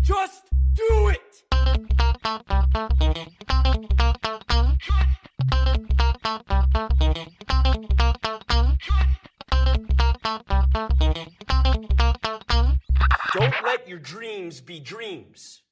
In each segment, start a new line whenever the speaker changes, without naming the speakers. Just do it! Don't let your dreams be dreams.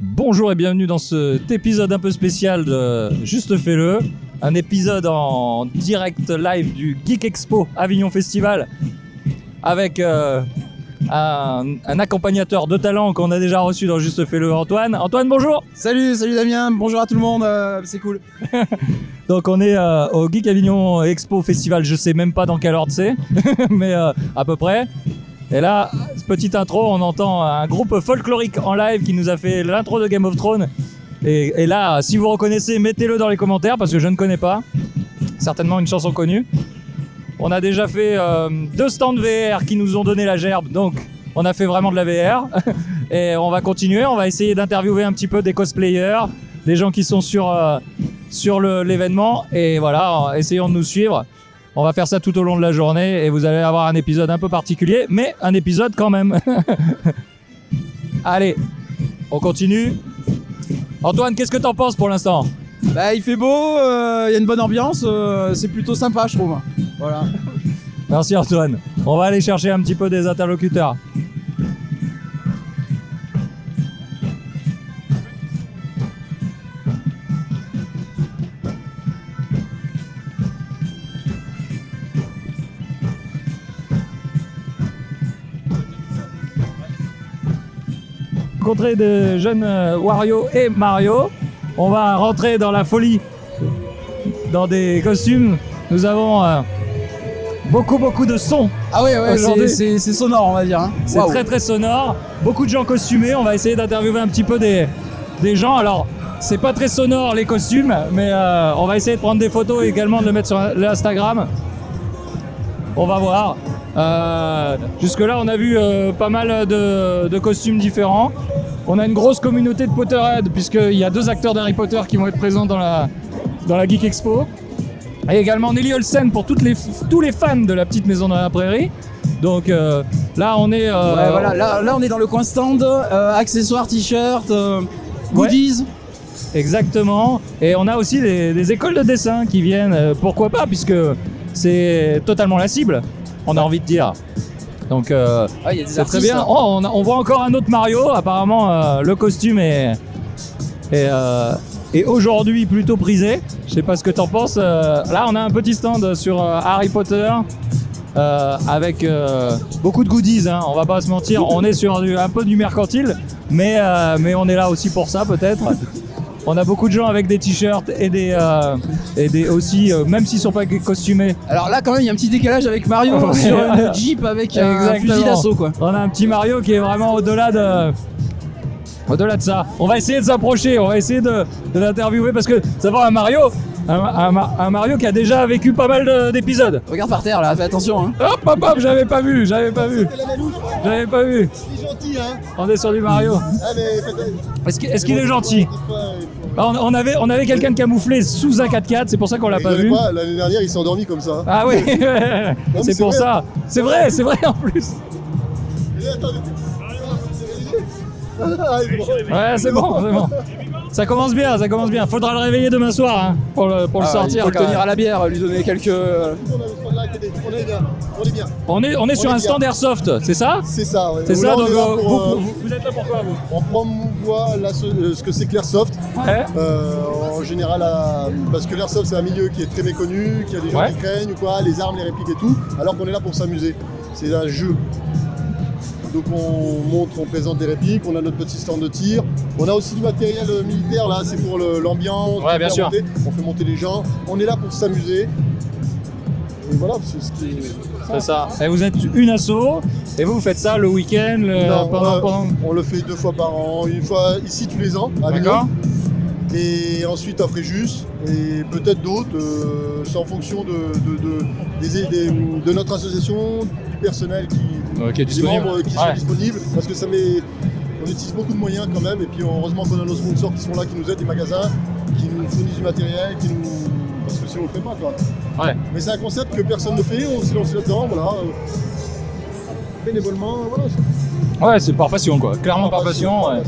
Bonjour et bienvenue dans cet épisode un peu spécial de Juste Fais-le, un épisode en direct live du Geek Expo Avignon Festival avec euh, un, un accompagnateur de talent qu'on a déjà reçu dans Juste Fais-le, Antoine. Antoine, bonjour
Salut, salut Damien, bonjour à tout le monde, euh, c'est cool.
Donc on est euh, au Geek Avignon Expo Festival, je sais même pas dans quel ordre c'est, mais euh, à peu près. Et là, petite intro, on entend un groupe folklorique en live qui nous a fait l'intro de Game of Thrones. Et, et là, si vous reconnaissez, mettez-le dans les commentaires parce que je ne connais pas. Certainement une chanson connue. On a déjà fait euh, deux stands VR qui nous ont donné la gerbe, donc on a fait vraiment de la VR. et on va continuer, on va essayer d'interviewer un petit peu des cosplayers, des gens qui sont sur... euh, sur le- l'événement et voilà, euh, essayons de nous suivre. On va faire ça tout au long de la journée et vous allez avoir un épisode un peu particulier, mais un épisode quand même. allez, on continue. Antoine, qu'est-ce que t'en penses pour l'instant
Bah il fait beau, euh, il y a une bonne ambiance, euh, c'est plutôt sympa je trouve. Voilà.
Merci Antoine. On va aller chercher un petit peu des interlocuteurs. Rencontrer de jeunes euh, Wario et Mario. On va rentrer dans la folie, dans des costumes. Nous avons euh, beaucoup beaucoup de sons
Ah ouais, ouais c'est-
Aujourd'hui-
c'est c'est sonore on va dire. hein.
c'est
Waouh.
très très sonore. Beaucoup de gens costumés. On va essayer d'interviewer un petit peu des, des gens. Alors, c'est pas très sonore les costumes, mais euh, on va essayer de prendre des photos et également de les mettre sur l'Instagram. On va voir. Euh, Jusque-là, on a vu euh, pas mal de, de costumes différents. On a une grosse communauté de Potterhead, puisqu'il y a deux acteurs d'Harry Potter qui vont être présents dans la, dans la Geek Expo. Et également Nelly Olsen pour toutes les, tous les fans de la petite maison dans la prairie. Donc euh, là, on est. euh,
Ouais, voilà, là, là on est dans le coin stand, euh, accessoires, t-shirts, euh,
Ouais.
goodies.
Exactement. Et on a aussi des, des écoles de dessin qui viennent. euh, Pourquoi pas Puisque c'est totalement la cible, on a envie de dire. Donc euh,
Ah, il y a des
c'est très
artistes,
bien.
hein.
Oh, on, a- on voit encore un autre Mario. Apparemment, euh, le costume est, est, euh, est aujourd'hui plutôt prisé. Je sais pas ce que t'en penses. euh, là, on a un petit stand sur euh, Harry Potter. euh, avec euh, beaucoup de goodies, hein, on va pas se mentir, on est sur du- un peu du mercantile, mais, euh, mais on est là aussi pour ça peut-être. On a beaucoup de gens avec des t-shirts et des, euh, et des aussi, euh, même s'ils sont pas costumés,
Alors là quand même il y a un petit décalage avec Mario
Ouais.
sur une Jeep avec un
Exactement.
fusil d'assaut quoi.
On a un petit Mario qui est vraiment au-delà de. Au-delà de ça. On va essayer de s'approcher, on va essayer de, de l'interviewer parce que savoir un Mario, un, un Ma- un Mario qui a déjà vécu pas mal de- d'épisodes.
Regarde par terre là, fais attention hein.
Hop hop hop, j'avais pas vu, j'avais pas vu,
la louche,
j'avais pas vu.
il est gentil, hein
On est sur du Mario.
Ah, mais peut-être-
Est-ce qu'il est, gentil
Des fois, il faut-
on, on avait, on avait quelqu'un de camouflé sous un 4x4, c'est pour ça qu'on l'a pas
Rigolez
vu.
pas, L'année dernière, il s'est endormi comme ça. hein.
Ah oui, c'est
c'est
pour
vrai.
ça. C'est vrai, c'est vrai en plus.
Mais attendez. Ah, il est bon.
Ouais, c'est bon, c'est bon. Ça commence bien, ça commence bien. Faudra le réveiller demain soir hein, pour le, pour le
Ah,
sortir.
il faut le
quand
tenir
même.
à la bière, lui donner quelques.
On a- on a- on est bien, on est bien.
On est, on est sur
est
un
bien.
stand airsoft, c'est ça
C'est ça, ouais.
C'est
Là,
ça,
on
donc
est là
euh,
pour,
vous,
euh,
vous- vous êtes là pourquoi vous
On promouvoit là, ce, euh, ce que c'est Clairsoft.
Ouais.
Euh, en général, à- parce que l'airsoft c'est un milieu qui est très méconnu, qu'il y a des gens
Ouais.
qui craignent ou quoi, les armes, les répliques et tout, alors qu'on est là pour s'amuser. C'est un jeu. Donc on montre, on présente des répliques, on a notre petit stand de tir, on a aussi du matériel euh, militaire là, c'est pour le- l'ambiance,
Ouais,
on
bien
fait
sûr.
monter- on fait monter les gens, on est là pour s'amuser. Et voilà, c'est ce qui
C'est ça. Et Eh, vous êtes une asso et vous, vous faites ça le week-end, le-
Non,
pendant,
euh,
pendant-
on le fait deux fois par an, une fois ici tous les ans, à
D'accord.
Avignon, et ensuite à Fréjus, et peut-être d'autres, euh, c'est en fonction de, de- de- des- des- de notre association, du personnel qui,
euh, qui est
des
disponible.
membres qui
Ouais.
sont disponibles parce que ça met. On utilise beaucoup de moyens quand même et puis heureusement qu'on a nos sponsors qui sont là, qui nous aident, des magasins, qui nous fournissent du matériel, qui nous. Parce que si on le fait pas quoi.
Ouais.
Mais c'est un concept que personne ne fait, on s'y lance là-dedans, voilà. euh, Bénévolement, voilà.
Ouais, c'est par passion quoi. Clairement par passion. ouais.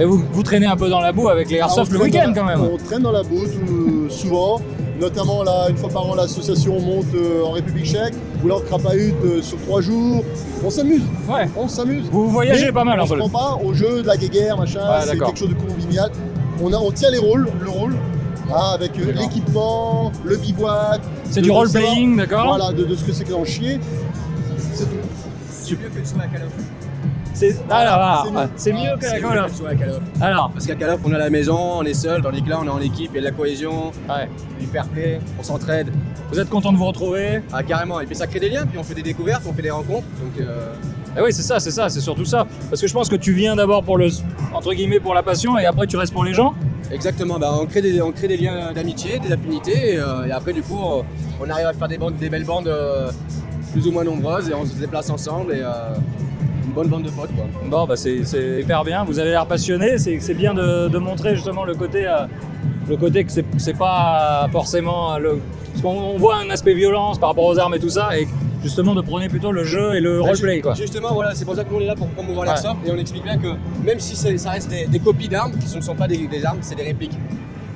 Et vous, vous traînez un peu dans la boue avec les airsoft
Ah, on
le
traîne
week-end
dans
quand
la-
même.
On traîne dans la boue tout- souvent, notamment là, une fois par an, l'association monte euh, en République tchèque, ou là en Krapahut euh, sur trois jours. On s'amuse,
Ouais.
on s'amuse.
Vous voyagez
Mais
pas mal
on
en
se
vol.
prend pas au jeu de la guéguerre, machin,
Ouais,
c'est
d'accord.
quelque chose de convivial. On, a, on tient les rôles, le rôle, ah, avec euh,
D'accord.
l'équipement, le bivouac.
C'est
de-
du
de
role-playing, d'accord
savoir, Voilà, de, de ce que c'est que d'en chier. C'est tout.
C'est mieux que de jouer à Call of.
C'est ah,
c'est
là, là,
mieux.
c'est mieux que la
C'est
Call
mieux
of.
de jouer à Call of.
Alors,
Parce qu'à Call of, on est à la maison, on est seul, tandis que là, on est en équipe, il y a de la cohésion,
ouais.
du fair play, on s'entraide.
vous êtes content de vous retrouver
Ah, carrément. Et puis ça crée des liens, puis on fait des découvertes, on fait des rencontres. Donc, euh,
Et Eh oui, c'est ça, c'est ça, c'est surtout ça. Parce que je pense que tu viens d'abord pour le entre guillemets pour la passion et après tu restes pour les gens.
exactement, bah, on, crée des, on crée des liens d'amitié, des affinités, et, euh, et après, du coup, on, on arrive à faire des, bandes, des belles bandes euh, plus ou moins nombreuses, et on se déplace ensemble, et euh, une bonne bande de potes, quoi.
Bon, bah c'est c'est hyper bien. Vous avez l'air passionné. C'est c'est bien de, de montrer justement le côté, euh, le côté que c'est c'est pas forcément euh, le. Parce qu'on on voit un aspect violence par rapport aux armes et tout ça, et justement de prôner plutôt le jeu et le
Bah,
roleplay
ju-
quoi.
Justement, voilà, c'est pour ça que nous on est là pour promouvoir
Ouais.
l'airsoft et on explique bien que même si c'est- ça reste des, des copies d'armes, qui ne sont pas des, des armes, c'est des répliques.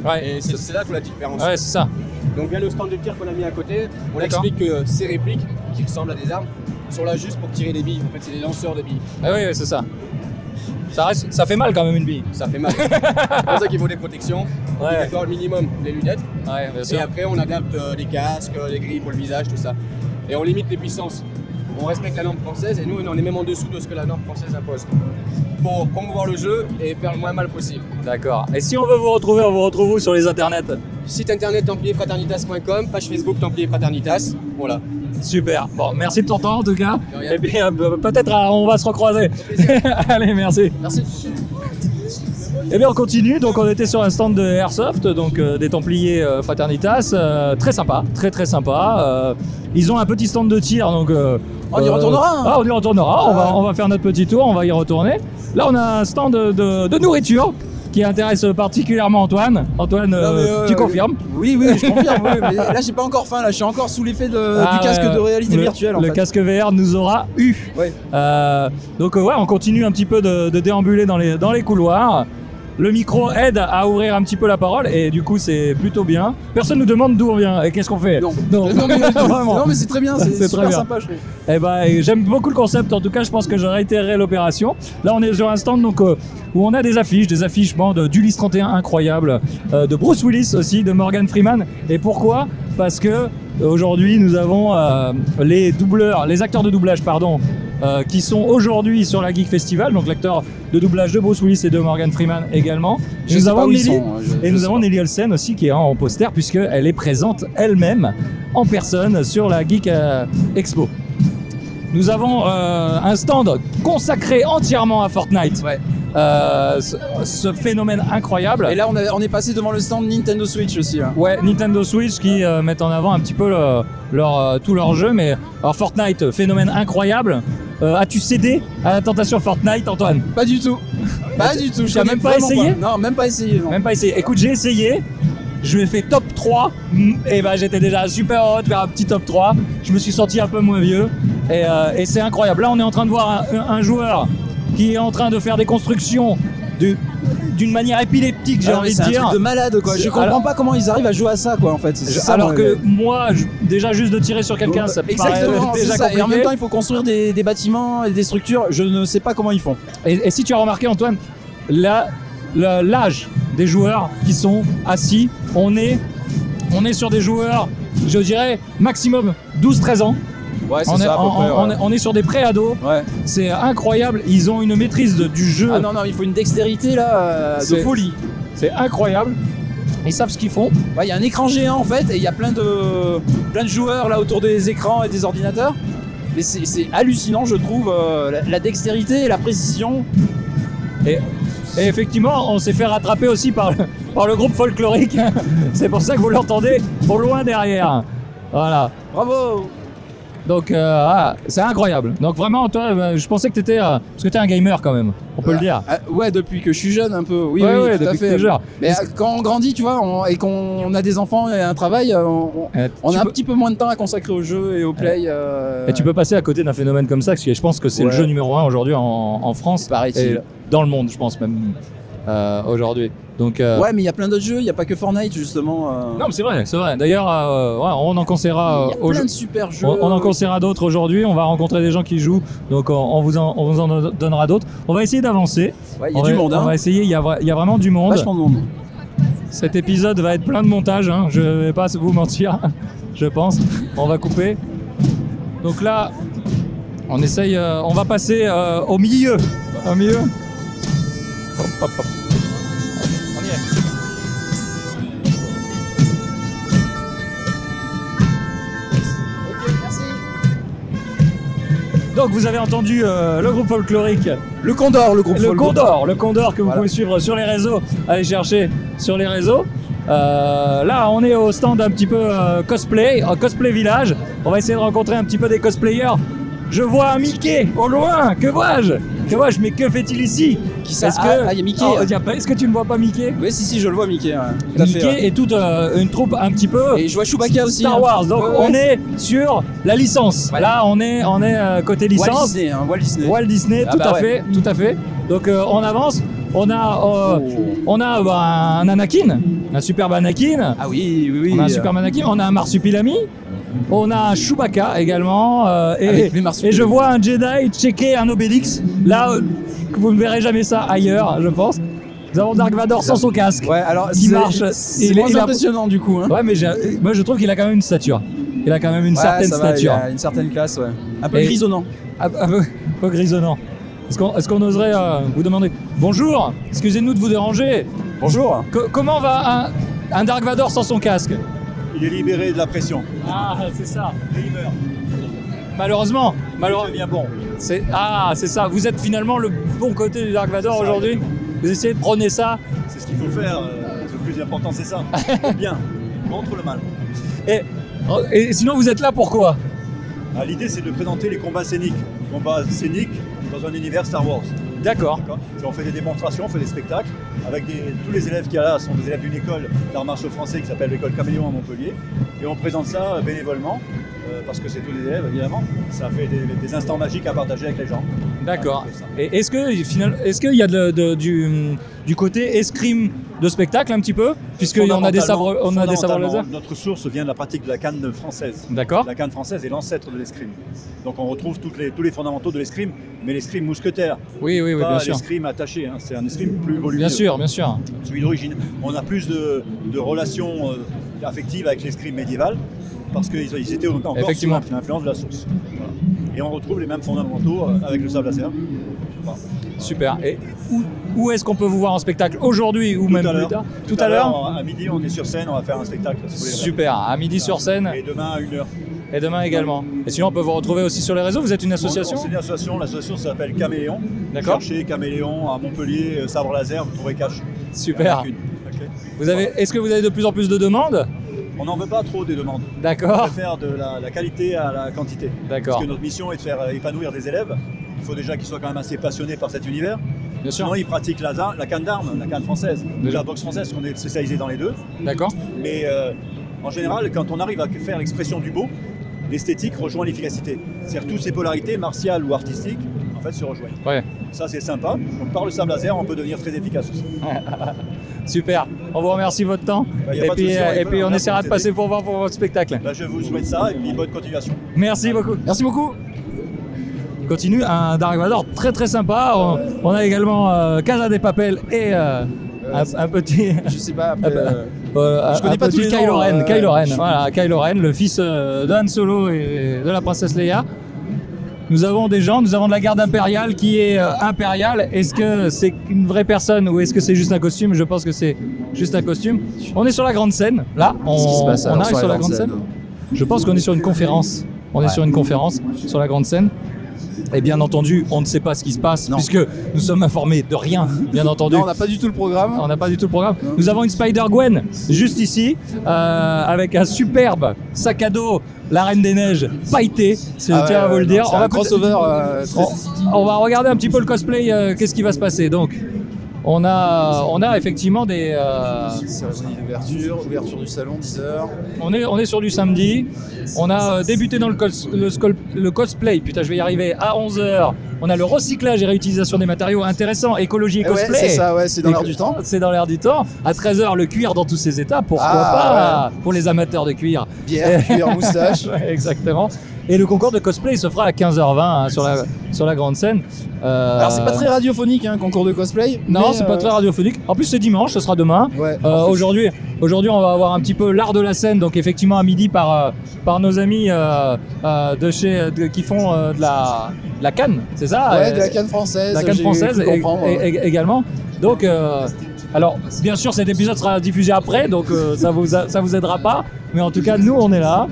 Ouais,
Et c'est c'est là toute la différence.
ouais, c'est ça.
Donc via le stand de tir qu'on a mis à côté, on
D'accord.
explique que ces répliques qui ressemblent à des armes sont là juste pour tirer des billes. En fait, c'est des lanceurs de billes.
Ah oui, oui, c'est ça. Ça reste, ça fait mal quand même une bille.
Ça fait mal. c'est pour ça qu'il faut des protections,
Ouais.
obligatoire minimum, les lunettes.
Ouais, bien
Et
sûr.
après, on adapte euh, les casques, euh, les grilles pour le visage, tout ça. Et on limite les puissances. On respecte la norme française et nous, on est même en dessous de ce que la norme française impose. Pour promouvoir le jeu et faire le moins mal possible.
D'accord. Et si on veut vous retrouver, on vous retrouve où sur les internets
Site internet templierfraternitas.com, page Facebook templierfraternitas. Voilà.
Super. Bon, merci de ton temps en tout cas.
De rien.
Et puis euh, peut- peut-être euh, on va se recroiser. Allez, merci.
Merci.
Eh bien, on continue. Donc, on était sur un stand de Airsoft, donc euh, des Templiers euh, Fraternitas. Euh, très sympa, très très sympa. Euh, ils ont un petit stand de tir, donc. euh,
On y retournera, hein.
Ah, on y retournera. On, va, on va faire notre petit tour, on va y retourner. Là, on a un stand de, de- de nourriture qui intéresse particulièrement Antoine. Antoine, euh,
mais, euh,
tu
euh,
confirmes
Oui, oui, je confirme. oui, mais là, j'ai pas encore faim. Là, je suis encore sous l'effet de- du
Ah,
casque
ouais,
de réalité
le-
virtuelle. En
Le
fait.
casque VR nous aura eu.
Ouais.
Euh, donc euh, ouais, on continue un petit peu de, de déambuler dans les, dans les couloirs. Le micro aide à ouvrir un petit peu la parole et du coup c'est plutôt bien. Personne nous demande d'où on vient et qu'est-ce qu'on fait.
Non.
non.
Non, mais,
Vraiment.
non, mais c'est très bien.
C'est très
C'est super
bien.
sympa, je trouve.
Eh ben, et j'aime beaucoup le concept. En tout cas, je pense que je réitérerai l'opération. Là, on est sur un stand donc euh, où on a des affiches, des affiches bandes d'Ulysse 31 incroyable, euh, de Bruce Willis aussi, de Morgan Freeman. Et pourquoi Parce que euh, aujourd'hui, nous avons euh, les doubleurs, les acteurs de doublage, pardon. euh, qui sont aujourd'hui sur la Geek Festival, donc l'acteur de doublage de Bruce Willis et de Morgan Freeman également.
Je
nous
sais
avons
pas où ils
Nelly-
sont, hein, je-
et
je
nous
sais
avons Nelly Olsen aussi qui est en poster puisqu'elle est présente elle-même en personne sur la Geek euh, Expo. Nous avons euh, un stand consacré entièrement à Fortnite.
Ouais.
Euh, ce, ce phénomène incroyable.
Et là, on, a- on est passé devant le stand Nintendo Switch aussi. hein. Ah
Ouais, Nintendo Switch qui euh, mettent en avant un petit peu le- leur, euh, tout leur jeu. Mais alors Fortnite, phénomène incroyable. Euh, As-tu cédé à la tentation Fortnite, Antoine
Pas du tout. Pas du tout. Je
T'as
connais
même pas
vraiment
essayé
Non, même pas essayé. non.
Même pas essayé. Écoute, j'ai essayé. Je lui ai fait top 3. Mm, Et ben j'étais déjà super heureux de faire un petit top 3. Je me suis senti un peu moins vieux. Et, euh, et c'est incroyable. Là, on est en train de voir un, un joueur qui est en train de faire des constructions de- d'une manière épileptique, j'ai
Ah, mais
envie
c'est
de
un
dire.
truc de malade quoi. Je
C'est-
comprends
alors-
pas comment ils arrivent à jouer à ça quoi en fait. C'est
Je-
ça,
alors
moi,
que
le-
moi, je- déjà juste de tirer sur quelqu'un, ça me paraît
Exactement, c'est
déjà
ça. Et en même
compliqué.
temps, il faut construire des, des bâtiments et des structures. Je ne sais pas comment ils font.
Et, et si tu as remarqué, Antoine, la- la- l'âge des joueurs qui sont assis, on est, on est sur des joueurs, je dirais, maximum 12-13 ans.
Ouais,
on, est, on- on- on est- on est sur des pré-ados.
Ouais.
C'est incroyable. Ils ont une maîtrise de- du jeu.
Ah non, non, il faut une dextérité là euh, de
C'est-
folie.
C'est incroyable. Ils savent ce qu'ils font.
Ouais, Il y a un écran géant en fait et il y a plein de, plein de joueurs là autour des écrans et des ordinateurs. Mais c'est c'est hallucinant, je trouve, euh, la, la dextérité et la précision.
Et effectivement, on s'est fait rattraper aussi par le, par le groupe folklorique. C'est pour ça que vous l'entendez au loin derrière. Voilà.
Bravo
Donc, euh, ah, c'est incroyable. Donc, vraiment, toi, euh, je pensais que t'étais. euh, parce que t'es un gamer quand même, on peut le dire.
Ah, ouais, depuis que je suis jeune un peu. Oui,
Ouais,
oui,
ouais,
tout à
depuis que
fait.
t'es jeune.
Mais euh, quand on grandit, tu vois, on- et qu'on a des enfants et un travail, euh, on, on-
Euh, tu
on a un
peux-
petit peu moins de temps à consacrer au jeu et au play. euh,
Et tu peux passer à côté d'un phénomène comme ça, parce que je pense que c'est le
Ouais.
jeu numéro un aujourd'hui en, en France.
Paraît-il.
Et dans le monde, je pense même euh, aujourd'hui. Donc, euh,
Ouais, mais il y a plein d'autres jeux, il n'y a pas que Fortnite justement. euh,
non, mais c'est vrai, c'est vrai. D'ailleurs, euh, ouais, on en conseillera
il y a
aujourd'hui.
plein de super jeux.
On, on en conseillera d'autres aujourd'hui. On va rencontrer des gens qui jouent, donc on, on vous, en, on vous en donnera d'autres. On va essayer d'avancer.
Ouais, il y a
On
du
va-
monde,
On
hein.
va essayer. Il y a, vra- il y a vraiment du monde.
Vachement de monde.
Cet épisode va être plein de montage. Hein. Je vais pas vous mentir, je pense. On va couper. Donc là, on essaye. euh, on va passer euh, au milieu. Au milieu. Hop, hop, hop. On y est. Donc vous avez entendu euh, le groupe folklorique
Le Condor, le groupe
le
Folklore.
Condor, le Condor que vous
Voilà.
pouvez suivre sur les réseaux, allez chercher sur les réseaux. Euh, là, on est au stand un petit peu euh, cosplay, euh, cosplay village. On va essayer de rencontrer un petit peu des cosplayers. Je vois un Mickey au loin. Que vois-je Que vois-je Mais que fait-il ici
Qui ça
Est-ce que
Ah, ah, il y a Mickey.
Oh, il y a pas- Est-ce que tu ne vois pas Mickey
Oui, si, si, je le vois, Mickey. ouais, tout à fait,
Mickey
ouais.
et toute euh, une troupe un petit peu.
Et je vois Chewbacca aussi.
Star
hein.
Wars, donc
Ouais, ouais.
on est sur la licence.
Voilà.
Là, on est, on est euh, côté
Walt
licence.
Disney, hein, Walt Disney.
Walt Disney,
Ah
tout
bah
à
ouais.
fait, tout à fait. Donc euh, on avance, on a, euh,
Oh.
on a bah, un Anakin, un superbe Anakin,
Ah oui, oui, oui.
on a un
euh,
superbe Anakin, on a un Marsupilami, on a un Chewbacca également, euh, et,
Avec les
et
marsupilamis.
je vois un Jedi checker un Obélix. Là, euh, vous ne verrez jamais ça ailleurs, je pense. Nous avons Dark Vador sans son casque.
Ouais, alors
qui
c'est-
marche.
C'est
Il est-
moins
il a-
impressionnant du coup. Hein.
Ouais, mais j'ai- euh, moi je trouve qu'il a quand même une stature. Il a quand même une
Ouais,
certaine
ça va,
stature.
il y a une certaine classe, ouais. Un peu
Et-
grisonnant.
un peu- un peu, un peu grisonnant. Est-ce qu'on est-ce qu'on oserait euh, vous demander Bonjour, excusez-nous de vous déranger.
Bonjour.
Co- comment va un, un Dark Vador sans son casque
Il est libéré de la pression.
Ah, c'est ça. Malheureusement, malheureusement.
bien bon.
C'est ah, c'est ça. Vous êtes finalement le bon côté du Dark Vador
C'est ça,
aujourd'hui. Vous essayez de prôner ça.
C'est ce qu'il faut faire. euh, Le plus important, c'est ça. Le bien contre le mal.
Et, oh, et sinon, vous êtes là pourquoi
Ah, L'idée, c'est de présenter les combats scéniques. Les combats scéniques dans un univers Star Wars.
D'accord.
D'accord Et on fait des démonstrations, on fait des spectacles. Avec des- tous les élèves qu'il y a là sont des élèves d'une école d'arts martiaux français qui s'appelle l'école Caméléon à Montpellier. Et on présente ça euh, bénévolement, euh, parce que c'est tous les élèves, évidemment. Ça fait des, des instants magiques à partager avec les gens.
D'accord.
Ah, c'est ça.
Et Est-ce que finalement, est-ce qu'il y a de- de- du, du côté escrime de spectacle un petit peu, puisqu'il y en a des sabres, on a des sabres
Fondamentalement,
laser.
Notre source vient de la pratique de la canne française.
D'accord.
La canne française est l'ancêtre de l'escrime. Donc on retrouve toutes les- tous les fondamentaux de l'escrime, mais l'escrime mousquetaire,
Oui, oui, oui,
pas
bien sûr.
l'escrime attaché. hein. C'est un escrime plus volumineux.
Bien sûr, bien sûr.
Celui d'origine. On a plus de, de relations euh, affectives avec l'escrime médiéval parce qu'ils ils étaient encore
Effectivement.
sous l'influence de la source. Voilà. Et on retrouve les mêmes fondamentaux euh, avec le sable laser. Voilà.
Super. Et où, où est-ce qu'on peut vous voir en spectacle aujourd'hui ou
Tout
même
à
plus
l'heure.
tard Tout à l'heure
À midi, on est sur scène, on va faire un spectacle. si vous voulez.
Super. À midi sur scène
Et demain à 1h.
et demain également. Et sinon, on peut vous retrouver aussi sur les réseaux. Vous êtes une association
On- on- C'est une association, l'association s'appelle Caméléon.
D'accord.
Cherchez Caméléon à Montpellier, euh, Sabre Laser, vous trouverez Cache. Il y en a
Super.
qu'une. Ok.
Vous avez, est-ce que vous avez de plus en plus de demandes
On n'en veut pas trop des demandes. On
D'accord.
préfère de la, la qualité à la quantité. Parce
D'accord.
que notre mission est de faire euh, épanouir des élèves. Il faut déjà qu'ils soient quand même assez passionnés par cet univers.
Bien
Sinon,
sûr.
ils pratiquent la, za- la canne d'armes, la canne française, ou la boxe française, parce qu'on est spécialisé dans les deux.
D'accord.
Mais euh, en général, quand on arrive à faire l'expression du beau, l'esthétique rejoint l'efficacité. C'est-à-dire toutes ces polarités, martiales ou artistiques, en fait, se rejoignent.
Ouais.
Ça, c'est sympa. Donc, par le sable laser, on peut devenir très efficace aussi.
Super. On vous remercie de votre temps.
Bah, y a
et
pas de
puis,
souci, on
euh, et
rigole,
puis, on
merci
essaiera de
de
passer pour voir pour votre spectacle.
Bah, je vous souhaite ça et puis bonne continuation.
Merci beaucoup.
Merci beaucoup.
Continue un Dark Vador très très sympa. On, on a également euh, Casa des Papel et euh, un, un petit.
Je sais pas. après,
Ah bah,
euh,
Euh,
Je
un-
connais
un
pas
petit
tous les noms,
Kylo Ren,
euh,
Kylo Ren,
je-
voilà, Kylo Ren, le fils euh, de Han Solo et de la princesse Leia. Nous avons des gens, nous avons de la garde impériale qui est euh, impériale. Est-ce que c'est une vraie personne ou est-ce que c'est juste un costume Je pense que c'est juste un costume. On est sur la grande scène, là. On,
Qu'est-ce qui se passe
on
alors
arrive sur la grande scène. Je pense qu'on est sur une conférence. On est sur une conférence sur la grande scène. Et bien entendu, on ne sait pas ce qui se passe,
Non.
puisque nous sommes informés de rien, bien entendu.
Non, on n'a pas du tout le programme.
On n'a pas du tout le programme. Nous avons une Spider-Gwen juste ici, euh, avec un superbe sac à dos, la Reine des Neiges, pailleté, c'est
Ah
tiens
ouais,
à vous le
non,
dire.
c'est un
peut-
crossover, euh, très-
on, on va regarder un petit peu le cosplay, euh, qu'est-ce qui va se passer. Donc, on a, on a effectivement des. euh,
Ah, Cérémonie d'ouverture, ouverture du salon, 10h.
on, est, on est sur du samedi. On a euh, débuté dans le, cos- le scol- le cosplay, putain, je vais y arriver, à 11h. On a le recyclage et réutilisation des matériaux intéressants, écologie et cosplay.
Eh Ouais, c'est ça, ouais, c'est dans
Et
l'air
que-
du temps.
C'est dans l'air du temps. À 13h, le cuir dans tous ses états, pourquoi
Ah,
pas Pour les amateurs de cuir.
Bière, cuir, moustache.
Ouais, Exactement. Et le concours de cosplay se fera à 15h20 hein, sur, la, sur la grande scène. Euh,
Alors, c'est pas très radiophonique, hein, concours de cosplay.
Non,
mais,
c'est
euh,
pas très radiophonique. En plus, c'est dimanche, ce sera demain.
Ouais.
Euh, aujourd'hui, aujourd'hui, on va avoir un petit peu l'art de la scène, donc effectivement à midi par, euh, par nos amis euh, euh, de chez, de- qui font euh, de la, de la canne, c'est ça
Ouais, de
Euh,
la canne française.
la canne
j'ai
française
cru
ég-
comprendre,
ég-
ouais.
ég- également. Donc, euh, alors, bien sûr, cet épisode sera diffusé après, donc euh, ça vous a- ça vous aidera pas. Mais en tout cas, nous, on est là.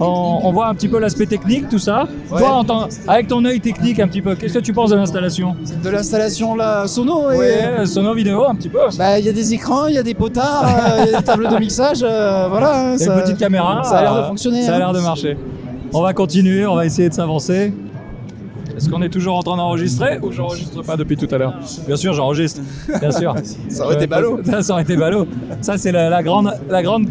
On, on voit un petit peu l'aspect technique, tout ça. Toi, en tant- avec ton œil technique, un petit peu, qu'est-ce que tu penses de l'installation
De l'installation là, sono et.
Ouais, sono vidéo, un petit peu.
Bah, il y a des écrans, il y a des potards, euh, il y a des tables de mixage, euh, voilà. hein,
Et une petite caméra.
Ça a l'air
euh,
de fonctionner.
Ça a
hein.
l'air de marcher. On va continuer, on va essayer de s'avancer. Est-ce qu'on est toujours en train d'enregistrer ou j'enregistre pas depuis tout à l'heure Bien sûr, j'enregistre. Bien sûr.
Ça aurait été ballot.
Ça, ça aurait été ballot. Ça, c'est la, la grande, la grande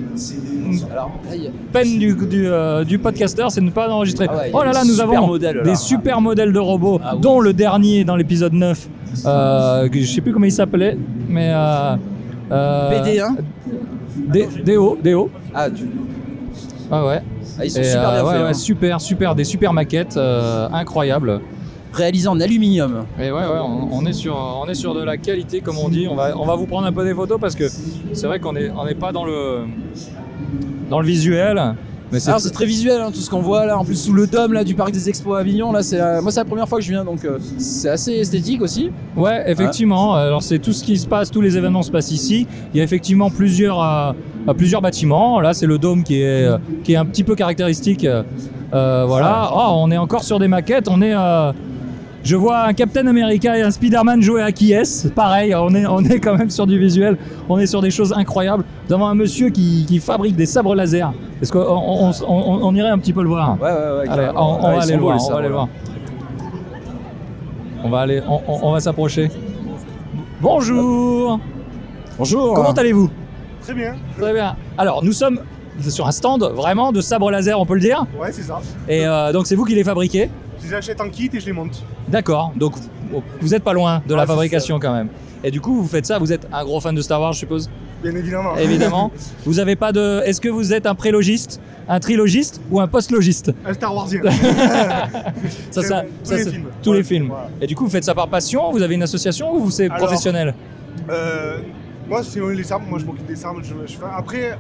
Alors, là, il y a-
peine du, du, euh, du podcasteur, c'est de ne pas enregistrer.
Ah ouais, il y a
oh là
des
là, nous
super
avons
modèles, là.
des super modèles de robots,
Ah oui.
dont le dernier dans l'épisode 9. euh, que je sais plus comment il s'appelait, mais. Euh, euh,
BD1.
D- DO, DO.
hein. Ah, du-
Ah ouais.
ah, ils sont
Et,
super
euh,
bien
ouais,
faits.
ouais,
hein.
super, super, des super maquettes, euh, incroyables.
Réalisés en aluminium.
Et ouais, ouais, on, on est sur, on est sur de la qualité, comme on dit. On va, on va vous prendre un peu des photos parce que c'est vrai qu'on est, on n'est pas dans le, dans le visuel. Mais c'est
Alors c'est très visuel hein, tout ce qu'on voit là, en plus sous le dôme là du parc des expos à Avignon là, c'est euh, moi c'est la première fois que je viens donc euh, c'est assez esthétique aussi.
Ouais, effectivement.
Ah.
Alors c'est tout ce qui se passe, tous les événements se passent ici. Il y a effectivement plusieurs euh, euh, plusieurs bâtiments. Là, c'est le dôme qui est euh, qui est un petit peu caractéristique. Euh,
Ah.
voilà. Oh, on est encore sur des maquettes. On est. euh, je vois un Captain America et un Spider-Man jouer à qui est Pareil, on est, on est quand même sur du visuel, on est sur des choses incroyables. Devant un monsieur qui, qui fabrique des sabres laser. Est-ce qu'on on, on- on- on irait un petit peu le voir
Ouais ouais ouais. Ah,
Allez, on, on va aller le voir, on va aller le voir. On va aller, on, on- on va s'approcher. Bonjour.
Bonjour.
Comment allez-vous
Très bien.
Très bien. Alors, nous sommes sur un stand vraiment de sabre laser, on peut le dire.
Ouais, c'est ça.
Et euh, donc, c'est vous qui les fabriquez.
Je les achète en kit et je les monte.
D'accord. Donc, vous- vous êtes pas loin de la
Ouais, c'est
fabrication quand même. Et du coup, vous faites ça. Vous êtes un gros fan de Star Wars, je suppose.
Bien évidemment.
Évidemment. vous avez pas de. Est-ce que vous êtes un prélogiste, un trilogiste ou un postlogiste
Un Star Warsien.
Ça, ça-
Ah, Tous
ça,
les
c'est-
films.
Tous
Ouais,
les films.
voilà.
Et du coup, vous faites ça par passion Vous avez une association ou vous- c'est
Alors-
professionnel
Euh, moi, c'est les sables. Moi, je m'occupe des sables. Je, je fais- Après,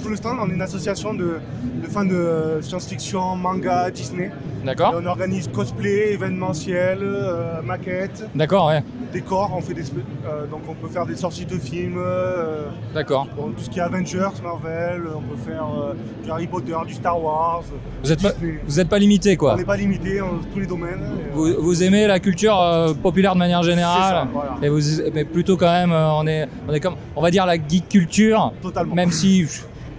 pour le stand, on est une association de, de fans de science-fiction, manga, Disney. Et
D'accord
on organise cosplay, événementiel, euh, maquettes,
D'accord, ouais.
décors. On fait des, spe- euh, donc, on peut faire des sorties de films, euh,
D'accord.
bon, tout ce qui est Avengers, Marvel. On peut faire euh, du Harry Potter, du Star Wars.
Vous n'êtes pas,
Disney.
vous êtes pas limité,
On
quoi.
n'est pas limité dans tous les domaines. et, euh,
Vous, vous aimez la culture euh, populaire de manière générale
C'est ça, voilà.
et vous, mais plutôt quand même, euh, on est, on est comme, on va dire la geek culture,
Totalement.
même si,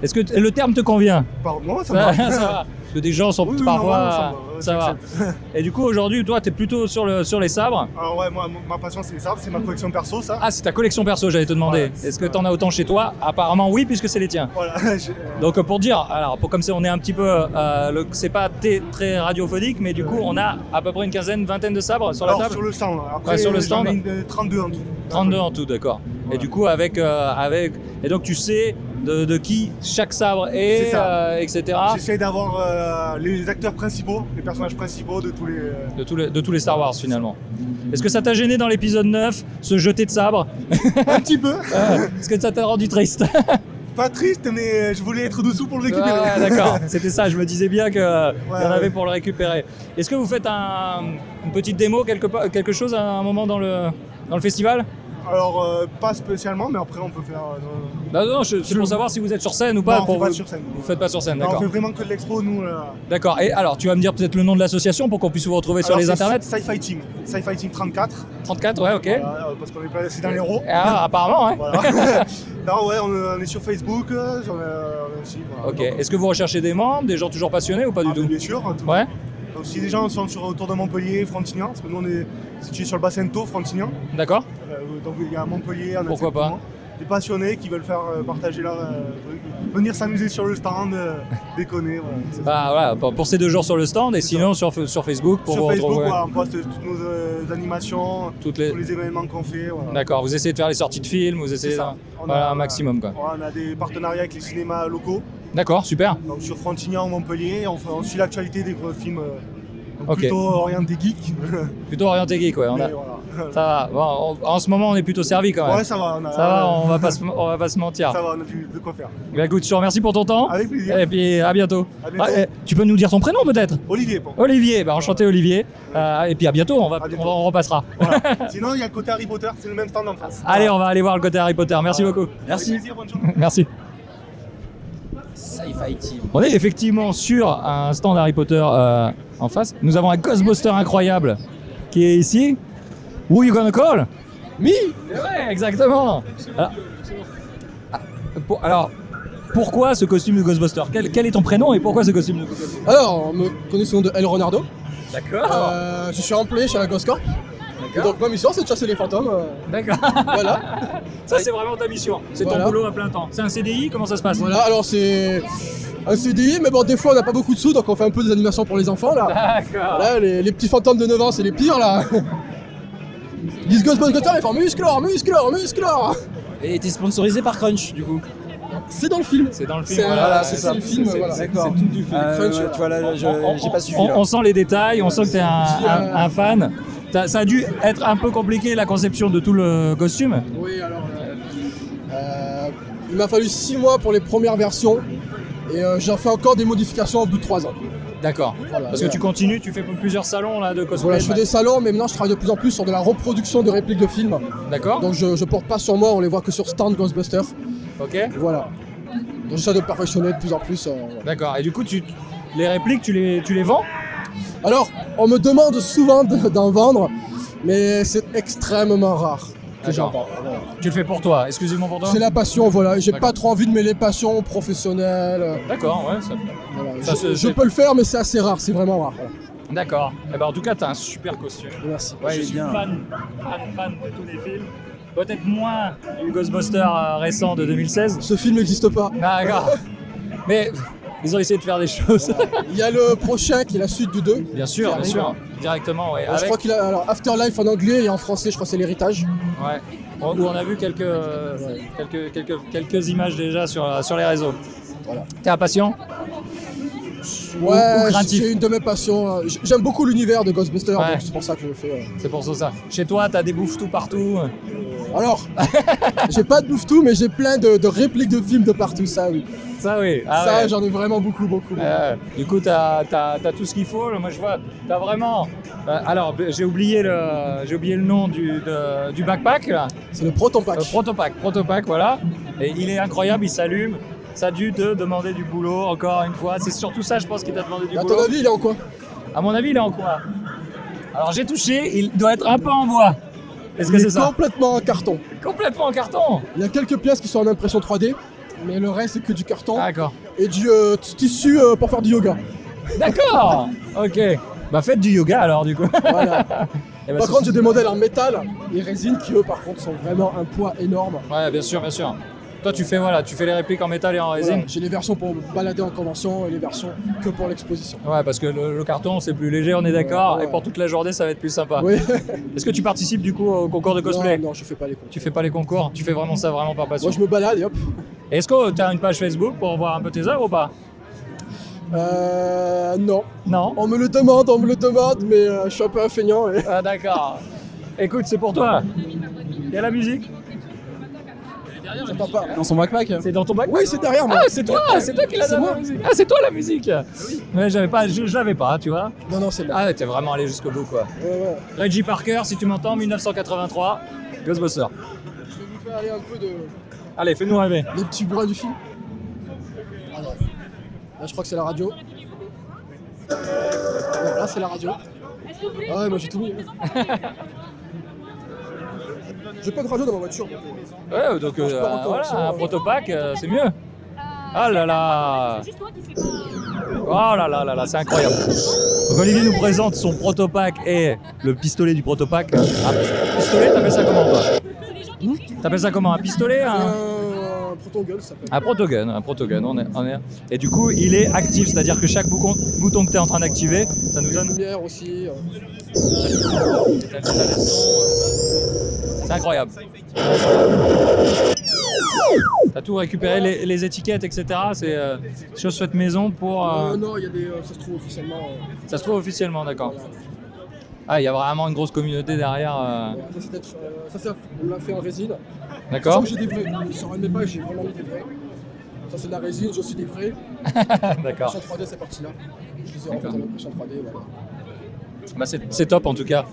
est-ce que t- le terme te convient
Pardon, ça
Ça,
va.
ça va. Parce que des gens sont
Oui, oui, non, non,
parfois,
non,
ça va.
j'accepte.
Et du coup, aujourd'hui, toi, t'es plutôt sur le, sur les sabres.
Alors Ah ouais, moi, ma passion c'est les sabres, c'est ma collection perso ça.
Ah, c'est ta collection perso, j'allais te demander.
Voilà, c'est
Est-ce que
ça.
t'en as autant chez toi Apparemment, oui, puisque c'est les tiens.
Voilà, j'ai- euh,
Donc euh, pour dire, alors pour comme ça on est un petit peu, euh, le- c'est pas t- très radiophonique, mais du coup on a à peu près une quinzaine, vingtaine de sabres sur la
alors,
table.
sur le stand, là. après
Ouais, sur le
j'en
stand.
ai une, euh, 32 en tout.
32 en tout, d'accord. Et du coup avec, euh, avec, et donc tu sais de, de qui chaque sabre est,
C'est ça.
euh, etc.
J'essaie d'avoir euh, les acteurs principaux, les personnages principaux de tous les. euh,
De tous, les, de tous les Star Wars finalement. Est-ce que ça t'a gêné dans l'épisode 9, ce jeter de sabre
Un petit peu,
Euh, Est-ce que ça t'a rendu triste
pas triste, mais euh, je voulais être dessous pour le récupérer.
Ah, D'accord, c'était ça, je me disais bien qu'il
Ouais,
y en avait
ouais.
pour le récupérer. Est-ce que vous faites un- une petite démo quelque, part- quelque chose à un moment dans le, dans le festival
Alors, euh, pas spécialement, mais après, on peut faire. euh, non,
Bah, Non, non, je- c'est pour savoir si vous êtes sur scène ou pas.
on
pour
fait pas
vous...
sur scène.
vous faites pas sur scène,
Non, on
Ah, d'accord.
fait vraiment que de l'expo, nous. euh. là.
D'accord. Et alors, tu vas me dire peut-être le nom de l'association pour qu'on puisse vous retrouver sur
Alors,
les
c'est
internets.
Sci-Fi Team. Sci-Fi Team 34.
34, ouais, ok.
voilà, euh, parce qu'on est pas. C'est dans les rows.
Ah, apparemment, ouais.
Voilà. non, ouais, on, euh, on est sur Facebook, euh, sur le- on est aussi, voilà.
Ok. Est-ce que vous recherchez des membres, des gens toujours passionnés ou pas
Ah,
du
mais
tout
Bien sûr. hein, tout-
Ouais.
Donc, si les gens sont sur, autour de Montpellier, Frontignan, parce que nous on est situé sur le bassin Thau, Frontignan.
D'accord.
Euh, donc il y a Montpellier, on a
Pourquoi pas.
Des passionnés qui veulent faire euh, partager leur. euh, truc, venir s'amuser sur le stand, euh, déconner. voilà. C'est ça.
Bah voilà, pour pour ces deux jours sur le stand et
C'est
sinon sur, sur Facebook pour
sur
vous
Facebook,
retrouver
voilà, on poste toutes nos euh, animations,
toutes les.
tous les événements qu'on fait. voilà.
D'accord. Vous essayez de faire les sorties de films, vous essayez.
C'est ça. On
Voilà,
a-
un maximum quoi.
voilà, on a des partenariats avec les cinémas locaux,
D'accord, super.
donc sur Frontignan, Montpellier, on, fait- on suit l'actualité des gros films euh, donc
Ok.
plutôt orientés geek.
Plutôt orienté geek, ouais. on a-
Mais voilà.
Ça va. Bon, on- En ce moment, on est plutôt servi quand même.
Ouais, ça va, on a,
Ça va,
on a-
on va pas se, on va pas se mentir.
ça va, on a plus de quoi faire.
Bah écoute, je te remercie pour ton temps.
Avec plaisir.
Et puis à bientôt.
À bientôt.
Ah, eh, tu peux nous dire ton prénom peut-être
Olivier, bon.
Olivier, bah enchanté Olivier. Euh, et puis à bientôt, on va,
À bientôt.
on va- on repassera.
Sinon, il y a le côté Harry Potter, c'est le même stand en face.
Allez, on va aller voir le côté Harry Potter. Merci beaucoup.
Merci. bonne journée.
Merci.
Sci-Fi Team.
On est effectivement sur un stand Harry Potter euh, en face. Nous avons un Ghostbuster incroyable qui est ici. Who you gonna call Me Ouais, exactement alors, Ah, pour- alors, pourquoi ce costume de Ghostbuster quel, quel est ton prénom et pourquoi ce costume de Ghostbuster
Alors, on me connaît sous le nom de El Ronardo.
D'accord
Euh, je suis employé chez la Coscorp. Et donc, ma mission, c'est de chasser les fantômes. euh,
D'accord
voilà.
Ça, c'est vraiment ta mission. C'est ton
Voilà.
boulot à plein temps. C'est un CDI Comment ça se passe
Voilà, alors c'est un CDI, mais bon, des fois, on n'a pas beaucoup de sous, donc on fait un peu des animations pour les enfants, là.
D'accord
Là, les, les petits fantômes de 9 ans, c'est les pires, là. Ils disent Ghostbusters, ils font Musclor, Musclor, Musclor
Et t'es sponsorisé par Crunch, du coup.
C'est dans le film.
C'est dans le film.
C'est
voilà.
voilà, c'est ça. le film, voilà.
D'accord.
Euh, Crunch, ouais, tu
tu vois,
On-
vois,
là,
on-
j'ai pas suivi.
on, on sent les détails, on sent que t'es un, un-
euh,
un fan. T'as- ça a dû être un peu compliqué la conception de tout le costume.
Oui, alors. euh, euh, il m'a fallu 6 mois pour les premières versions, et euh, j'en fais encore des modifications au bout de 3 ans.
D'accord.
Voilà,
Parce
voilà.
que tu continues, tu fais plusieurs salons là de cosplay.
Voilà, je fais des salons, mais maintenant je travaille de plus en plus sur de la reproduction de répliques de films.
D'accord.
Donc je, je porte pas sur moi, on les voit que sur stand Ghostbusters.
Ok.
Voilà. Donc j'essaie de perfectionner de plus en plus. euh, voilà.
D'accord. Et du coup, tu les répliques, tu les, tu les vends
Alors, on me demande souvent de- d'en vendre, mais c'est extrêmement rare que j'en
D'accord.
vende. Voilà.
Tu le fais pour toi, exclusivement pour toi.
C'est la passion, voilà. J'ai
D'accord.
pas trop envie de mêler passion professionnelle. euh,
D'accord. Ouais. ça-
voilà.
Ça,
je,
c'est-
je
c'est-
peux le faire, mais c'est assez rare, c'est vraiment rare. voilà.
D'accord. Eh ben, en tout cas, t'as un super costume.
Merci.
je
il est
suis
bien.
fan, fan, fan de tous les films. Peut-être moins du Ghostbuster euh, récent de 2016.
Ce film n'existe pas.
D'accord. Mais ils ont essayé de faire des choses.
Il y a le prochain qui est la suite du 2.
Bien sûr, bien sûr. Directement, ouais.
hein. Je
Avec-
crois qu'il a alors Afterlife en anglais et en français, je crois que c'est l'héritage.
ouais. On- Où on a vu quelques, euh, quelques, quelques, quelques images déjà sur, sur les réseaux.
Voilà.
T'es impatient Ou- ou
Ouais,
craintif.
c'est une de mes passions. euh, j- J'aime beaucoup l'univers de Ghostbusters,
Ouais.
donc c'est pour ça que je le fais. euh.
C'est pour ça, ça. Chez toi, t'as des bouffes tout partout.
Alors, j'ai pas de bouffe-tout, mais j'ai plein de, de répliques de films de partout, ça oui.
Ça, oui. Ah
ça,
ouais.
j'en ai vraiment beaucoup, beaucoup.
Euh, du coup, t'as as, tout ce qu'il faut. Moi, je vois, t'as vraiment. euh, alors, j'ai oublié le, j'ai oublié le nom du, de- du backpack. Là.
C'est le Proton Pack.
Euh, protopack, protopack, voilà. Et il est incroyable, il s'allume. Ça a dû te demander du boulot encore une fois. C'est surtout ça, je pense, qui t'a demandé du
à ton
boulot.
avis, il est en quoi
À mon avis, il est en quoi Alors j'ai touché, il doit être un peu en bois. Est-ce que
Il
c'est
est
ça
complètement en carton.
Complètement en carton.
Il y a quelques pièces qui sont en impression 3D, mais le reste c'est que du carton
D'accord.
et du euh, t- tissu euh, pour faire du yoga.
D'accord. ok. Bah faites du yoga alors du coup.
Voilà.
Eh ben,
par
c'est-
contre, j'ai des modèles en métal et résine qui, eux, par contre, sont vraiment un poids énorme.
Ouais, bien sûr, bien sûr. Toi, tu fais voilà, tu fais les répliques en métal et en
Voilà,
résine.
J'ai les versions pour me balader en convention et les versions que pour l'exposition.
Ouais, parce que le, le carton c'est plus léger, on est d'accord.
ouais.
Et pour toute la journée, ça va être plus sympa.
Oui.
Est-ce que tu participes du coup au concours de cosplay
Non, non, je fais pas les comptes.
Tu fais pas les concours, tu fais vraiment ça vraiment par passion.
Moi, je me balade et hop.
Est-ce que tu as une page Facebook pour voir un peu tes œuvres ou pas
Euh, non.
Non
On me le demande, on me le demande, mais euh, je suis un peu infeignant. et-
Ah d'accord. Écoute, c'est pour toi. Il y a la musique
J'entends pas.
Dans son backpack
C'est dans ton bac
Oui, c'est derrière moi.
Ah, c'est toi C'est toi qui l'as
C'est
donné
moi.
la musique Ah, c'est toi la musique Ouais, j'avais pas, je, je l'avais pas, tu vois.
Non, non, c'est là.
Ah, ouais, t'es vraiment allé jusqu'au bout, quoi.
Ouais, ouais.
Reggie Parker, si tu m'entends, 1983. Ghostbusters.
Je vais vous faire aller un peu de.
Allez, fais-nous rêver.
Les petits bruns du film. Ah non. Là, je crois que c'est la radio. Non, là, c'est la radio. Ah ouais, moi j'ai tout mis.
hein.
j'ai pas de radio dans ma voiture.
Ouais, donc euh,
Je pars en correction,
voilà, un
ouais.
protopack, euh, c'est mieux. Ah là là Oh là là là là, c'est incroyable. Donc Olivier nous présente son protopack et le pistolet du protopack. Un pistolet, t'appelles ça comment toi T'appelles ça comment Un pistolet un...
Un proton gueule, ça s'appelle.
Un protogun, un protogun, on est, on est. Et du coup, il est actif, c'est-à-dire que chaque bouton, bouton que tu es en train d'activer, ça nous donne.
Lumière aussi. euh.
C'est incroyable. T'as tout récupéré, les, les étiquettes, etc. C'est euh, chose faite maison pour. euh,
Euh, non, il y a des. euh, ça se trouve officiellement. euh,
Ça se trouve officiellement, d'accord.
voilà.
Ah, il y a vraiment une grosse communauté derrière. euh,
Ouais, Ça, c'est d'être, euh, ça, c'est- on l'a fait en résine. Sans
D'accord
que j'ai des vrais. Sur un des pages, j'ai vraiment mis des vrais. Ça, c'est de la résine, j'ai aussi des vrais.
D'accord.
Sur 3D, c'est parti là. Je les ai refaites en impression 3D. Voilà.
Bah, c'est c'est top en tout cas.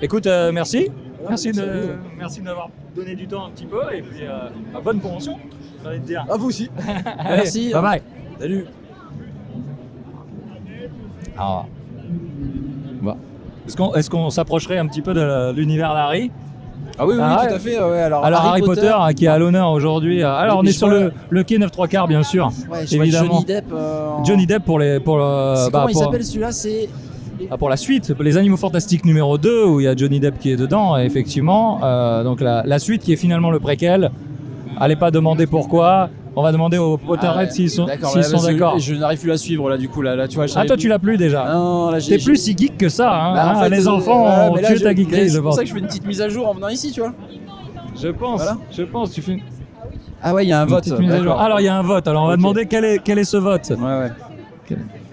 Écoute, euh, merci.
Voilà,
Merci
à vous.
de merci d'avoir donné du temps un petit peu et puis euh, bah, bonne convention. J'ai envie de dire.
À Ah, vous aussi.
Allez,
Merci.
Bye bye.
Salut.
Ah. Bah. Est-ce qu'on est-ce qu'on s'approcherait un petit peu de la- l'univers d'Harry
Ah oui, oui,
Ah
tout
ouais.
à fait. ouais, alors,
Alors Harry Potter, hein, qui est à l'honneur aujourd'hui. euh, Alors
Et
on
puis
est
je
sur
vois-
le, le quai 9 3 quarts bien sûr.
ouais, je vois
Évidemment.
Johnny Depp. euh, en-
Johnny Depp pour les pour
C'est
le bah,
comment il
pour-
s'appelle celui-là C'est
Ah, pour la suite, les Animaux Fantastiques numéro 2, où il y a Johnny Depp qui est dedans, effectivement. Euh, donc la, la suite qui est finalement le préquel. Allez pas demander pourquoi. On va demander aux Potterheads
Potterhead
s'ils sont s'ils sont d'accord.
bah, Je, n'arrive plus à suivre là, du coup. Là, là, tu vois,
Ah,
j'arrive
toi, tu
plus-
l'as plus
Ah
déjà.
Non, là, j'ai.
T'es plus
j'ai-
si geek que ça. hein.
Bah, en
Ah,
fait,
les
euh,
enfants
ouais,
ont
mais là,
tué ta
je- mais
geekerie, je
C'est pour
pense.
ça que je fais une petite mise à jour en venant ici, tu vois.
Je pense,
Voilà.
je pense. Tu fais une
Ah ouais, il y a un vote.
petite mise à jour.
d'accord.
Alors, il y a un vote. Alors, on va
Ok.
demander quel est, quel est ce vote.
Ouais, ouais.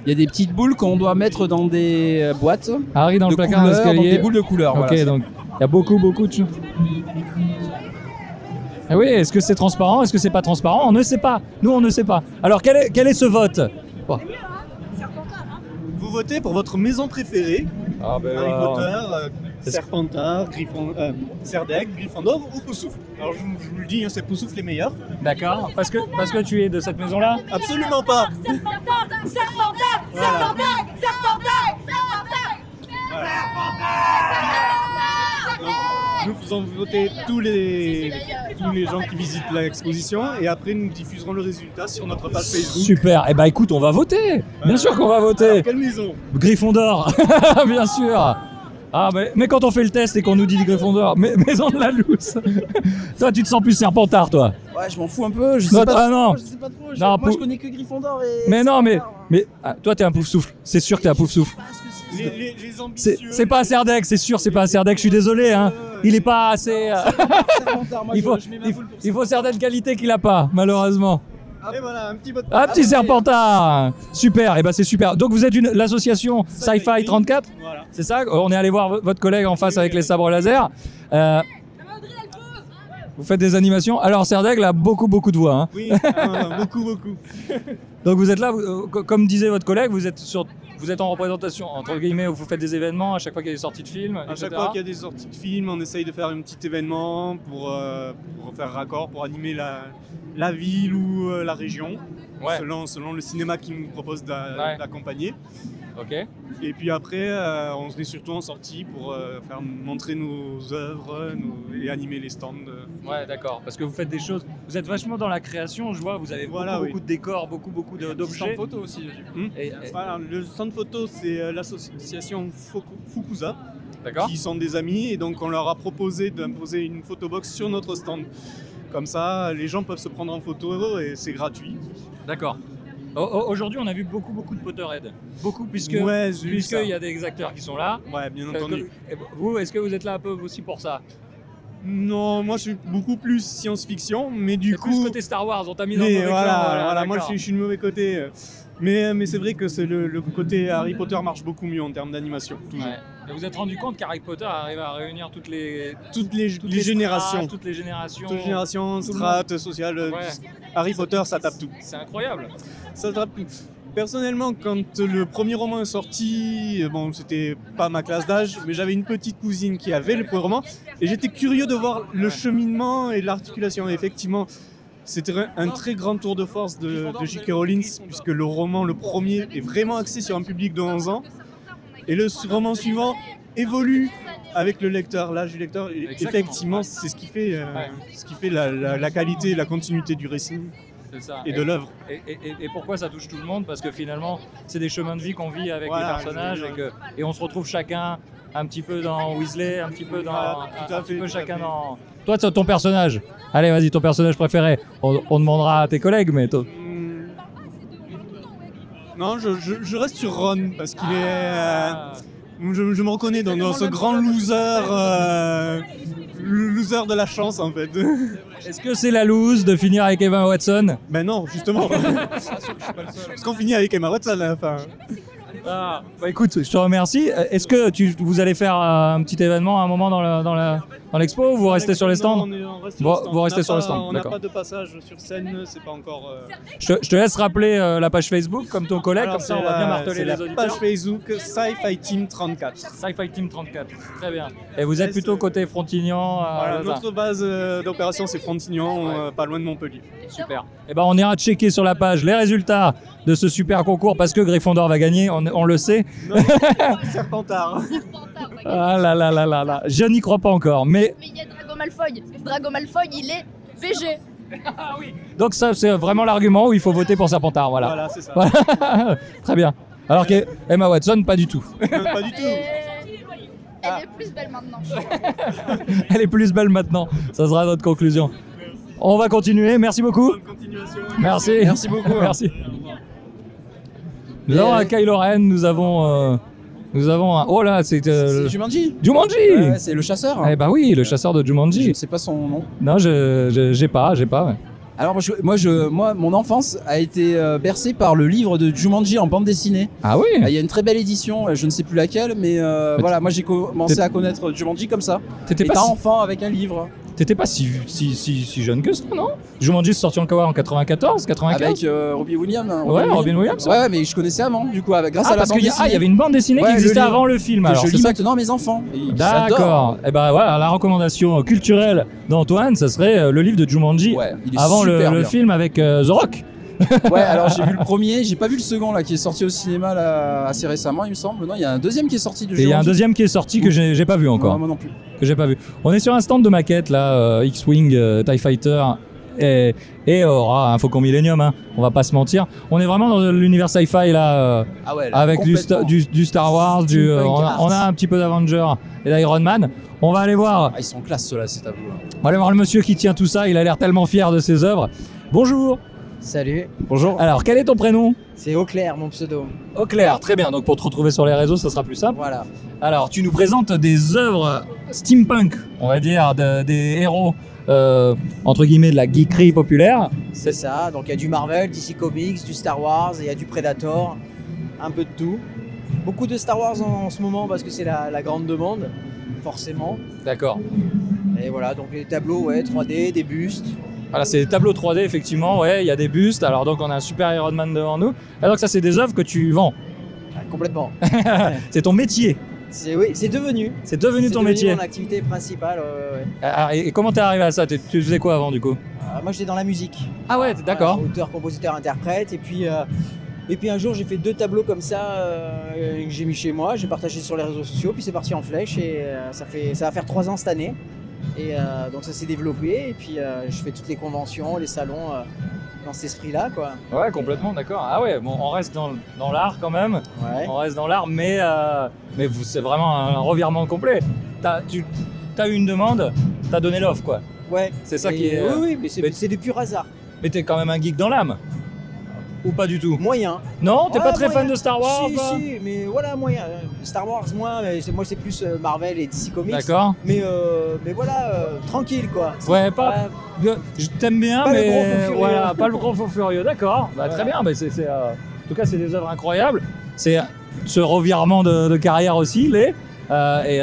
Il y a des petites boules qu'on doit mettre dans des euh, boîtes.
Harry dans
de
le placard de
couleur, donc
l'escalier.
Des boules de couleur.
Ok,
voilà.
donc il y a beaucoup, beaucoup de choses. Ah oui, est-ce que c'est transparent Est-ce que c'est pas transparent On ne sait pas. Nous, on ne sait pas. Alors, quel est, quel est ce vote Bon.
Vous votez pour votre maison préférée Harry Potter, euh, Serpentard, Griffon, euh, Serdec, Gryffondor ou Poussoufle. Alors je, vous- je vous le dis, hein, c'est Poussoufle les meilleurs.
D'accord. Parce que, parce que tu es de cette maison-là
Absolument pas
Nous faisons voter tous les, tous les gens qui visitent l'exposition et après nous diffuserons le résultat sur notre page Facebook.
Super. Eh ben, écoute, on va voter. Bien sûr qu'on va voter.
Quelle maison
Gryffondor, bien sûr. Ah, mais, mais quand on fait le test et qu'on nous dit Gryffondor, mais, maison de la loose. toi, tu te sens plus serpentard, toi.
Ouais, je m'en fous un peu. Je sais
Notre-
pas.
ah, non.
trop, Je sais pas trop. je-
Non,
Moi,
pou-
je connais que Gryffondor et.
Mais non, mais,
Serpentard, hein.
mais ah, toi, t'es un pouf souffle. C'est sûr que t'es un pouf souffle.
Les, les, les
C'est
ambitieux.
c'est pas un Serdec, c'est sûr, c'est pas un Serdec, je suis désolé. Hein. Il est pas assez. euh,
Serpentard, moi,
il, faut,
je- je mets ma
il,
boule pour
il faut certaines qualités qu'il a pas, malheureusement.
Et voilà, un petit vote.
Ah, petit serpentard Super, et ben c'est super. Donc vous êtes une- l'association Sci-Fi 34,
Voilà.
c'est ça On est allé voir vo- votre collègue en face avec les sabres laser. Euh, vous faites des animations. Alors Serdec, il a beaucoup, beaucoup de voix. hein.
Oui, euh, beaucoup, beaucoup.
Donc vous êtes là, vous- euh, co- comme disait votre collègue, vous êtes, sur, vous êtes en représentation, entre guillemets, où vous faites des événements à chaque fois qu'il y a des sorties de films.
À chaque
etc..
fois qu'il y a des sorties de films, on essaye de faire un petit événement pour, euh, pour faire raccord, pour animer la, la ville ou euh, la région,
Ouais,
selon, selon le cinéma qui nous propose d'a-
Ouais.
d'accompagner.
ok.
Et puis après, euh, on se met surtout en sortie pour euh, faire montrer nos œuvres nos- et animer les stands. euh.
Ouais, d'accord. Parce que vous faites des choses. Vous êtes vachement dans la création, je vois. Vous avez
Voilà,
beaucoup,
oui.
beaucoup de décors, beaucoup, beaucoup de- d'objets. Hmm.
photo aussi.
Et- et-
euh, Voilà, le stand photo, c'est euh, l'association Foku- Fukusa,
D'accord.
qui sont des amis, et donc on leur a proposé d'imposer une photobox sur notre stand. Comme ça, les gens peuvent se prendre en photo et c'est gratuit.
D'accord. Au- au- Aujourd'hui, on a vu beaucoup, beaucoup de Potterhead. Beaucoup, puisque
ouais, j'ai vu
puisque
ça.
il y a des acteurs qui sont là. Euh,
Ouais, bien entendu.
Et Vous, est-ce que vous êtes là un peu aussi pour ça
Non, moi je suis beaucoup plus science-fiction, mais du
C'est
coup.
plus côté Star Wars, on t'a mis dans le
Mais
mauvais
voilà,
camp,
voilà, moi je
d'accord.
suis, je suis du mauvais côté. Mais, mais c'est vrai que c'est le, le côté Harry Potter marche beaucoup mieux en termes d'animation. toujours.
Ouais. Et Vous vous êtes rendu compte qu'Harry Potter arrive à réunir toutes les,
Toutes les,
toutes
les générations.
strates, toutes les générations.
Toutes les générations,
Tout le
strates, sociales. euh,
Ouais.
Harry Potter, ça tape tout.
C'est incroyable.
Ça tape tout. Personnellement, quand le premier roman est sorti, euh, bon, c'était pas ma classe d'âge, mais j'avais une petite cousine qui avait le premier roman, et j'étais curieux de voir le cheminement et l'articulation. Et effectivement, c'était un- un très grand tour de force de, de J.K. Rowling, puisque le roman, le premier, est vraiment axé sur un public de 11 ans, et le s- roman suivant évolue avec le lecteur, l'âge du lecteur. Et
Exactement.
effectivement, c'est ce qui fait, euh,
Ouais.
ce qui fait la, la- la qualité et la continuité du récit
C'est ça.
et de l'œuvre.
Et, et- et pourquoi ça touche tout le monde Parce que finalement, c'est des chemins de vie qu'on vit avec
Voilà,
les personnages
je
et,
veux dire.
que, et on se retrouve chacun un petit peu dans Weasley, un petit peu dans.
Voilà, tout à
un petit
fait,
peu
tout à
chacun
fait.
dans. Toi, t- ton personnage Allez, vas-y, ton personnage préféré. On, on demandera à tes collègues, mais. toi-
Hmm. Non, je, je- je reste sur Ron parce qu'il est. euh, je, je me reconnais dans, dans ce grand loser. euh, le loser de la chance en fait.
Est-ce que c'est la loose de finir avec Evan Watson
ben non, justement. parce qu'on finit avec Emma Watson à la fin.
Bah écoute, je te remercie. Euh, Est-ce que tu, vous allez faire euh, un petit événement à un moment dans la- dans la- dans l'expo ou vous restez sur les stands
Non, on est- on reste sur
Bon,
les stands.
vous
On
restez
n'a
sur les
pas-
stands,
On n'a
d'accord.
pas de passage sur scène, c'est pas encore. euh,
je, te- je te laisse rappeler euh, la page Facebook comme ton collègue,
alors,
comme ça
c'est
on va bien
la-
marteler
c'est
les
la
auditeurs.
Page Facebook Sci-Fi Team 34.
Sci-Fi Team 34, très bien. Et vous êtes plutôt côté Frontignan euh,
Voilà,
là,
notre base euh, d'opération c'est Frontignan, euh, pas loin de Montpellier.
Super. Et ben on ira checker sur la page les résultats de ce super concours parce que Gryffondor va gagner, on, on le sait.
Serpentard.
Ah là là là là là, je n'y crois pas encore. Mais
Mais il y a Drago Malfoy. Drago Malfoy, il est BG.
donc ça c'est vraiment l'argument où il faut voter pour Serpentard,
Voilà,
voilà.
c'est ça.
très bien. Alors que Emma Watson, pas du tout.
pas du tout.
Et- Elle est plus belle maintenant.
Elle est plus belle maintenant. Ça sera notre conclusion. On va continuer. Merci beaucoup.
Bonne continuation.
Merci.
Merci beaucoup.
Merci. Nous avons un Kylo Ren, nous avons, euh, nous avons un. Oh là, c'est euh,
C'est Jumanji
Jumanji.
Ouais, ouais, C'est le chasseur.
Eh ben oui, le chasseur de
Je ne
Jumanji.
sais pas son nom.
Non, je, je- j'ai pas, j'ai pas. ouais.
Alors je- moi, je, moi, mon enfance a été euh, bercée par le livre de Jumanji en bande dessinée.
Ah oui.
Ah, Il y a une très belle édition, euh, je ne sais plus laquelle, mais euh,
Mais
voilà, moi j'ai commencé
t'es-
à connaître Jumanji comme ça.
T'étais
Et
pas,
t'as
si,
enfant avec un livre,
t'étais pas si, si, si, si jeune que ça, non Jumanji sorti en quoi en 94, 95.
avec euh, Robbie Williams. hein,
Ouais, Robin Williams.
Ouais, ouais, mais je connaissais avant, du coup, avec, grâce à
Ah
la
parce
bande
qu'il y, a- ah,
dessinée
il y avait une bande dessinée
Ouais,
qui
le
existait
livre.
avant le film.
que
Alors
je
c'est
lis
ça
maintenant à mes enfants. Et ils adorent.
D'accord. Et ben voilà, la recommandation culturelle d'Antoine, ça serait euh, le livre de Jumanji
Ouais, il est
avant le,
super
le
bien.
film avec euh, The Rock.
Ouais, alors j'ai vu le premier, j'ai pas vu le second là qui est sorti au cinéma là, assez récemment, il me semble. Non, il y a un deuxième qui est sorti de
Et il y a un
Jumanji.
deuxième qui est sorti que j'ai j'ai pas vu encore,
Non, moi non plus.
que j'ai pas vu. On est sur un stand de maquettes là, euh, X-wing, euh, Tie Fighter et, et aura un Faucon Millennium. Hein, on va pas se mentir. On est vraiment dans l'univers sci-fi là, euh,
Ah ouais, là,
avec du,
complètement.
Sta- du- du Star Wars, du, euh, on, a,
Steampunk
on a un petit peu d'Avenger et d'Iron Man. On va aller voir,
Ah, ils sont classe ceux-là, ces tableaux. là.
on va aller voir le monsieur qui tient tout ça. Il a l'air tellement fier de ses œuvres. Bonjour.
Salut,
Bonjour. Alors, quel est ton prénom
c'est Auclair mon pseudo.
Au clair, très bien. Donc, pour te retrouver sur les réseaux, ça sera plus simple.
Voilà.
Alors, tu nous présentes des œuvres steampunk, on va dire, de- des héros, euh, entre guillemets, de la geekerie populaire.
C'est ça. Donc il y a du Marvel, DC Comics, du Star Wars, il y a du Predator, un peu de tout. Beaucoup de Star Wars en, en ce moment parce que c'est la, la grande demande, forcément.
D'accord.
Et voilà, donc les tableaux, ouais, 3D, des bustes.
Voilà, c'est des tableaux 3D, effectivement. Ouais, il y a des bustes. Alors, donc, on a un super Iron Man devant nous. Alors, que ça, c'est des œuvres que tu vends.
Ah, complètement.
C'est ton métier.
C'est oui, c'est devenu.
C'est devenu
c'est
ton métier.
mon activité principale. ouais, ouais.
Alors, et et comment t'es arrivé à ça T'es- Tu faisais quoi avant, du coup
Euh, moi j'étais dans la musique.
Ah ouais, d'accord.
Voilà, auteur, compositeur, interprète. Et puis, euh, et puis un jour, j'ai fait deux tableaux comme ça euh, que j'ai mis chez moi. J'ai partagé sur les réseaux sociaux. Puis c'est parti en flèche. Et euh, ça, fait, ça va faire trois ans cette année. Et euh, donc ça s'est développé. Et puis euh, je fais toutes les conventions, les salons euh, dans cet esprit-là. quoi.
Ouais, complètement, d'accord. Ah ouais, bon, on reste dans, dans l'art quand même.
Ouais.
On reste dans l'art, mais, euh, mais vous- c'est vraiment un revirement complet. T'as, tu as eu une demande, t'as donné l'offre, quoi.
ouais.
C'est ça
Et-
qui est.
Oui,
euh,
oui, mais c'est
mais-
c'est du pur hasard.
Mais t'es quand même un geek dans l'âme. Ou pas du tout
Moyen.
Non, t'es
Ouais,
pas très
moyen.
fan de Star Wars
si,
pas
si, mais voilà, moyen. Star Wars, moins. mais c'est- Moi, c'est plus euh, Marvel et DC Comics.
D'accord.
Mais, euh, mais voilà, euh, tranquille, quoi.
Ouais, pas.
Ouais,
Je t'aime bien,
Pas le
mais.
gros fou furieux.
Voilà, pas le gros faux furieux, d'accord. Bah, Très bien, mais c'est, c'est, euh, en tout cas, c'est des œuvres incroyables. C'est ce revirement de, de carrière aussi, les. Euh, et euh, et,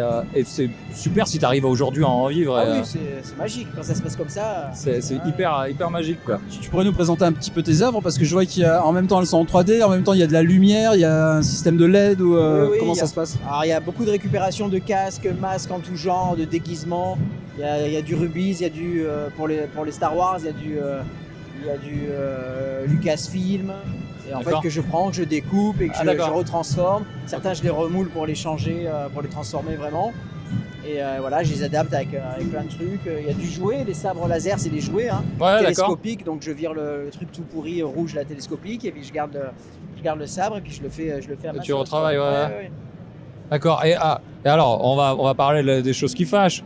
euh, et c'est super si t'arrives aujourd'hui à en vivre.
Ah
et, euh,
oui, c'est c'est magique quand ça se passe comme ça.
c'est c'est hyper, hyper magique quoi.
Tu pourrais nous présenter un petit peu tes œuvres parce que je vois qu'il y a en même temps elles sont en 3D, en même temps il y a de la lumière, il y a un système de LED ou euh,
Oui, oui,
comment
il y
ça
a-
se passe
Alors il y a beaucoup de récupération de casques, masques en tout genre, de déguisements. Il y a, il y a du Rubis, il y a du euh, pour les pour les Star Wars, il y a du euh, il y a du euh, Lucasfilm. Et en fait
D'accord.
que je prends, que je découpe et que
Ah,
je,
d'accord.
je retransforme. Certains je les remoule pour les changer, euh, pour les transformer vraiment. Et euh, voilà, je les adapte avec, euh, avec plein de trucs. Euh, Il y a du jouet, les sabres laser, c'est des jouets hein,
Ouais, d'accord.
télescopiques. Donc je vire le, le truc tout pourri euh, rouge la télescopique et puis je garde le, je garde le sabre et puis je le fais euh, je le fais. à
Et
ma
tu
sauce,
retravailles,
quoi.
ouais,
Ouais,
ouais.
ouais.
D'accord. Et, ah, et alors, on va, on va parler de- des choses qui fâchent.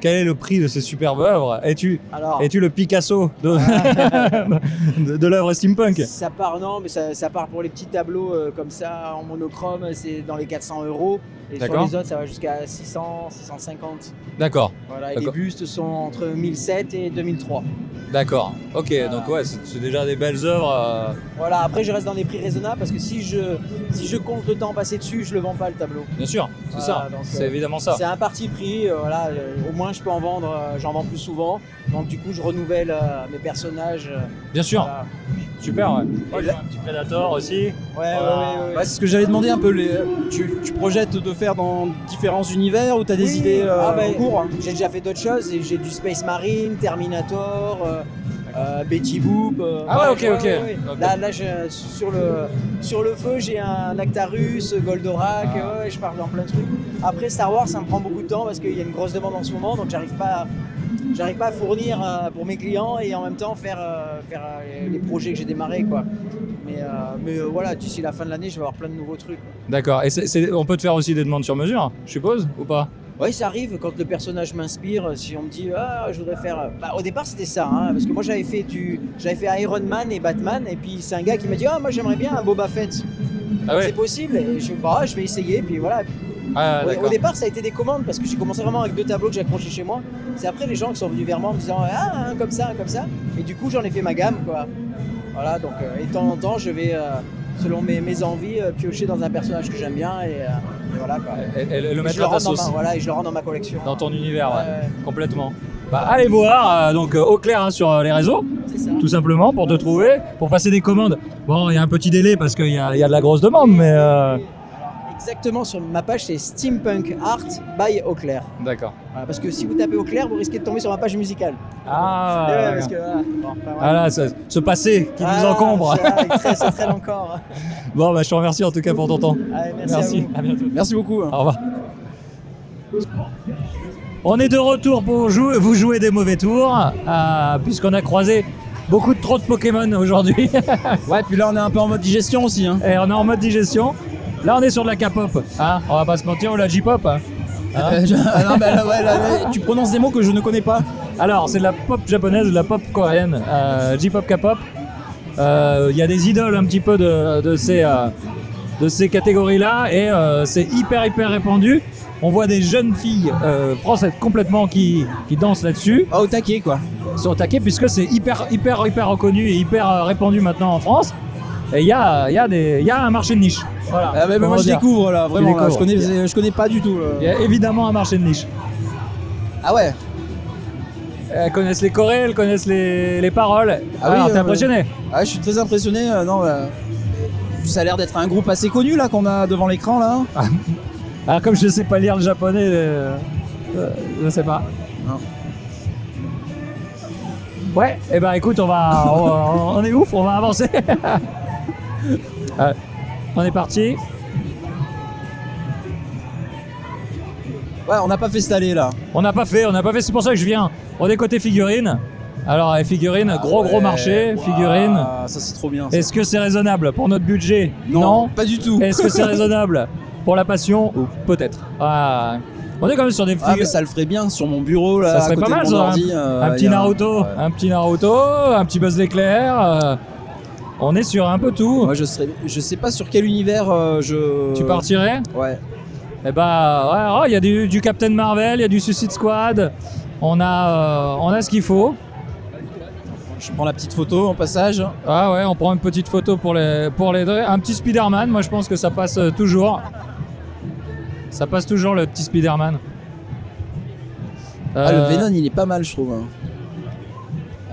Quel est le prix de ces superbes œuvres Es-tu
Alors. Ah.
es-tu le Picasso de, de, de l'œuvre steampunk
Ça part, non, mais ça, ça part pour les petits tableaux euh, comme ça, en monochrome, c'est dans les 400 euros. Et sur
D'accord.
les autres, ça va jusqu'à 600, 650.
D'accord.
Voilà, et les
D'accord.
bustes sont entre 1007 et 2003.
D'accord. Ok. Donc ouais, c'est c'est déjà des belles œuvres. euh,
Voilà, après, je reste dans des prix raisonnables parce que si je, si je compte le temps passé dessus, je le vends pas le tableau.
bien sûr. C'est
Voilà,
ça.
donc,
C'est
euh,
évidemment ça.
C'est un parti pris, euh, voilà, euh, au moins je peux en vendre, euh, j'en vends plus souvent. Donc du coup, je renouvelle euh, mes personnages. euh,
Bien sûr.
Ah.
voilà.
Super. Ouais. un petit Predator aussi.
Ouais, ouais, ouais, ouais.
Ouais, Bah, c'est ce que j'allais demander un peu. Les, tu, tu projettes de faire dans différents univers ou t'as des
Oui,
idées euh,
ah
bah,
ben,
en cours
J'ai déjà fait d'autres choses, et j'ai du Space Marine, Terminator, euh, euh, Betty Boop. euh,
Ah ouais, ok, ok. Ok.
Là, là j'ai- sur, le, sur le feu, j'ai un Actarus, Goldorak, euh, ouais, je parle dans plein de trucs. Après, Star Wars, ça me prend beaucoup de temps parce qu'il y a une grosse demande en ce moment, donc j'arrive pas, à- j'arrive pas à fournir euh, pour mes clients et en même temps faire, euh, faire euh, les projets que j'ai démarrés. Quoi. Mais, euh, mais euh, voilà, d'ici la fin de l'année, je vais avoir plein de nouveaux trucs.
D'accord. Et c'est- c'est- on peut te faire aussi des demandes sur mesure, je suppose, ou pas
Oui, ça arrive quand le personnage m'inspire. Si on me dit, ah, je voudrais faire. Bah, au départ, c'était ça, hein, parce que moi, j'avais fait du, j'avais fait Iron Man et Batman, et puis c'est un gars qui m'a dit, ah, moi, j'aimerais bien un Boba Fett.
Ah ouais.
C'est possible. Et je, bah, je vais essayer. Puis voilà.
Ah,
Au- au,
d'accord.
départ, ça a été des commandes parce que j'ai commencé vraiment avec deux tableaux que j'ai accrochés chez moi. C'est après les gens qui sont venus vers moi en me disant, ah, un comme ça, un comme ça. Et du coup, j'en ai fait ma gamme, quoi. Voilà. Donc, euh, et de temps en temps, je vais, euh, selon mes, mes envies, euh, piocher dans un personnage que j'aime bien, et, euh, et voilà, quoi.
Et, et- et le
Et je
mettre
le
à ta
rends dans
sauce.
ma- voilà, et je le rends dans ma collection.
Dans ton univers, ouais.
Ouais.
complètement. Bah, allez voir, euh, donc euh, au clair hein, sur euh, les réseaux, tout simplement pour te trouver, pour passer des commandes. Bon, il y a un petit délai parce qu'il y, a il y a de la grosse demande, mais. euh,
Exactement, sur ma page, c'est Steampunk Art by Auclair.
D'accord.
Voilà, parce que si vous tapez Auclair, vous risquez de tomber sur ma page musicale.
Ah,
Ouais,
d'accord.
parce que, voilà. Bon, enfin, voilà.
Ah là, ce, ce passé qui nous
Ah,
encombre.
c'est vrai, très- Ça traîne encore.
bon, bah, je te remercie en tout cas pour ton temps.
Allez, merci, à vous.
à bientôt.
Merci beaucoup. hein.
Au revoir. On est de retour pour jouer, vous jouer des mauvais tours, euh, puisqu'on a croisé beaucoup de trop de Pokémon aujourd'hui.
Ouais, puis là on est un peu en mode digestion aussi. Hein.
Et on est en mode digestion. Là, on est sur de la K-pop. Hein on va pas se mentir, ou la J-pop. hein. Hein
Euh, je- ah non, bah là, ouais, là, là, tu prononces des mots que je ne connais pas.
Alors, c'est de la pop japonaise ou de la pop coréenne. euh, J-pop, K-pop. Euh, Il y a des idoles un petit peu de, de ces, euh, de ces catégories-là et euh, c'est hyper, hyper répandu. On voit des jeunes filles euh, françaises complètement qui, qui dansent là-dessus.
Ah, au taquet quoi.
sont attaqués puisque c'est hyper hyper hyper reconnu et hyper euh, répandu maintenant en France. Et il y a, il y, a des- il y a un marché de niche. Voilà.
Ah, mais
Comment
moi je
dire
découvre là, vraiment. là,
découvres.
je, connais, je connais pas du tout. là.
Il y a évidemment un marché de niche.
Ah ouais.
Elles connaissent les chorés, elles connaissent les, les paroles.
Ah
Alors,
oui,
t'es
euh,
impressionné
Ah, je suis très impressionné. euh, non, bah, ça a l'air d'être un groupe assez connu là qu'on a devant l'écran là.
Alors Ah, comme je sais pas lire le japonais, euh, euh, je sais pas.
Non.
Ouais, et ben écoute, on va, on, va- on est ouf, on va avancer. Euh, on est parti.
Ouais, on n'a pas fait staller là.
On n'a pas fait, on n'a pas fait, c'est pour ça que je viens. On est côté figurines. Alors les figurines, gros gros
Ah Ouais,
marché,
ouah,
figurines.
Ça c'est trop bien. ça.
Est-ce que c'est raisonnable pour notre budget
pas du tout.
Est-ce que c'est raisonnable pour la passion Ou Peut-être. Ah, on est quand même sur des
Ah, mais
figurines.
ça le ferait bien sur mon bureau là.
ça
à
serait pas
côté de
mal
mon
ça,
ordi,
un,
euh,
un
il y
petit
a-
Naruto,
Ouais.
un petit Naruto, un petit Buzz l'éclair. euh, on est sur un peu tout.
Moi je serais, je sais pas sur quel univers euh, je.
tu partirais
Ouais.
Eh bah, ouais, oh, il y a du, du Captain Marvel, il y a du Suicide Squad. On a, euh, on a ce qu'il faut.
Je prends la petite photo en passage.
Ah ouais, on prend une petite photo pour les pour les deux. Un petit Spider-Man, moi je pense que ça passe euh, toujours. Ça passe toujours le petit Spider-Man.
Ah,
Euh,
le Venom, il est pas mal, je trouve. hein.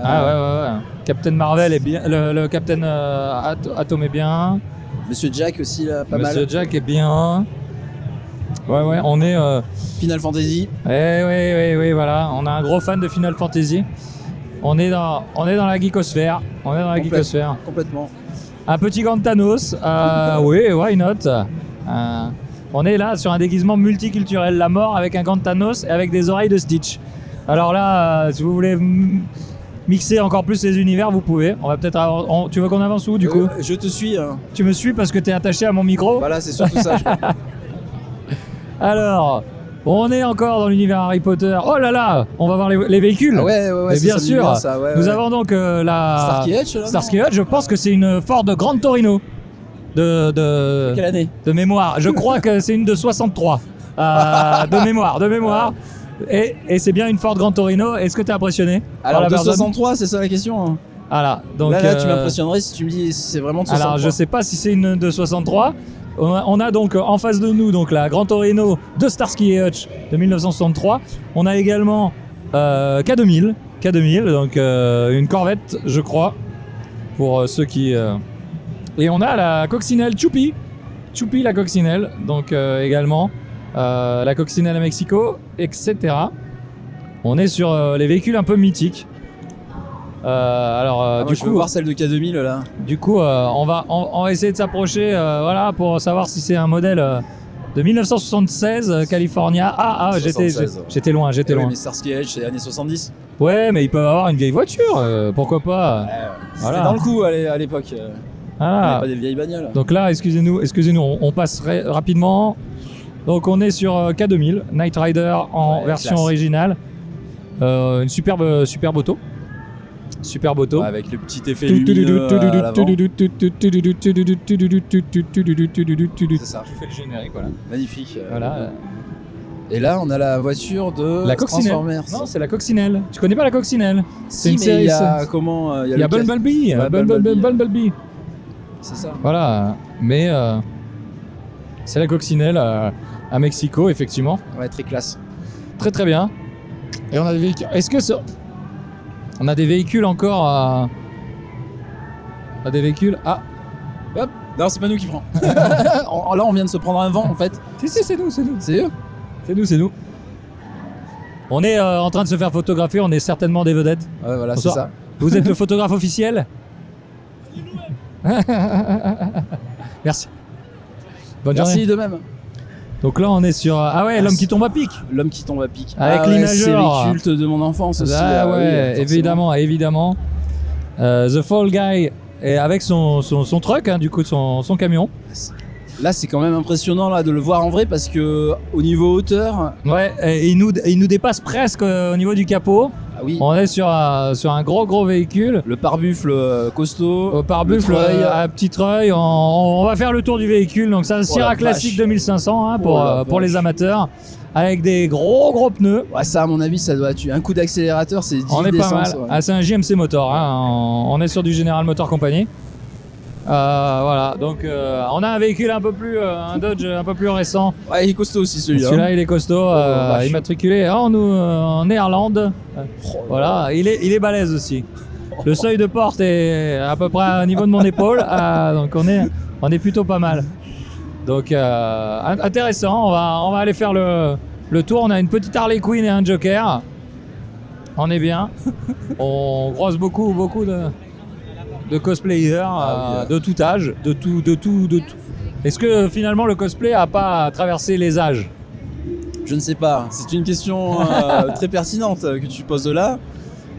Ah ouais, ouais, ouais. Captain Marvel est bien. Le, le Captain euh, At- Atom est bien.
Monsieur Jack aussi, là, pas mal.
Monsieur Jack est bien. Ouais, ouais, on est. euh,
Final Fantasy.
Eh oui, oui, oui, voilà. On a un gros fan de Final Fantasy. On est dans, on est dans la geekosphère. On est dans la
Complète-
geekosphère.
Complètement.
Un petit gant de Thanos. euh, oui, why not Euh, On est là sur un déguisement multiculturel. La mort avec un gant de Thanos et avec des oreilles de Stitch. Alors là, euh, si vous voulez mm, mixer encore plus les univers, vous pouvez. On va peut-être. avoir- on- Tu veux qu'on avance où du coup
Euh, Je te suis. hein.
Tu me suis parce que t'es attaché à mon micro
Voilà, c'est surtout ça. je crois.
Alors, on est encore dans l'univers Harry Potter. Oh là là, on va voir les, les véhicules.
Ah ouais, ouais, ouais,
Mais
ça,
bien
ça me dit
sûr.
bien, ça, ouais,
nous
ouais.
avons donc euh, la
Starsky Hutch, là, non
Starsky Hutch, je pense que c'est une Ford Grand Torino de de
Quelle année
de mémoire. Je crois que c'est une de 63 Euh, de mémoire, de mémoire. Et, et c'est bien une Ford Grand Torino. Est-ce que t'es impressionné par
Alors,
la
de
Verdun
63, c'est ça la question. hein.
Voilà. Donc
là, là, tu
euh,
m'impressionnerais si tu me dis si c'est vraiment de 63.
alors, je sais pas si c'est une de 63. On a, on a donc euh, en face de nous donc la Grand Torino de Starsky et Hutch de 1963. On a également euh, K2000, K2000, donc euh, une Corvette, je crois, pour euh, ceux qui. euh, Et on a la coccinelle Choupi, Choupi la coccinelle, donc euh, également euh, la coccinelle à Mexico, etc. On est sur euh, les véhicules un peu mythiques. Euh, alors, euh,
Ah, moi,
du
je
coup,
veux voir celle de K2000 là.
du coup, euh, on, va, on, on va essayer de s'approcher euh, voilà, pour savoir si c'est un modèle euh, de 1976, euh, California. Ah, ah j'étais
76.
j'étais loin, j'étais
Eh oui,
loin.
mais Starsky Edge, c'est années 70.
Ouais, mais ils peuvent avoir une vieille voiture, euh, pourquoi pas
C'était dans le coup à l'é- à l'époque. euh, on
Voilà.
avait pas des vieilles bagnoles.
Ah. Donc là, excusez-nous, excusez-nous, on, on passe ra- rapidement. Donc on est sur euh, K2000, Knight Rider en
Ouais,
version
classe.
originale. Euh, une superbe, superbe auto. Superbe auto.
Ouais, avec le petit effet lumineux euh, à l'avant. C'est ça.
Je fais le générique, voilà.
Magnifique. euh,
Voilà.
Et là, on a la voiture de
La coccinelle.
Transformers.
Non, c'est la coccinelle. Tu connais pas la coccinelle C'est
Si,
une
mais
série.
Il y a
ça.
comment euh,
Il y a
lequel
Bumblebee.
Ouais,
Bumblebee.
Bumblebee.
Bumblebee.
C'est ça.
Voilà. Mais euh, c'est la coccinelle euh, à Mexico, effectivement.
Ouais, très classe.
Très très bien. Et on a des véhicules. Est-ce que ça- on a des véhicules encore à on a des véhicules Ah,
Hop. Non, c'est pas nous qui prend. On- là, on vient de se prendre un vent en fait.
si si, c'est nous, c'est nous,
C'est eux.
c'est nous, c'est nous. On est euh, en train de se faire photographier. On est certainement des vedettes.
Ouais, voilà, c'est
Bonsoir.
ça.
Vous êtes le photographe officiel Merci. Bonne
Merci
journée.
de même.
Donc là, on est sur. euh, Ah ouais, l'homme qui tombe à pic.
L'homme qui tombe à pic.
Avec
ah, ouais, C'est
l'imageur.
les cultes de mon enfance aussi. euh,
Ah
oui,
ouais,
forcément.
évidemment, évidemment. Euh, The Fall Guy est avec son, son, son truck, hein, du coup, son, son camion.
Là, c'est quand même impressionnant là de le voir en vrai parce que au niveau hauteur,
Ouais, et il nous, et il nous dépasse presque euh, au niveau du capot.
ah oui,
On est sur un, sur un gros, gros véhicule.
le pare-buffle euh, costaud,
Au pare-buffle,
Le treuil.
euh, à petit treuil, on, on va faire le tour du véhicule. Donc, c'est un Sierra
Oh, vache.
Classic 2500 hein, pour,
Oh la
euh, pour
vache.
les amateurs. Avec des gros, gros pneus.
Ouais, ça, à mon avis, ça doit tuer. Un coup d'accélérateur, c'est 10
On est pas mal.
d'essence, ouais.
Ah, c'est un JMC Motor. hein. On, on est sur du General Motor Company. Euh, voilà. Donc, euh, on a un véhicule un peu plus, euh, un Dodge un peu plus récent.
Ouais, il est costaud aussi celui-là.
Celui-là, il est costaud, euh,
vache.
immatriculé en, euh, en Néerlande. Voilà. Il est, il est balèze aussi. Le seuil de porte est à peu près au niveau de mon épaule. Ah, donc, on est, on est plutôt pas mal. Donc, euh, int- intéressant. On va, on va aller faire le, le tour. On a une petite Harley Quinn et un Joker. On est bien. On croise beaucoup, beaucoup de, de cosplayers euh, de tout âge, de tout, de tout, de tout. Est-ce que finalement le cosplay a pas traversé les âges
Je ne sais pas. C'est une question euh, très pertinente euh, que tu poses là.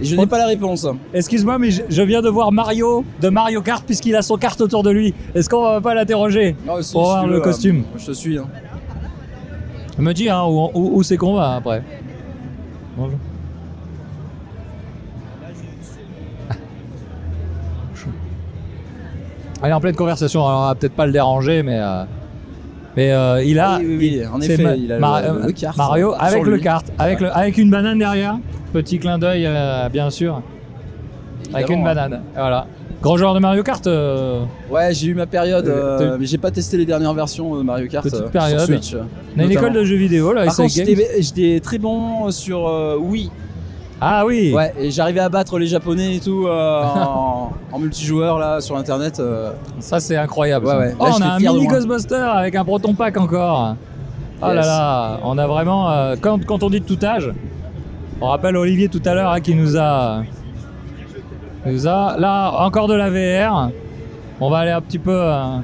Et je n'ai pas la réponse.
Oh. Excuse-moi, mais je, je viens de voir Mario de Mario Kart puisqu'il a son kart autour de lui. Est-ce qu'on va pas l'interroger
Non, si,
Pour
si
voir
tu
le
veux, euh,
costume.
je te suis. hein.
Me dis hein, où, où- où c'est qu'on va après. Bonjour. Elle est en pleine conversation, alors on va peut-être pas le déranger, mais euh, mais euh, il a,
Ah oui, oui, oui,
il-
en
c'est
effet,
Ma-
il a le-
Mar-
le kart
Mario
sur
avec
lui.
le kart, avec
Ouais.
le, avec une banane derrière, petit clin d'œil euh, bien sûr. Avec une
évidemment, hein.
banane. Voilà. Grand joueur de Mario Kart euh,
Ouais, j'ai eu ma période,
Euh,
euh,
t'as-
mais j'ai pas testé les dernières versions de Mario Kart
Petite
euh,
période.
sur Switch.
On a une
notamment.
école de jeux vidéo, là,
Par
SI
contre,
Games.
j'étais j'étais très bon sur euh, Wii.
Ah oui.
Ouais, et j'arrivais à battre les Japonais et tout euh, en, en multijoueur là sur Internet. euh.
Ça c'est incroyable.
Ouais,
ça.
ouais. Là,
Oh, on
j'étais
a un
fier de
mini
moi.
Ghostbuster avec un proton pack encore. Oh là
Yes.
là, on a vraiment. euh, quand, quand on dit de tout âge, on rappelle Olivier tout à l'heure hein, qui nous a, nous a. Là, encore de la VR. On va aller un petit peu. euh,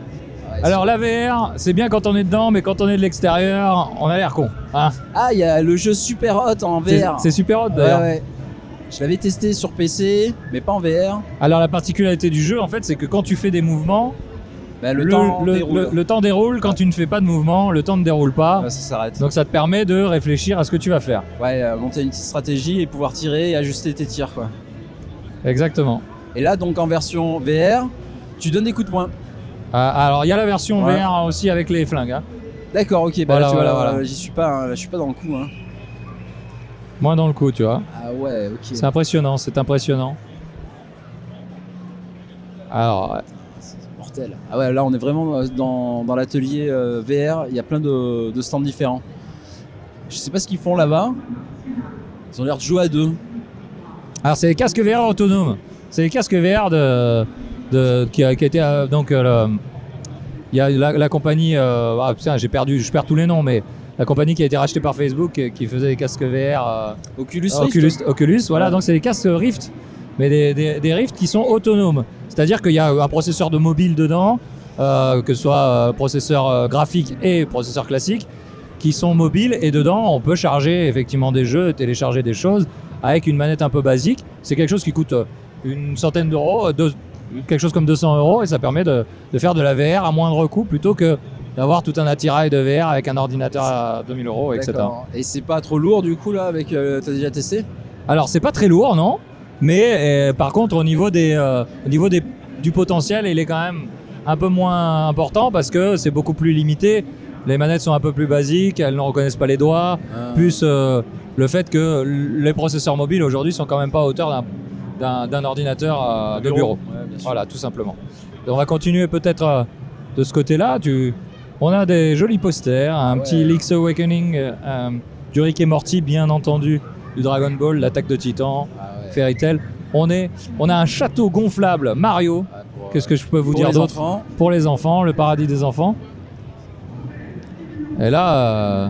Alors, la VR, c'est bien quand on est dedans, mais quand on est de l'extérieur, on a l'air con. hein.
Ah, il y a le jeu Super Hot en
C'est-
VR.
C'est super hot
Ouais,
d'ailleurs.
ouais. Je l'avais testé sur PC, mais pas en VR.
Alors la particularité du jeu en fait c'est que quand tu fais des mouvements
Bah, le temps déroule.
le- le temps déroule quand tu ne fais pas de mouvement le temps ne déroule pas
ça s'arrête.
donc ça te permet de réfléchir à ce que tu vas faire
Ouais, euh, monter une petite stratégie et pouvoir tirer et ajuster tes tirs quoi.
exactement
Et là donc en version VR, tu donnes des coups de poing.
Euh, alors il y a la version
Ouais.
VR aussi avec les flingues hein.
D'accord, ok, bah
Voilà,
là, tu vois,
voilà,
là,
voilà.
j'y suis pas, hein, là, je suis pas dans le coup. Hein.
moins dans le coup tu vois
Ah ouais, ok.
c'est impressionnant c'est impressionnant alors
Mortel. Ah ouais, là on est vraiment euh, dans, dans l'atelier euh, VR, il y a plein de, de stands différents. Je sais pas ce qu'ils font là-bas. Ils ont l'air de jouer à deux.
Alors c'est les casques VR autonomes. C'est les casques VR de, de- qui, a, qui a été euh, donc euh, le- il y a la, la compagnie euh, ah, putain, j'ai perdu je perds tous les noms mais la compagnie qui a été rachetée par Facebook euh, qui faisait des casques VR euh,
Oculus
euh,
Rift.
Oculus, Oculus, voilà
Ouais.
donc c'est des casques Rift mais des, des, des Rift qui sont autonomes. C'est-à-dire qu'il y a un processeur de mobile dedans euh, que ce soit euh, processeur euh, graphique et processeur classique qui sont mobiles et dedans on peut charger effectivement des jeux, télécharger des choses avec une manette un peu basique. C'est quelque chose qui coûte euh, une centaine d'euros, euh, deux- quelque chose comme 200 euros et ça permet de, de faire de la VR à moindre coût plutôt que d'avoir tout un attirail de VR avec un ordinateur à 2000 euros, etc.
D'accord. Et c'est pas trop lourd du coup là avec euh, t'as déjà testé
Alors c'est pas très lourd non, mais euh, par contre au niveau des euh, au niveau des du potentiel, il est quand même un peu moins important parce que c'est beaucoup plus limité. Les manettes sont un peu plus basiques, elles ne reconnaissent pas les doigts.
Ah.
Plus euh, le fait que l- les processeurs mobiles aujourd'hui sont quand même pas à hauteur d'un- d'un d'un ordinateur euh, de bureau.
bureau. Ouais, bien sûr.
voilà, tout simplement. Et on va continuer peut-être euh, de ce côté-là. Tu... On a des jolis posters, un petit Link's Awakening, euh, euh, du Rick et Morty, bien entendu, du Dragon Ball, l'attaque de Titan,
Ah
Fairy Tail. On, est, on a un château gonflable Mario. Qu'est-ce que je peux vous
Ah, pour
dire
les
d'autre
enfants.
Pour les enfants, le paradis des enfants. Et là, euh,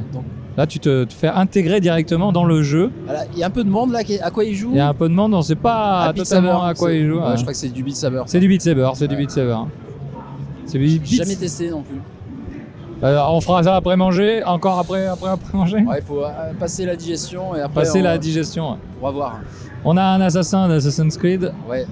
là tu te, te fais intégrer directement dans le jeu.
Voilà, Il y a un peu de monde là, qui- à quoi ils jouent
Il y a un peu de monde, on sait pas
À Beat
Ah, totalement
Saber,
à quoi
c'est-
il joue.
ouais,
hein.
Je crois que c'est du Beat Saber.
C'est du Beat Saber, c'est du Beat Saber. C'est du
J'ai
Beat-
jamais testé non plus.
Euh, on fera ça après manger, encore après, après, après manger.
Ouais, il faut euh, passer la digestion et après.
Passer
on-
la digestion.
On va voir.
On a un assassin d'Assassin's Creed.
Ouais.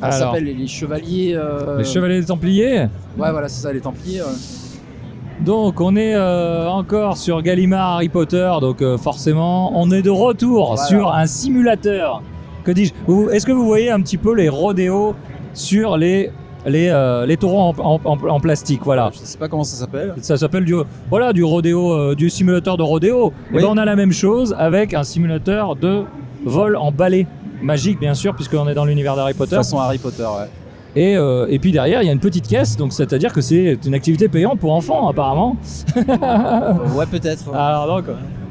Ça
Alors,
s'appelle les, les chevaliers. euh,
les Chevaliers des Templiers.
Ouais, voilà, c'est ça, les Templiers. ouais.
Donc on est euh, encore sur Gallimard Harry Potter, donc euh, forcément on est de retour
Voilà.
sur un simulateur. Que dis-je Vous- Est-ce que vous voyez un petit peu les rodéos sur les les, euh, les taureaux en, en- en- en plastique Voilà.
Je sais pas comment ça s'appelle.
Ça s'appelle du voilà du rodéo euh, du simulateur de rodéo. Et
Oui.
ben, on a la même chose avec un simulateur de vol en balai magique bien sûr puisqu'on est dans l'univers d'Harry
De toute
Potter.
façon, Harry Potter, ouais.
Et, euh, et puis derrière, il y a une petite caisse, donc c'est-à-dire que c'est une activité payante pour enfants, apparemment.
Euh, ouais, peut-être.
Alors donc,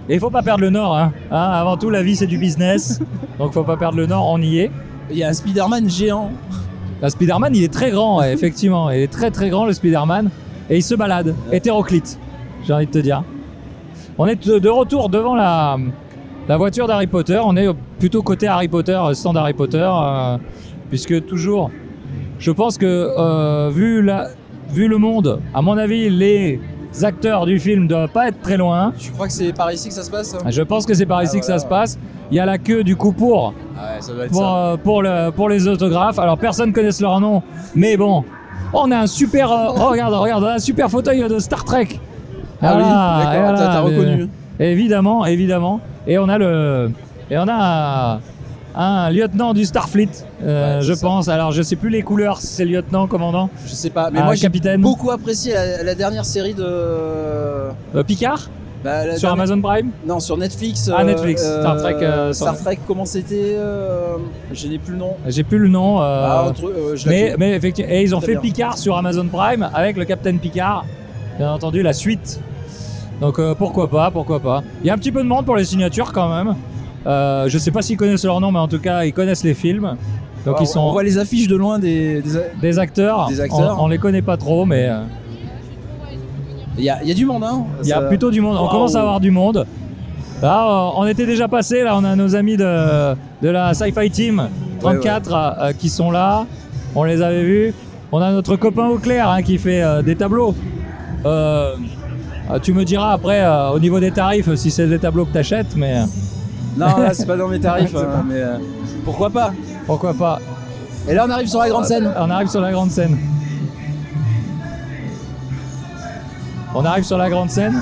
et il faut pas perdre le nord. Hein. Hein, avant tout, la vie c'est du business, donc faut pas perdre le nord. On y est.
Il y a un Spider-Man géant.
La Spider-Man, il est très grand, ouais, effectivement. Il est très très grand, le Spider-Man. Et il se balade, hétéroclite, j'ai envie de te dire. On est de retour devant la, la voiture d'Harry Potter. On est plutôt côté Harry Potter, stand Harry Potter, euh, puisque toujours, je pense que euh, vu, la, vu le monde, à mon avis, les acteurs du film doivent pas être très loin.
Tu crois que c'est par ici que ça se passe hein
Je pense que c'est par
Ah,
ici que ça
voilà.
se passe. Il y a la queue du coup pour
Ah ouais, ça doit être
pour,
ça.
euh, pour, le, pour les autographes. Alors personne connaisse leur nom, mais bon, Oh, on a un super, euh, oh, regarde, regarde, on a un super fauteuil de Star Trek.
Ah oui, d'accord,
et
t'as- t'as
mais-
reconnu.
évidemment, évidemment. Et on a le, et on a un, un lieutenant du Starfleet, euh, je pense. Alors je sais plus les couleurs, si c'est lieutenant, commandant,
Je sais pas, mais
Ah,
moi j'ai
capitaine.
beaucoup apprécié la, la dernière série de.
Euh, Picard.
Bah, la
Sur
dernière-
Amazon Prime
Non, sur Netflix. euh,
Ah, Netflix, Star Trek, euh, sur-
Star Trek, comment c'était euh, Je n'ai plus le nom.
J'ai plus le nom. euh,
Ah, entre- euh, je la
mais,
trouve.
mais effectivement, et ils ont
Très
fait
bien.
Picard sur Amazon Prime avec le Captain Picard. Bien entendu, la suite. Donc euh, pourquoi pas, pourquoi pas. Il y a un petit peu de monde pour les signatures quand même. Euh, je sais pas s'ils connaissent leur nom, mais en tout cas, ils connaissent les films. Donc
Ah,
ils sont
On voit les affiches de loin des, des,
des acteurs.
Des acteurs.
On, on les connaît pas trop, mais euh,
Il y, a- il y a du monde, hein
il y
Ça-
a plutôt du monde. On
Waouh.
commence à avoir du monde. Là, euh, on était déjà passé. Là, on a nos amis de, de la Sci-Fi Team 34 euh, qui sont là. On les avait vus. On a notre copain au clair hein, qui fait euh, des tableaux. Euh, euh, tu me diras après euh, au niveau des tarifs si c'est des tableaux que t'achètes, mais
Non, là, c'est pas dans mes tarifs, hein, mais euh, pourquoi pas
Pourquoi pas
Et là, on arrive sur la grande scène.
On arrive sur la grande scène. On arrive sur la grande scène.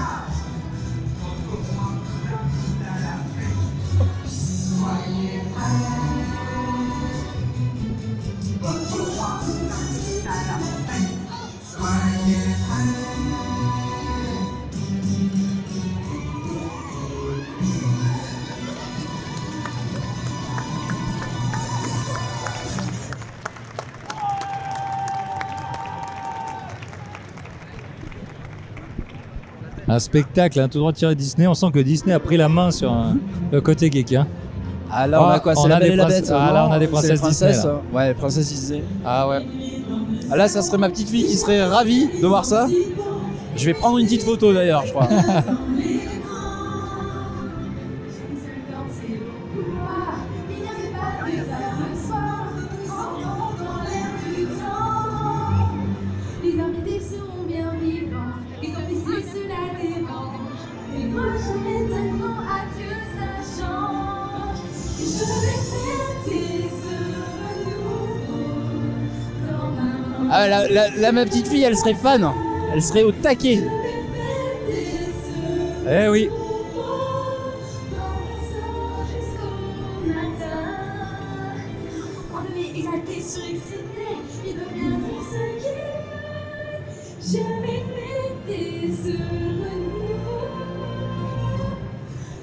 Un spectacle, hein, tout droit tiré Disney. On sent que Disney a pris la main sur euh, le côté geek. hein.
Ah, là, on a quoi C'est la
des
belle et la
princes-
bête.
Ah,
non
là, on a des
C'est
princesses,
les princesses,
Disney. là.
hein. Ouais, les princesses Disney.
Ah ouais.
Ah, là, ça serait ma petite fille qui serait ravie de voir ça. Je vais prendre une petite photo d'ailleurs, je crois.
Les invités seront bien vivants, et tant pis si cela dérange. Mais moi j'aimerais tellement à que ça change. Et je vais fêter ce renouveau dans ma main.
Ah, là, là- là, ma petite fille, elle serait fan. Elle serait au taquet.
Eh oui.
Jusqu'au matin, enlevé, exalté, surexcité, il devient pour ce qui est. Jamais fêté ce renouveau.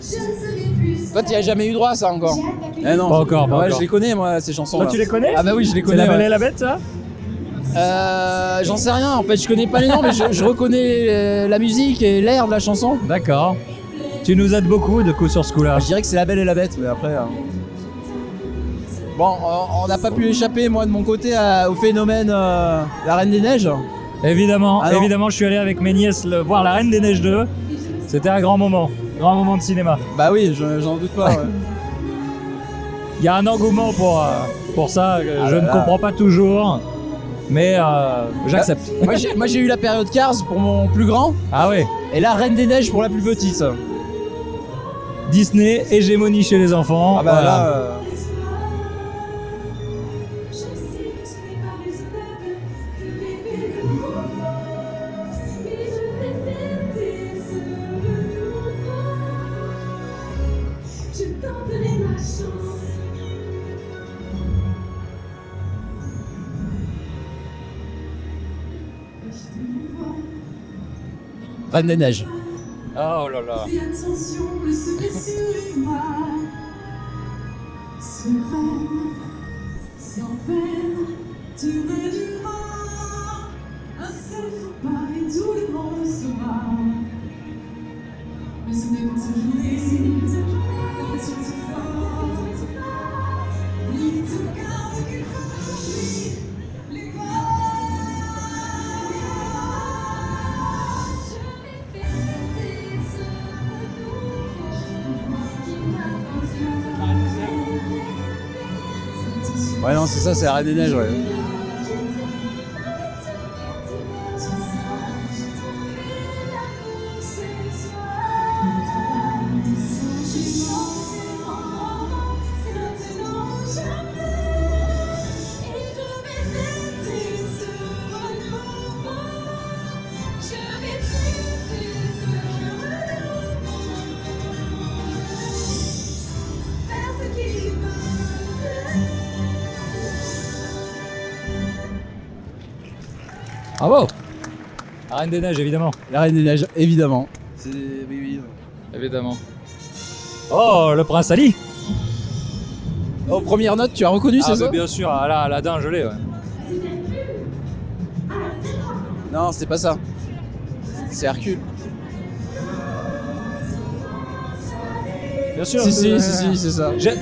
Je serai plus.
Toi, tu as jamais eu droit à ça encore Eh non.
Pas encore, pas
Ouais,
encore.
je les connais, moi, ces chansons.
Toi, tu les connais
Ah, bah oui, je les
C'est
connais.
La Belle
ouais.
et la Bête, ça
Euh, J'en sais rien, en fait, je connais pas les noms, mais je, je reconnais euh, la musique et l'air de la chanson. Ah,
D'accord. Tu nous aides beaucoup, de coup, sur ce coup-là.
Je dirais que c'est la belle et la bête, mais après. euh. Bon, on- on n'a pas pu échapper, moi, de mon côté, à- au phénomène euh, La Reine des Neiges.
Évidemment,
Ah non.
évidemment, je suis allé avec mes nièces le- voir La Reine des Neiges 2. C'était un grand moment, grand moment de cinéma.
Bah oui, je- j'en doute pas. ouais.
Il y a un engouement pour, euh, pour ça, que
Ah
je
là
ne
là.
comprends pas toujours, mais euh, j'accepte.
Bah, moi, j'ai- moi, j'ai eu la période Cars pour mon plus grand,
Ah ouais,
et la Reine des Neiges pour la plus petite.
Disney, hégémonie chez les enfants.
Ah bah
voilà.
là. euh,
Je sais que ce n'est pas raisonnable de bébé de romance, mais je vais fêter ce renouveau. Je tenterai ma chance.
Reine des Neiges.
Oh là là.
Fais attention, le secret sur moi. Sereine, sans peine, tu me diras. Un seul faux pas et tout le monde saura. Mais ce n'est qu'une seule journée, c'est une seule journée. La passion se forme. Il se garde qu'il faut oublier les
Ouais, non, c'est ça, c'est la Reine des Neiges, ouais.
Je vais fêter ce renouveau. Faire ce qu'il me plaît.
Bravo La Reine des Neiges, évidemment.
La Reine des Neiges, évidemment.
C'est oui, oui.
Évidemment. Oh, le prince Ali
Aux premières notes, Oh, tu as reconnu,
ah,
c'est
bah,
ça
Bien sûr, ah là, Aladdin, je l'ai, ouais.
Non, c'est pas ça. C'est Hercule.
Bien sûr.
Si, si,
Euh,
si, si, c'est ça.
j'ai-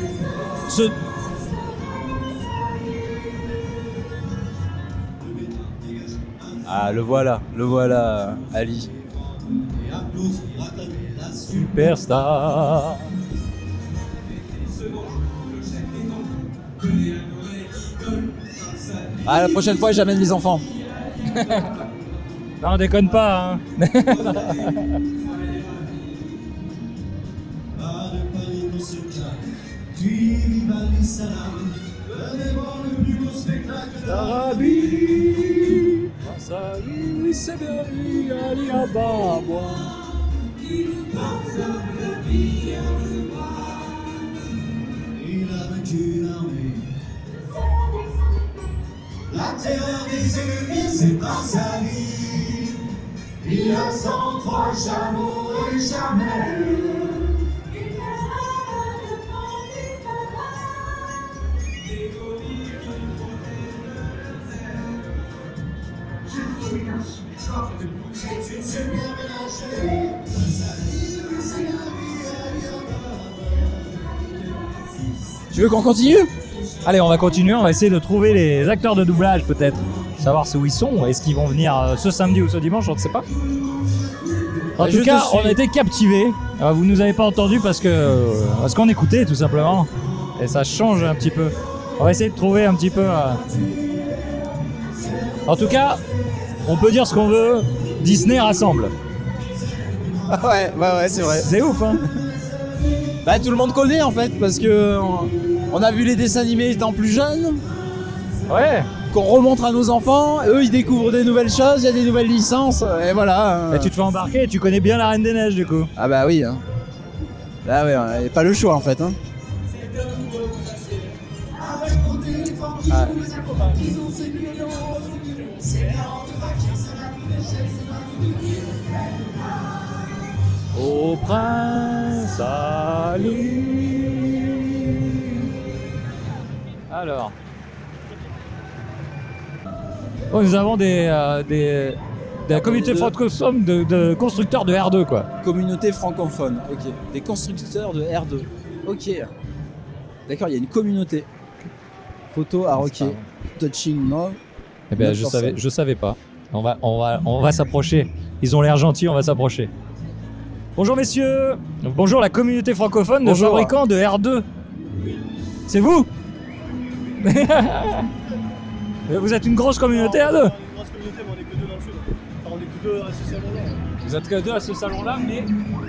Ce...
Ah, le voilà, le voilà, Ali.
É
Superstar.
Ah, la prochaine fois, j'amène mes enfants.
Non, déconne pas, hein.
La terre des humains, c'est pas sa vie. Il y a 103 chameaux et chamelles. C'est une super ménagerie. C'est la
Tu veux qu'on continue Allez, on va continuer, on va essayer de trouver les acteurs de doublage peut-être. Savoir où ils sont, est-ce qu'ils vont venir euh, ce samedi ou ce dimanche, on ne sait pas. En
Ouais,
tout
je
cas,
te suis.
on a été captivés. Euh, Vous nous avez pas entendu parce que euh, parce qu'on écoutait tout simplement. Et ça change un petit peu. On va essayer de trouver un petit peu. euh, En tout cas, on peut dire ce qu'on veut. Disney rassemble.
ouais, ouais, ouais, c'est vrai.
C'est ouf, hein
Bah, tout le monde connaît en fait, parce que on- on a vu les dessins animés étant plus jeunes.
Ouais.
Qu'on remontre à nos enfants, eux ils découvrent des nouvelles choses, il y a des nouvelles licences, et voilà. hein.
Et tu te fais embarquer et tu connais bien la Reine des Neiges du coup.
Ah bah oui. Hein. Ah ouais, ouais, et pas le choix en fait. Hein.
Au prince Ali. Alors. Oh, nous avons des, euh, des, de la communauté francophone de, de constructeurs de R2, quoi.
Communauté francophone, ok. Des constructeurs de R2. Ok. D'accord, il y a une communauté. Photo
Ah,
à ok. Touching no.
Eh ben, je
9%.
savais, je savais pas. On va, on va, on va s'approcher. Ils ont l'air gentils, on va s'approcher. Bonjour messieurs. Bonjour la communauté francophone de
Bonjour.
fabricants de R2. C'est vous Euh, Vous êtes une grosse communauté R2
Grosse communauté, mais on est que deux dans le sud. Enfin, on est que deux à ce salon-là.
Vous êtes que deux à ce salon-là, mais.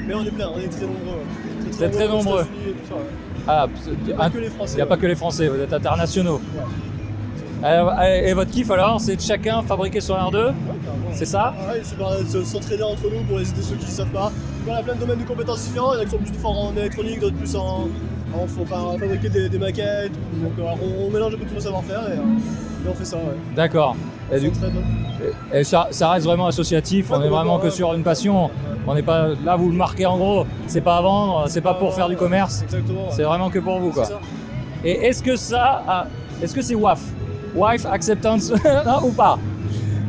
Mais on est plein, on est très nombreux.
Vous êtes très nombreux. Ah, il n'y
a pas que les Français,
a
ouais.
pas que les Français, vous êtes internationaux. Alors, allez, et votre kiff alors, c'est de chacun fabriquer son R2 C'est ça
Ouais, c'est pareil, se- s'entraider entre nous pour aider ceux qui ne savent pas. On a plein de domaines de compétences différents, il y en a qui sont plus forts en électronique, d'autres plus en, en, faut- enfin, à fabriquer des, des maquettes. Donc euh, on, on mélange un peu tous nos savoir-faire et, euh, et on fait ça. Ouais.
D'accord. Et, du-
Très bien.
et ça, ça reste vraiment associatif, on est vraiment
hein.
que sur une passion. On n'est pas là, vous le marquez en gros, c'est pas à vendre, c'est pas pour faire du commerce.
Exactement.
C'est vraiment que pour vous quoi.
C'est ça.
Et est-ce que ça, a- est-ce que c'est WAF Wife acceptance non, ou pas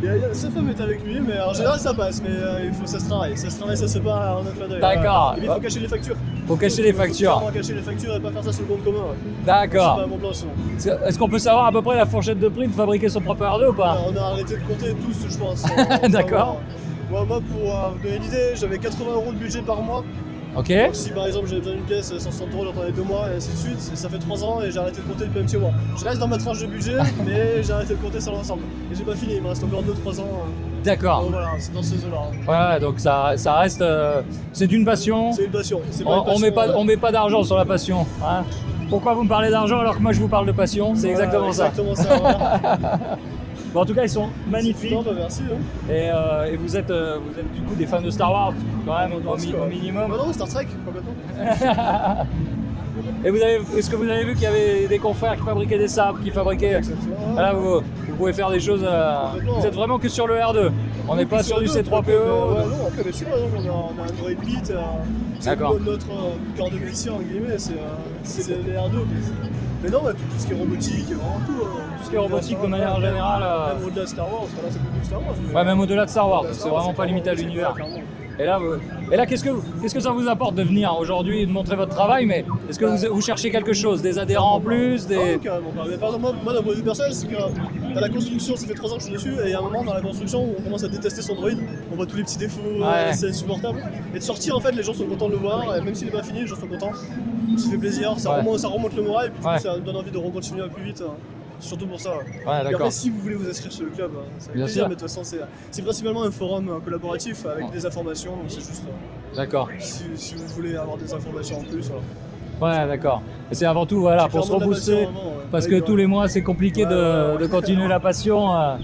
Il y a- il y a- Sa femme est avec lui, mais en général ça passe, mais euh, il faut, ça se travaille. Ça se travaille, ça se fait pas en un clin d'œil.
D'accord.
Ouais. Et puis, Il faut cacher les factures.
Faut cacher les
Faut
factures.
vraiment cacher les factures et pas faire ça sur le compte commun. ouais.
D'accord.
C'est pas un bon plan sinon.
Est-ce que- est-ce qu'on peut savoir à peu près la fourchette de prix de fabriquer son propre R2 ou pas
On a arrêté de compter tous, je pense.
D'accord.
Moi, moi, pour euh, vous donner une idée, j'avais 80 euros de budget par mois.
Ok.
Donc, si par exemple j'avais besoin d'une pièce, 160 euros, j'en prenais deux mois, et ainsi de suite. Et ça fait 3 ans et j'ai arrêté de compter depuis un petit mois. Je reste dans ma tranche de budget, mais j'ai arrêté de compter sur l'ensemble. Et j'ai pas fini, il me reste encore 2-3 ans. euh.
D'accord.
Donc voilà, c'est dans ces eaux-là. hein.
Ouais, donc ça, ça reste. euh, c'est une passion.
C'est une passion. c'est pas
On,
une passion,
on met pas,
ouais.
on met pas d'argent sur la passion. hein. Pourquoi vous me parlez d'argent alors que moi je vous parle de passion C'est
Voilà,
exactement,
exactement ça, voilà.
Bon, en tout cas, ils sont magnifiques.
Putain, bah, merci. hein.
Et, euh, et vous, êtes, euh, vous êtes du coup des fans de Star Wars quand même au, mi- au minimum.
Bah non, Star Trek, complètement.
Et vous avez, est-ce que vous avez vu qu'il y avait des confrères qui fabriquaient des sabres, qui fabriquaient. Voilà, vous, vous pouvez faire des choses. euh, vous êtes vraiment que sur le R2. On On n'est pas sur du C3PO. euh,
Ouais, non, on connaît pas, on a, on a un droid 8, euh, c'est
D'accord.
notre notre, euh, corps de métier, entre guillemets, c'est, euh, c'est les, les R2. Mais, mais non, bah, tout, tout ce qui est robotique, vraiment tout. euh, tout
ce qui est robotique de manière générale, euh,
Même au-delà de Star Wars, voilà, c'est plus que Star Wars. mais-
Ouais, même au-delà de Star Wars,
Au-delà de
c'est
Wars,
vraiment pas
clairement-
limité à
c'est
l'univers.
clair, clairement.
Et là, vous- et là qu'est-ce que, qu'est-ce que ça vous apporte de venir aujourd'hui et de montrer votre travail Mais est-ce que vous, vous cherchez quelque chose Des adhérents en plus
Ah
des...
oui, carrément. quoi. Mais par exemple, moi, moi, d'un point de vue personnel, c'est que euh, dans la construction, ça fait 3 ans que je suis dessus, et à un moment, dans la construction, on commence à détester son droïde, on voit tous les petits défauts, euh,
Ouais.
c'est insupportable. Et de sortir, en fait, les gens sont contents de le voir, et même s'il n'est pas fini, les gens sont contents. Ça fait plaisir, ça,
Ouais.
remonte, ça remonte le moral, et puis du coup,
Ouais.
ça donne envie de recontinuer plus vite. hein. Surtout pour ça. et
d'accord.
après, si vous voulez vous inscrire sur le club, hein, c'est avec
Bien
plaisir,
sûr.
mais de toute façon, c'est c'est principalement un forum euh, collaboratif avec des informations, donc c'est juste. euh,
D'accord.
Si, si vous voulez avoir des informations en plus, voilà.
Ouais, d'accord. Et C'est avant tout voilà,
C'est
pour se
clairement de la
rebooster.
passion, vraiment, ouais.
Parce
Ouais,
que
ouais.
tous les mois, c'est compliqué de, de continuer la passion euh,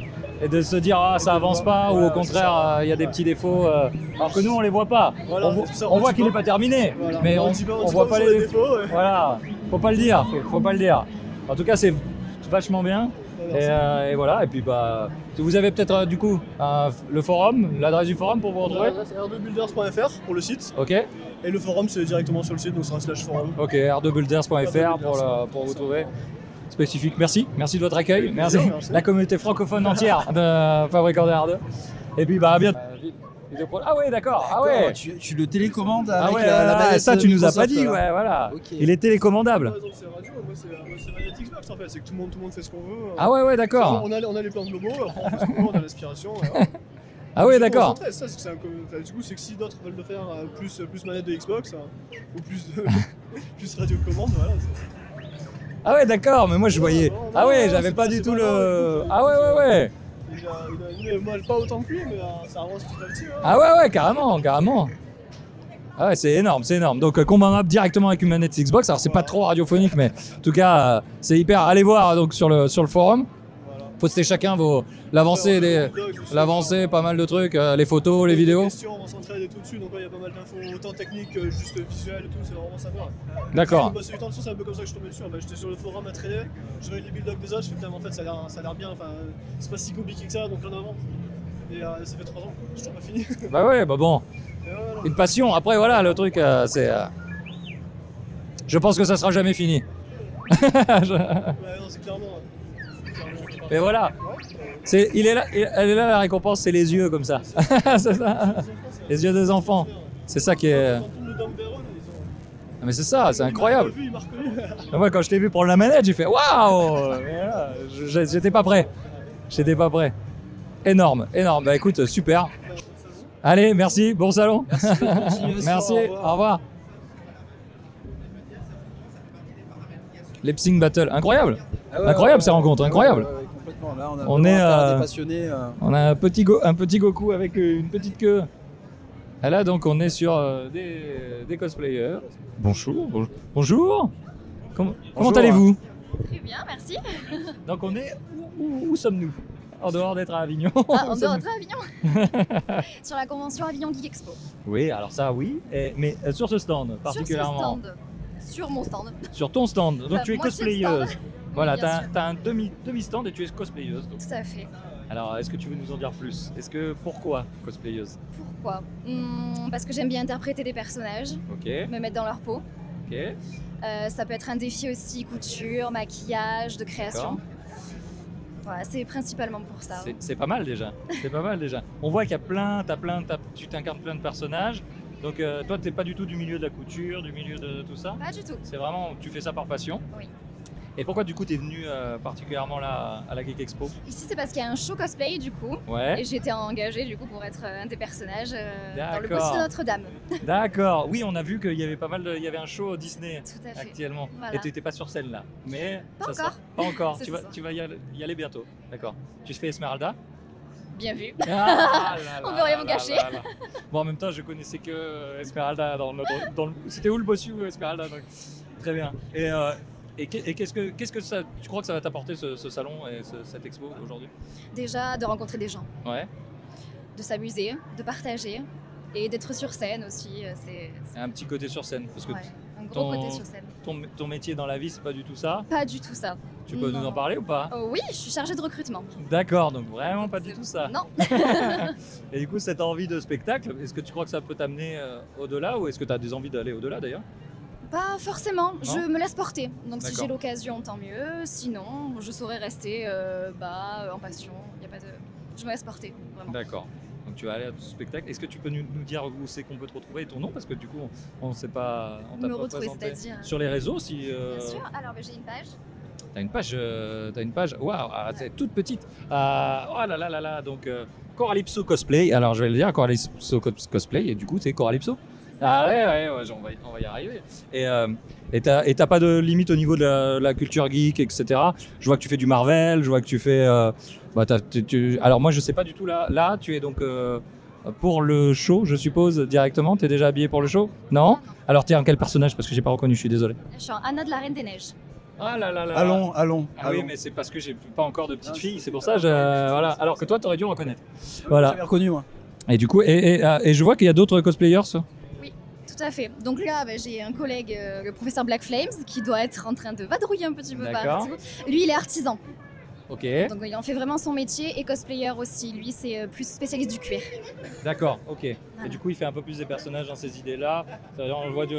et de se dire ah, ça avance pas ou au contraire, euh, il y a des petits défauts. euh, alors que nous, on les voit pas.
Voilà,
on voit,
c'est ça,
on
on
voit
dit
qu'il
pas.
n'est pas terminé.
Voilà,
Mais
on
on,
dit pas- on
on
dit
voit
pas
pas
sur
les
les
défauts.
défauts, ouais.
Voilà, faut pas le dire. Faut, faut pas le dire. En tout cas, c'est vachement bien. Et, euh, et voilà, et puis bah, vous avez peut-être euh, du coup un- le forum, l'adresse du forum pour vous retrouver
L'adresse est r2builders.fr pour le site.
Ok.
Et le forum, c'est directement sur le site, donc c'est un slash forum.
Ok, r2builders.fr pour, la- pour vous trouver. Spécifique, merci. Merci de votre accueil. Merci.
plaisir, merci.
La communauté francophone entière de Fabricant de R2. Et puis, bah, à bientôt. Ah ouais, d'accord. Ah ouais.
Tu, tu le télécommandes avec
Ah ouais,
euh, la,
ah,
manette
ça, tu nous as pas
Microsoft,
dit.
là.
Ouais, voilà.
Ok.
Il est télécommandable.
Par exemple, c'est radio, moi c'est euh, moi, c'est Magnetic Xbox en fait, c'est que tout le monde, tout le monde fait ce qu'on veut. hein.
Ah ouais, ouais, d'accord.
On a, on a les plans globaux, après on fait ce qu'on veut, on a l'aspiration. et voilà.
Ah ouais,
Du coup, on
d'accord.
s'entraide, ça, c'est que c'est un com- enfin, Du coup, c'est que si d'autres veulent le faire, euh, plus, plus manette de Xbox, hein, ou plus, de, plus radio commande, voilà. c'est-
Ah ouais, d'accord. Mais moi, je voyais.
non,
Ah
non,
ouais,
non,
j'avais
c'est
pas
pas-
du
c'est
tout
pas
le. Ah ouais, ouais, ouais.
Il a, il a- il a- moi, pas autant que lui, mais euh, ça avance petit à petit. hein.
Ah ouais, ouais, carrément, carrément. Ah ouais, c'est énorme, c'est énorme. Donc, euh, combat map directement avec une manette Xbox. Alors, c'est pas trop radiophonique, mais en tout cas, euh, c'est hyper. Allez voir euh, donc sur le, sur le forum. Postez chacun vos l'avancée, des, l'avancée, pas mal de trucs, euh, les photos, les
Il y a des
vidéos.
questions, on s'entraide et tout dessus, donc ouais, il y a pas mal d'infos, autant technique que juste visuel et tout, c'est vraiment sympa.
D'accord.
J'ai passé du temps dessus, c'est un peu comme ça que je tombais dessus. En fait, J'étais sur le forum à traîner, je voyais les bulldogs des autres, je fais putain, mais en fait, ça a l'air, ça a l'air bien, enfin, c'est pas si compliqué que ça, donc en avant. Et euh, ça fait 3 ans, je suis pas fini.
Bah ouais, bah bon.
Et voilà.
Une passion. Après, voilà, le truc, euh, c'est. euh, je pense que ça sera jamais fini. Je-
Ouais, non, c'est clairement. hein.
Mais voilà. C'est, il est là, il- elle est là la récompense, c'est les yeux comme ça. C'est ça. Les yeux des enfants. C'est ça qui est. Ah, Mais c'est ça, c'est incroyable.
Il m'a reconnu.
Moi, quand je t'ai vu prendre la manette, j'ai fait waouh Mais voilà, je- J'étais pas prêt. J'étais pas prêt. Énorme, énorme. Bah écoute, super. Allez, merci, bon salon. Merci, au revoir. Lepsing Battle, incroyable.
Ah ouais,
incroyable
ouais,
ces
ouais.
rencontres,
Ouais,
incroyable.
ouais, ouais, complètement. Là, on a
On
vraiment
est,
affaire à
euh,
des passionnés. euh.
On a un petit, Go- un petit Goku avec euh, une petite queue. Ah là, donc, on est sur euh, des, des cosplayers. Bonjour. Bonjour. Comment, comment
Bonjour.
allez-vous
Très bien, merci.
Donc on est Où, où sommes-nous En dehors d'être à Avignon.
Ah, on
Où
est
sommes-nous
rentré à Avignon sur la convention Avignon Geek Expo.
Oui, alors ça, oui. Et- mais euh, sur ce stand particulièrement.
Sur ce stand, sur mon stand.
Sur ton stand. Donc
Enfin,
tu es
moi, je suis le
cosplayeuse.
stand. Oui,
Voilà,
bien
t'as
sûr.
t'as un demi- demi-stand et tu es cosplayeuse. donc.
Tout à fait.
Alors, est-ce que tu veux nous en dire plus Est-ce que pourquoi cosplayeuse
Pourquoi Hmm, Parce que j'aime bien interpréter des personnages,
Ok.
me mettre dans leur peau.
Ok.
Euh, ça peut être un défi aussi couture, maquillage, de création.
D'accord.
Voilà, c'est principalement pour ça.
C'est- C'est pas mal déjà. C'est pas mal déjà. On voit qu'il y a plein, t'as plein, t'as- tu t'incarnes plein de personnages. Donc euh, toi, t'es pas du tout du milieu de la couture, du milieu de tout ça.
Pas du tout.
C'est vraiment, tu fais ça par passion.
Oui.
Et pourquoi du coup t'es venu euh, particulièrement là à la Geek Expo
Ici, c'est parce qu'il y a un show cosplay du coup.
Ouais.
Et j'étais engagée du coup pour être euh, un des personnages euh, dans le
D'accord.
poste de Notre-Dame.
D'accord. Oui, on a vu qu'il y avait pas mal, de- il y avait un show au Disney
Tout à fait.
actuellement.
Voilà.
Et t'étais pas sur scène là. Mais ça
Pas encore.
sera- Pas encore.
C'est
tu
ce
vas,
soir.
tu vas y aller, y aller bientôt. D'accord. Tu fais Esmeralda.
Bien vu.
Ah là
On
là
peut rien
là
vous
là
cacher.
là là. Bon, en même temps, je connaissais que euh, Esmeralda dans le. dans- dans le- C'était où le bossu ou Esmeralda donc, Très bien. Et, euh, et qu'est- et qu'est-ce que, qu'est-ce que ça, tu crois que ça va t'apporter ce, ce salon et ce- cette expo aujourd'hui
Déjà, de rencontrer des gens,
Ouais.
de s'amuser, de partager et d'être sur scène aussi. euh, C'est
Un petit côté sur scène. Parce que
Ouais, un gros
ton-
côté sur scène.
Ton, ton métier dans la vie, c'est pas du tout ça.
Pas du tout ça.
Tu peux nous en parler ou pas
Oh oui, je suis chargée de recrutement.
D'accord, donc vraiment pas du tout ça.
Non.
Et du coup, cette envie de spectacle, est-ce que tu crois que ça peut t'amener euh, au-delà ou est-ce que tu as des envies d'aller au-delà d'ailleurs
Pas forcément, je
Non
me laisse porter. Donc si
D'accord.
j'ai l'occasion, tant mieux. Sinon, je saurais rester euh, bah, en passion. Y a pas de... Je me laisse porter, vraiment.
D'accord. Donc tu vas aller à ce spectacle. Est-ce que tu peux nous, nous dire où c'est qu'on peut te retrouver et ton nom Parce que du coup, on ne sait pas. On t'a
Me
pas
retrouver,
présenté.
c'est-à-dire euh,
Sur les réseaux, si. euh,
Bien sûr, alors bah, j'ai une page.
T'as une page, euh, t'as une page, waouh, ah, c'est toute petite. Ah, oh là là là là, donc euh, Coralypso cosplay. Alors je vais le dire, Coralypso cos- cosplay, et du coup c'est Coralypso. Ah ouais, ouais, ouais, on, va, y- on va y arriver. Et euh, et t'as et t'as pas de limite au niveau de la, la culture geek, etc. Je vois que tu fais du Marvel, je vois que tu fais. euh, bah, t'as- tu- tu- alors moi je sais pas du tout là. Là tu es donc euh, pour le show, je suppose directement. T'es déjà habillé pour le show Non Alors t'es en quel personnage Parce que j'ai pas reconnu, je suis désolé.
Je suis en Anna de la Reine des Neiges.
Ah là là là.
Allons, allons.
Ah oui, mais c'est parce que j'ai pas encore de petite fille, c'est pour ça. Je, Euh, voilà. Alors que toi, t'aurais dû en reconnaître. Voilà.
J'avais reconnu moi.
Et du coup, et, et, euh, et je vois qu'il y a d'autres cosplayers.
Oui, tout à fait. Donc là, bah, j'ai un collègue, euh, le professeur Black Flames, qui doit être en train de vadrouiller un petit peu
D'accord.
partout. Lui, il est artisan.
Ok.
Donc il en fait vraiment son métier et cosplayer aussi. Lui, c'est euh, plus spécialiste du cuir.
D'accord. Ok. Et du coup, il fait un peu plus des personnages dans ces idées-là. C'est-à-dire, On voit du,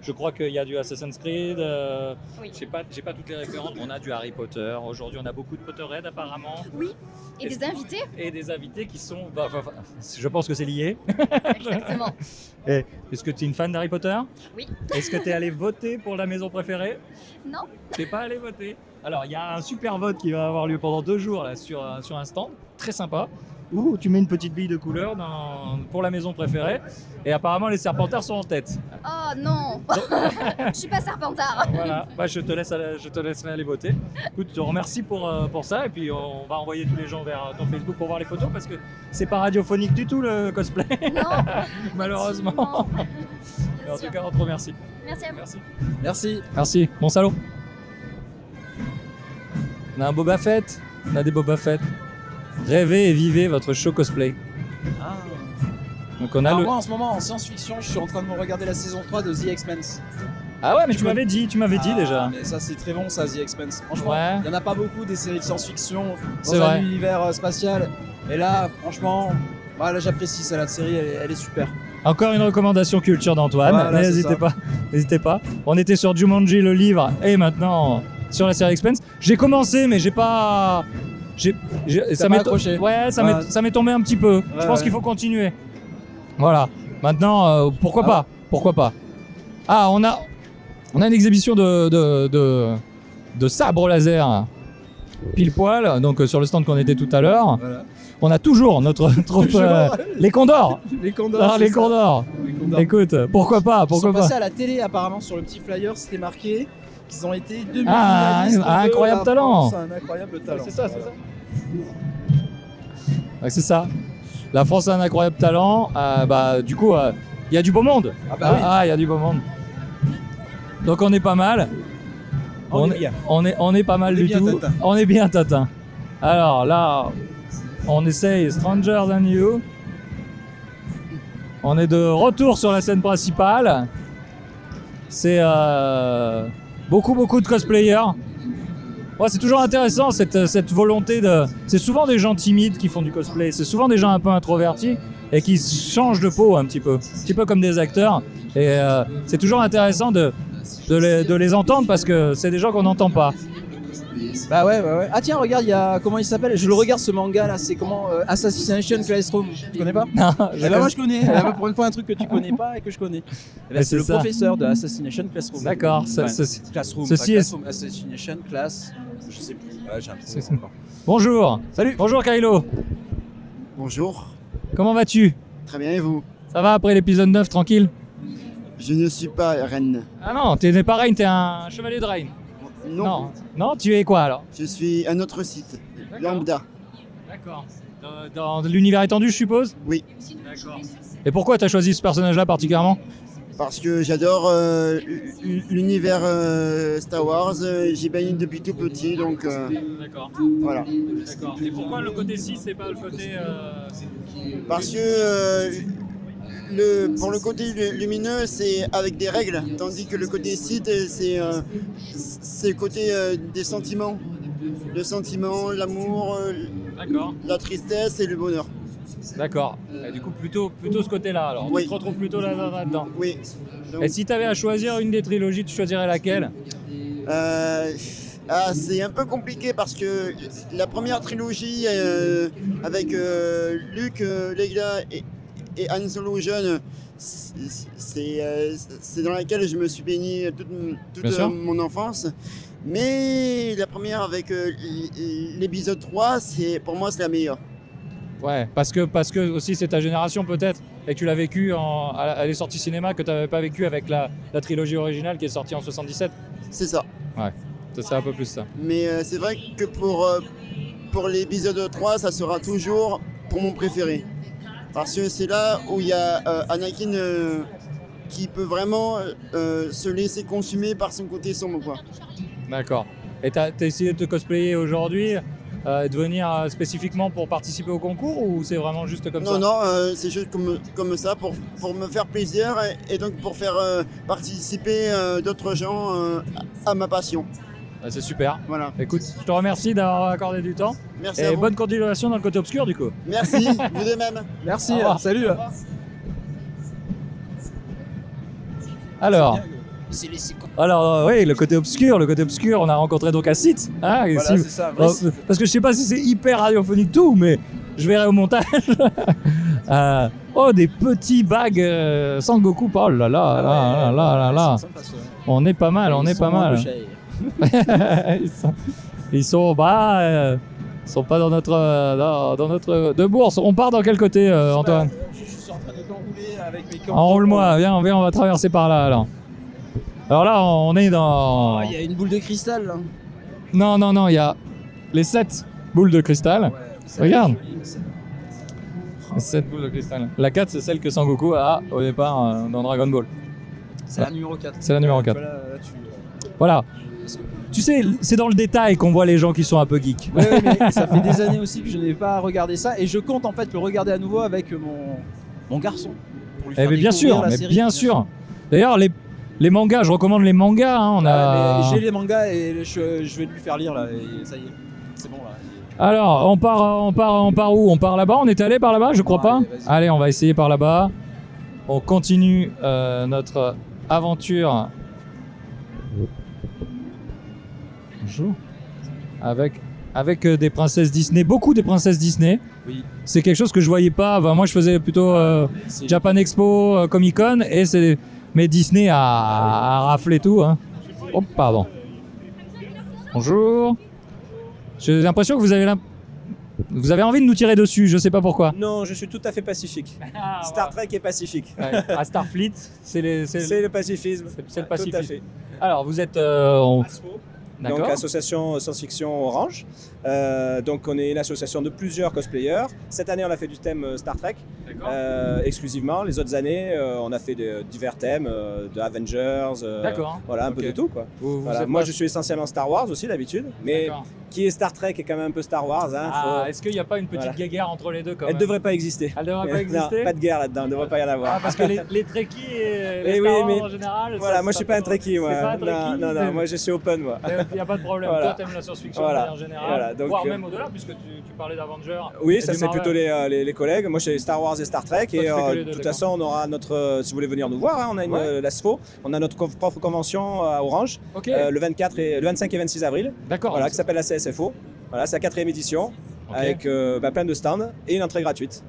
je crois qu'il y a du Assassin's Creed. euh, Je sais pas, j'ai pas toutes les références. On a du Harry Potter. Aujourd'hui, on a beaucoup de Potterhead apparemment.
Oui. Et des invités
Et des invités qui sont. bah, bah, bah, je pense que c'est lié.
Exactement.
Et Est-ce que tu es une fan d'Harry Potter
Oui.
Est-ce que tu es allé voter pour la maison préférée
Non
T'es pas allé voter Alors, il y a un super vote qui va avoir lieu pendant deux jours là, sur, un- sur un stand, très sympa, où tu mets une petite bille de couleur dans- pour la maison préférée. Et apparemment, les serpentards sont en tête.
Oh non Je suis pas serpentard
Voilà, Bah, je, te laisse aller, je te laisserai aller voter. Écoute, je te remercie pour, euh, pour ça. Et puis, on va envoyer tous les gens vers euh, ton Facebook pour voir les photos parce que c'est pas radiophonique du tout le cosplay. Malheureusement. Mais en tout cas, on te remercie.
Merci à vous.
Merci. Merci. Bon salaud. On a un Boba Fett. On a des Boba Fett. Rêvez et vivez votre show cosplay.
Ah.
Donc on a
Alors
le.
moi en ce moment en science-fiction, je suis en train de me regarder la saison 3 de The Expanse.
Ah ouais, mais tu m'avais dit, tu m'avais dit
Ah,
déjà.
Mais ça c'est très bon ça, The Expanse. Franchement,
Ouais.
il n'y en a pas beaucoup des séries de science-fiction
C'est
dans un
vrai.
univers euh, spatial. Et là, franchement, voilà, j'apprécie ça, la série, elle, est- elle est super.
Encore une recommandation culture d'Antoine.
Voilà, c'est
N'hésitez
ça.
pas. N'hésitez pas. On était sur Jumanji le livre et maintenant sur la série Expense. J'ai commencé mais j'ai pas. J'ai. j'ai-
pas
m'est-
accroché.
Ouais, ça
Ouais.
m'est- ça m'est tombé un petit peu. Je pense
ouais.
qu'il faut continuer. Voilà. Maintenant, euh, pourquoi pas Pourquoi pas Ah, on a, on a une exhibition de, de, de, de sabre laser pile poil, donc euh, sur le stand qu'on était tout à l'heure.
Voilà.
On a toujours notre troupe,
Toujours.
euh, les Condors.
Les Condors,
Ah, les
c'est ça.
Condors.
Les Condors.
Écoute, Euh, pourquoi pas
Ils
Pourquoi
sont
pas
passés à la télé apparemment sur le petit flyer, c'était marqué qu'ils ont été demi-finalistes.
Ah,
de
un incroyable
la
talent.
France, Un incroyable talent.
C'est ça, c'est
Voilà.
Ouais, C'est ça. La France a un incroyable talent. Euh, bah, du coup, euh, il y a du beau monde. Ah,
bah oui.
ah, il y a du beau monde. Donc on est pas mal.
On est bien.
On est, on est pas mal
On est
du
bien,
tout.
Tintin.
On est bien, Tintin. Alors là, on essaye Stranger Than You. On est de retour sur la scène principale. C'est euh, beaucoup, beaucoup de cosplayers. Ouais, c'est toujours intéressant cette, euh, cette volonté de. C'est souvent des gens timides qui font du cosplay, c'est souvent des gens un peu introvertis et qui changent de peau un petit peu, un petit peu comme des acteurs. Et euh, c'est toujours intéressant de, de, les, de les entendre parce que c'est des gens qu'on n'entend pas.
Bah ouais, ouais, ouais. Ah tiens, regarde, il y a comment il s'appelle Je le regarde ce manga là, c'est comment euh, Assassination Classroom. Tu connais pas
Non,
Eh
je
ben,
connais-
moi je connais. Eh ben, pour une fois un truc que tu connais pas et que je connais. Eh ben,
Mais
c'est le
c'est ça.
professeur de Assassination Classroom.
D'accord, ça-
Ouais.
ceci-
Classroom.
ceci
pas
est-
Classroom, Assassination Class. Je sais plus. Ouais, j'ai un truc encore.
Bonjour. Salut. Bonjour Kylo.
Bonjour.
Comment vas-tu
Très bien, et vous
Ça va après l'épisode 9, tranquille
Je ne suis pas reine.
Ah non, t'es pas Rain, t'es un chevalier de Rain.
Non.
non. Non, tu es quoi alors
Je suis un autre site, lambda.
D'accord. Dans l'univers étendu, je suppose
Oui.
D'accord. Et pourquoi t'as choisi ce personnage-là particulièrement
Parce que j'adore euh, l'univers euh, Star Wars, euh, j'y baigne depuis tout petit, donc... euh,
D'accord.
Voilà.
D'accord. euh, Et pourquoi le côté 6 et pas le côté.
Parce que euh, le, pour le côté lu- lumineux, c'est avec des règles, tandis que le côté site, c'est euh, c'est le côté euh, des sentiments. Le sentiment, l'amour, euh, la tristesse et le bonheur.
D'accord. Et Du coup, plutôt, plutôt ce côté-là, alors.
Oui.
Tu te retrouves plutôt là- là- là-dedans.
Oui.
Et si tu avais à choisir une des trilogies, tu choisirais laquelle
Euh, ah, c'est un peu compliqué parce que la première trilogie euh, avec euh, Luke, euh, Leila et, et Han Solo jeune, c'est- c'est euh, c'est dans laquelle je me suis baigné toute, m- toute,
Bien sûr.
euh, mon enfance. Mais la première avec euh, l- l'épisode 3, c'est- pour moi c'est la meilleure.
Ouais, parce que, parce que aussi c'est ta génération peut-être, et que tu l'as vécu en, à, à les sorties cinéma que tu n'avais pas vécu avec la, la trilogie originale qui est sortie en 77.
C'est ça.
Ouais, ça c'est un peu plus ça.
Mais euh, c'est vrai que pour, euh, pour l'épisode 3, ça sera toujours pour mon préféré. Parce que c'est là où il y a euh, Anakin euh, qui peut vraiment euh, se laisser consumer par son côté sombre. Quoi.
D'accord. Et t'as as essayé de te cosplayer aujourd'hui, euh, de venir euh, spécifiquement pour participer au concours ou c'est vraiment juste comme
non,
ça
non, euh, c'est juste comme, comme ça pour, pour me faire plaisir et, et donc pour faire euh, participer euh, d'autres gens euh, à à ma passion.
Bah, c'est super.
Voilà.
Écoute, je te remercie d'avoir accordé du temps.
Merci
Et
à vous.
bonne continuation dans le côté obscur du coup.
Merci, vous de même.
Merci, Au revoir. salut. Au revoir. Alors. Alors euh, oui, le côté obscur, le côté obscur, on a rencontré donc un site. hein,
Voilà,
si-
c'est ça, un vrai site.
Parce que je sais pas si c'est hyper radiophonique tout, mais je verrai au montage. Euh, oh, des petits bags euh, sans Goku. Oh
Ah
là là, là là là là là. On est pas mal, on
Ils
est
sont
pas
moins
mal. ils, sont, ils sont- bah, euh, ils sont pas dans notre, euh, dans, dans notre de bourse. On part dans quel côté, euh, Antoine
Je suis en train de t'enrouler avec mes cordes.
hein.
Enroule-moi, viens, viens, on va traverser par là alors. Alors là, on est
Ah,
dans.
Il y a une boule de cristal là.
Non, non, non, il y a les 7 boules de cristal. Regarde. Les 7 boules de cristal. La 4, c'est celle que Sangoku a au départ euh, dans Dragon Ball.
C'est la numéro 4.
C'est la numéro 4.
Voilà, là, tu-
euh,
Voilà. Tu sais, c'est dans le détail qu'on voit les gens qui sont un peu geeks.
Ouais, ouais, mais ça fait des années aussi que je n'ai pas regardé ça et je compte en fait le regarder à nouveau avec mon, mon garçon. Pour lui
Eh
faire
mais bien
découvrir
sûr,
la
mais
série.
bien sûr. D'ailleurs, les, les mangas, je recommande les mangas. hein, on
Euh,
Ah,
a...
mais J'ai les mangas et je, je vais lui faire lire là et ça y est, c'est bon là.
Alors, on part, euh, on part, on part où On part là-bas On est allé par là-bas Je crois pas. Allez, on va essayer par là-bas. On continue euh, notre aventure. Bonjour. Avec avec euh, des princesses Disney, beaucoup des princesses Disney.
Oui.
C'est quelque chose que je voyais pas. Enfin, moi, je faisais plutôt euh,
c'est-
Japan Expo, euh, Comic Con, et c'est mais Disney a, a raflé tout. hein. Oh, pardon. Bonjour. J'ai l'impression que vous avez l'im- vous avez envie de nous tirer dessus, je sais pas pourquoi.
Non, je suis tout à fait pacifique. Star Trek est pacifique.
Ah, Ouais. À Starfleet, c'est les- c'est-
C'est le pacifisme.
C'est le
Tout à
pacifisme.
fait.
Alors, vous êtes. euh, on-
Donc,
D'accord.
association science-fiction Orange. Euh, donc, on est une association de plusieurs cosplayers. Cette année, on a fait du thème euh, Star Trek euh, exclusivement. Les autres années, euh, on a fait de- divers thèmes euh, de Avengers. euh,
D'accord.
Voilà, un peu de tout. Quoi.
Vous- vous
Voilà.
êtes
Moi,
pas-
je suis essentiellement Star Wars aussi d'habitude. Mais
D'accord.
qui est Star Trek est quand même un peu Star Wars. hein,
Ah,
faut-
Est-ce qu'il n'y a pas une petite
Voilà.
guéguerre entre les deux quand
Elle
même
devrait pas exister.
Elle devrait pas
Non,
exister
pas de guerre là-dedans, il ne devrait pas y en avoir.
Ah, parce que les, les trekkies et les
Eh
Star
oui,
Wars
mais-
en général.
Voilà,
ça,
moi
ça
je suis pas un
peut-
trekkie, moi.
C'est pas un
non,
trekkie, Eh,
non,
c'est-
non, moi je suis open, moi.
Il n'y a pas de problème. Toi, t'aimes la science-fiction
Voilà.
en général,
Voilà, donc,
voire
euh,
même au-delà, puisque tu, tu parlais d'Avengers. et
Oui, ça
du
c'est
Marvel.
plutôt les, euh, les- les collègues. Moi, j'ai Star Wars et Star Trek.
Toi, tu
Et
fais que
euh,
les deux,
de toute
d'accord.
façon, on aura notre. euh, si vous voulez venir nous voir, hein, on a une,
Ouais.
euh, l'ASFO. On a notre co- propre convention à Orange.
Ok.
euh, le 24 et le 25 et 26 avril.
D'accord.
Voilà, qui s'appelle la CSFO. Voilà, c'est la quatrième édition avec euh, bah, plein de stands et une entrée gratuite.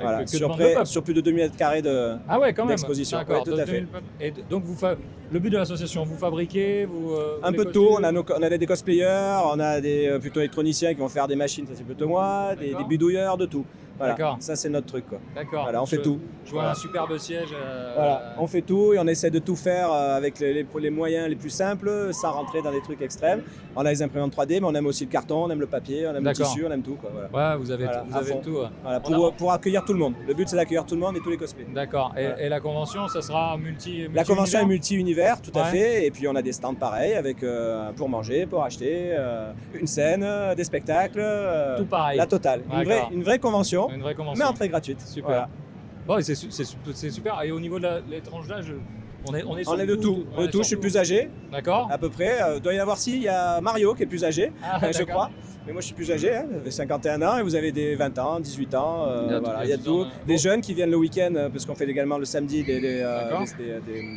Voilà,
Bah, que- que
sur,
demande
près-
le peuple.
sur plus de 2000 mètres carrés de
Ah ouais, quand même.
d'exposition.
D'accord,
Ouais, tout à fait.
2000 Et d- donc, vous fa- le but de l'association, vous fabriquez, vous. euh,
Un
vous
peu de
décotez-
tout, on a, nos- on a des cosplayers, on a des euh, plutôt électroniciens qui vont faire des machines, ça c'est plutôt moi, des, des bidouilleurs, de tout. Voilà,
D'accord.
ça c'est notre truc quoi.
D'accord.
Voilà, on fait
Je-
tout.
Je vois un
Voilà.
superbe siège. euh,
Voilà, on fait tout et on essaie de tout faire euh, avec les, les- les moyens les plus simples, sans rentrer dans des trucs extrêmes. On a les imprimantes 3D, mais on aime aussi le carton, on aime le papier, on aime le
D'accord.
tissu, on aime tout. Quoi, voilà.
Ouais, vous avez,
Voilà,
tout- vous
à
avez
fond.
tout. ouais.
Voilà,
On a-
pour, pour accueillir tout le monde. Le but c'est d'accueillir tout le monde et tous les cosplays.
D'accord. Et,
Voilà.
et la convention, ça sera multi.
La convention est
multi-univers
multi-univers, tout à
Ouais.
fait. Et puis on a des stands pareils avec euh, pour manger, pour acheter, euh, une scène, euh, des spectacles. euh,
Tout pareil.
La totale. Une vraie,
D'accord.
une vraie convention.
Une vraie convention.
Mais entrée gratuite.
Super.
Voilà.
Bon, et c'est su- c'est su- c'est super. Et au niveau de la- l'étrange d'âge, on est, on est sur
On est de tout.
on
De
est
tout,
sur
je suis plus âgé.
D'accord.
À peu près. Euh, doit y en avoir si, il y a Mario qui est plus âgé,
Ah,
euh, je
d'accord.
crois. Mais moi je suis plus âgé, hein, j'avais 51 ans et vous avez des 20 ans, 18 ans, euh,
Il y a hein. tout-
voilà,
il
il
y
y
a
a
tout
tout.
dans la-
Des jeunes qui viennent le week-end, euh, parce qu'on fait également le samedi des. des, euh,
D'accord.
des- des- des-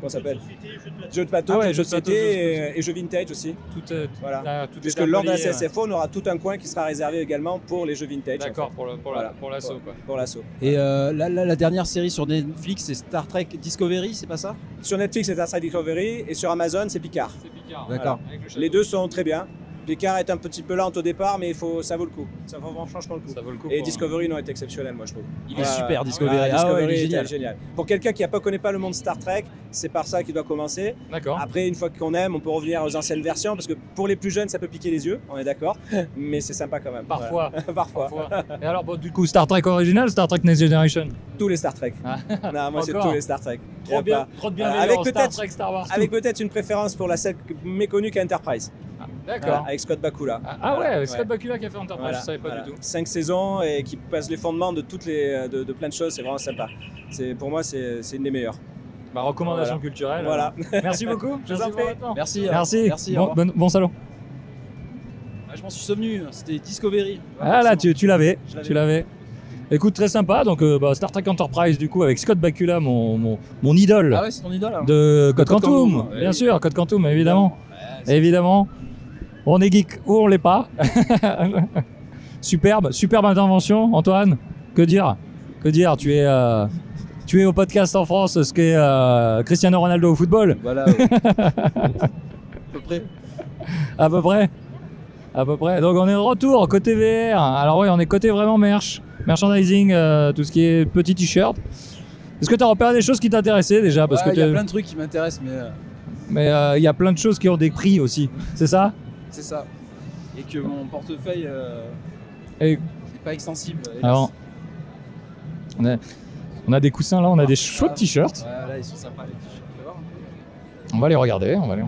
comment ça s'appelle Jeux de plateau,
Ah ouais, jeux
jeux de
de plateau,
société
jeux de
et, et jeux vintage aussi.
Tout, euh,
voilà.
ah, tout est
Puisque lors de la
appelé, euh,
CSFO, on aura tout un coin qui sera réservé également pour les jeux vintage.
D'accord, pour le- pour la- pour l'assaut,
Pour,
quoi.
pour l'assaut.
Et euh, là, là, la dernière série sur Netflix, c'est Star Trek Discovery, c'est pas ça
Sur Netflix, c'est Star Trek Discovery et sur Amazon, c'est Picard.
Picard,
D'accord.
Voilà.
Avec le
Les deux sont très bien. Picard est un petit peu lente au départ, mais il faut, ça vaut le coup. Ça vaut franchement le coup. et
pour-
Discovery non est exceptionnel, moi je trouve.
Il est super, Discovery. Ah ouais, il est
était
génial.
Pour quelqu'un qui ne connaît pas le monde Star Trek, c'est par ça qu'il doit commencer.
D'accord.
Après, une fois qu'on aime, on peut revenir aux anciennes versions parce que pour les plus jeunes, ça peut piquer les yeux, on est d'accord. mais c'est sympa quand même.
Parfois.
Voilà. Parfois.
Et alors, bon, du coup, Star Trek original, Star Trek Next Generation
Tous les Star Trek. Non, moi c'est
Encore.
tous les Star Trek.
Trop
Y a
bien-
pas- Euh,
trop de bienveillance,
avec
Star
peut-être
Trek, Star Wars,
avec peut-être une préférence pour la celle que- méconnue qu'est Enterprise.
Ah, d'accord.
Voilà, avec Scott Bakula.
Ah
Voilà,
ouais, Scott Bakula qui a fait Enterprise,
Voilà,
je savais pas
voilà.
du tout.
Cinq saisons et qui passe les fondements de toutes les euh, de, de plein de choses, c'est vraiment sympa. C'est pour moi c'est c'est une des meilleures.
Ma recommandation culturelle.
Voilà.
alors. Merci beaucoup.
Je vous en
Merci
prie.
pour votre temps.
Merci, hein.
Merci.
merci, au
Bon,
revoir.
bonne- bon salon.
Ah, Je m'en suis souvenu, c'était Discovery.
Ah là, tu, tu l'avais,
Je l'avais.
tu l'avais. Écoute, très sympa. Donc, euh, bah, Star Trek Enterprise, du coup, avec Scott Bakula, mon, mon, mon idole.
Ah ouais, c'est ton idole, alors.
De
De
Code
Code
Quantum,
Quantum, ouais.
bien sûr, Code Quantum, évidemment. évidemment. On est geek ou on l'est pas. superbe, superbe intervention, Antoine. Que dire Que dire Tu es, euh, tu es au podcast en France, ce qu'est euh, Cristiano Ronaldo au football.
Voilà. À peu près.
À peu près. À peu près. Donc on est de retour côté VR. Alors oui, on est côté vraiment merch, merchandising, euh, tout ce qui est petit t-shirt. Est-ce que tu as repéré des choses qui t'intéressaient déjà parce
Ouais,
que
il y a
t'es-
plein de trucs qui m'intéressent, mais euh,
Mais euh, il y a plein de choses qui ont des prix aussi, c'est ça
c'est ça. Et que mon portefeuille euh,
Et
n'est pas extensible. hélas.
alors, on a, on a des coussins là, on a des chouettes t-shirts.
Ah. Ouais, là, ils sont sympas les t-shirts. Tu vas voir.
On va les regarder, on va les...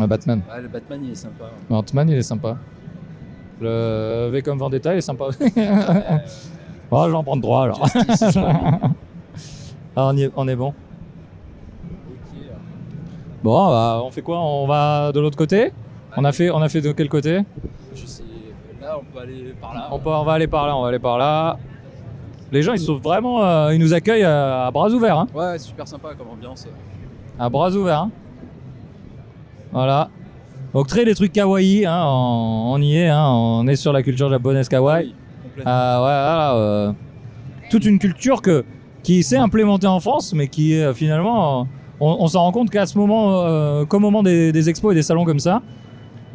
Ah, Batman.
Ouais, le Batman, il est sympa. hein. ouais.
Ant-Man, il est sympa. Le V comme Vendetta, il est sympa. oh, je vais en prendre trois alors.
Justice, je crois.
Ah, on, y est, on est bon. Bon, bah, on fait quoi On va de l'autre côté on a, fait, on a fait de quel côté
Je sais. Là, on peut aller par là.
on, peut- on va aller par là, on va aller par là. Les gens, ils sont vraiment. euh, ils nous accueillent euh, à bras ouverts. hein.
Ouais, c'est super sympa comme ambiance.
À bras ouverts. hein. Voilà. Donc très les trucs kawaii, hein, on, on y est, hein, on est sur la culture japonaise kawaii.
complètement.
Ah, ouais, voilà, euh, toute une culture que, qui s'est implémentée en France, mais qui est euh, finalement, euh, on, on s'en rend compte qu'à ce moment, euh, qu'au moment des, des expos et des salons comme ça,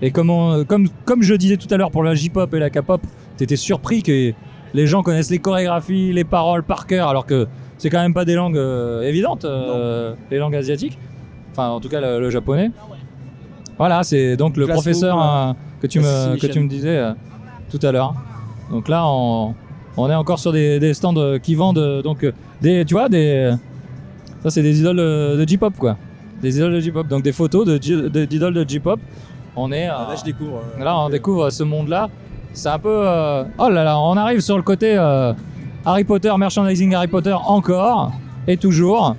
et comme, on- comme, comme je disais tout à l'heure pour la J-pop et la K-pop, t'étais surpris que les gens connaissent les chorégraphies, les paroles par cœur, alors que c'est quand même pas des langues euh, évidentes, euh, les langues asiatiques. Enfin, en tout cas, le, le japonais. Voilà, c'est donc le
Classe
professeur
Bobo,
hein, que, tu me, que
Assassination.
tu me disais euh, tout à l'heure. Donc là, on, on est encore sur des, des stands euh, qui vendent euh, donc euh, des, tu vois, des, ça c'est des idoles euh, de J-pop quoi, des idoles de J-pop, donc des photos de J- de- d'idoles de J-pop. On est euh,
Là, je découvre. euh,
Là, on découvre ce monde-là. C'est un peu. euh, Oh là là, on arrive sur le côté euh, Harry Potter, merchandising Harry Potter encore et toujours.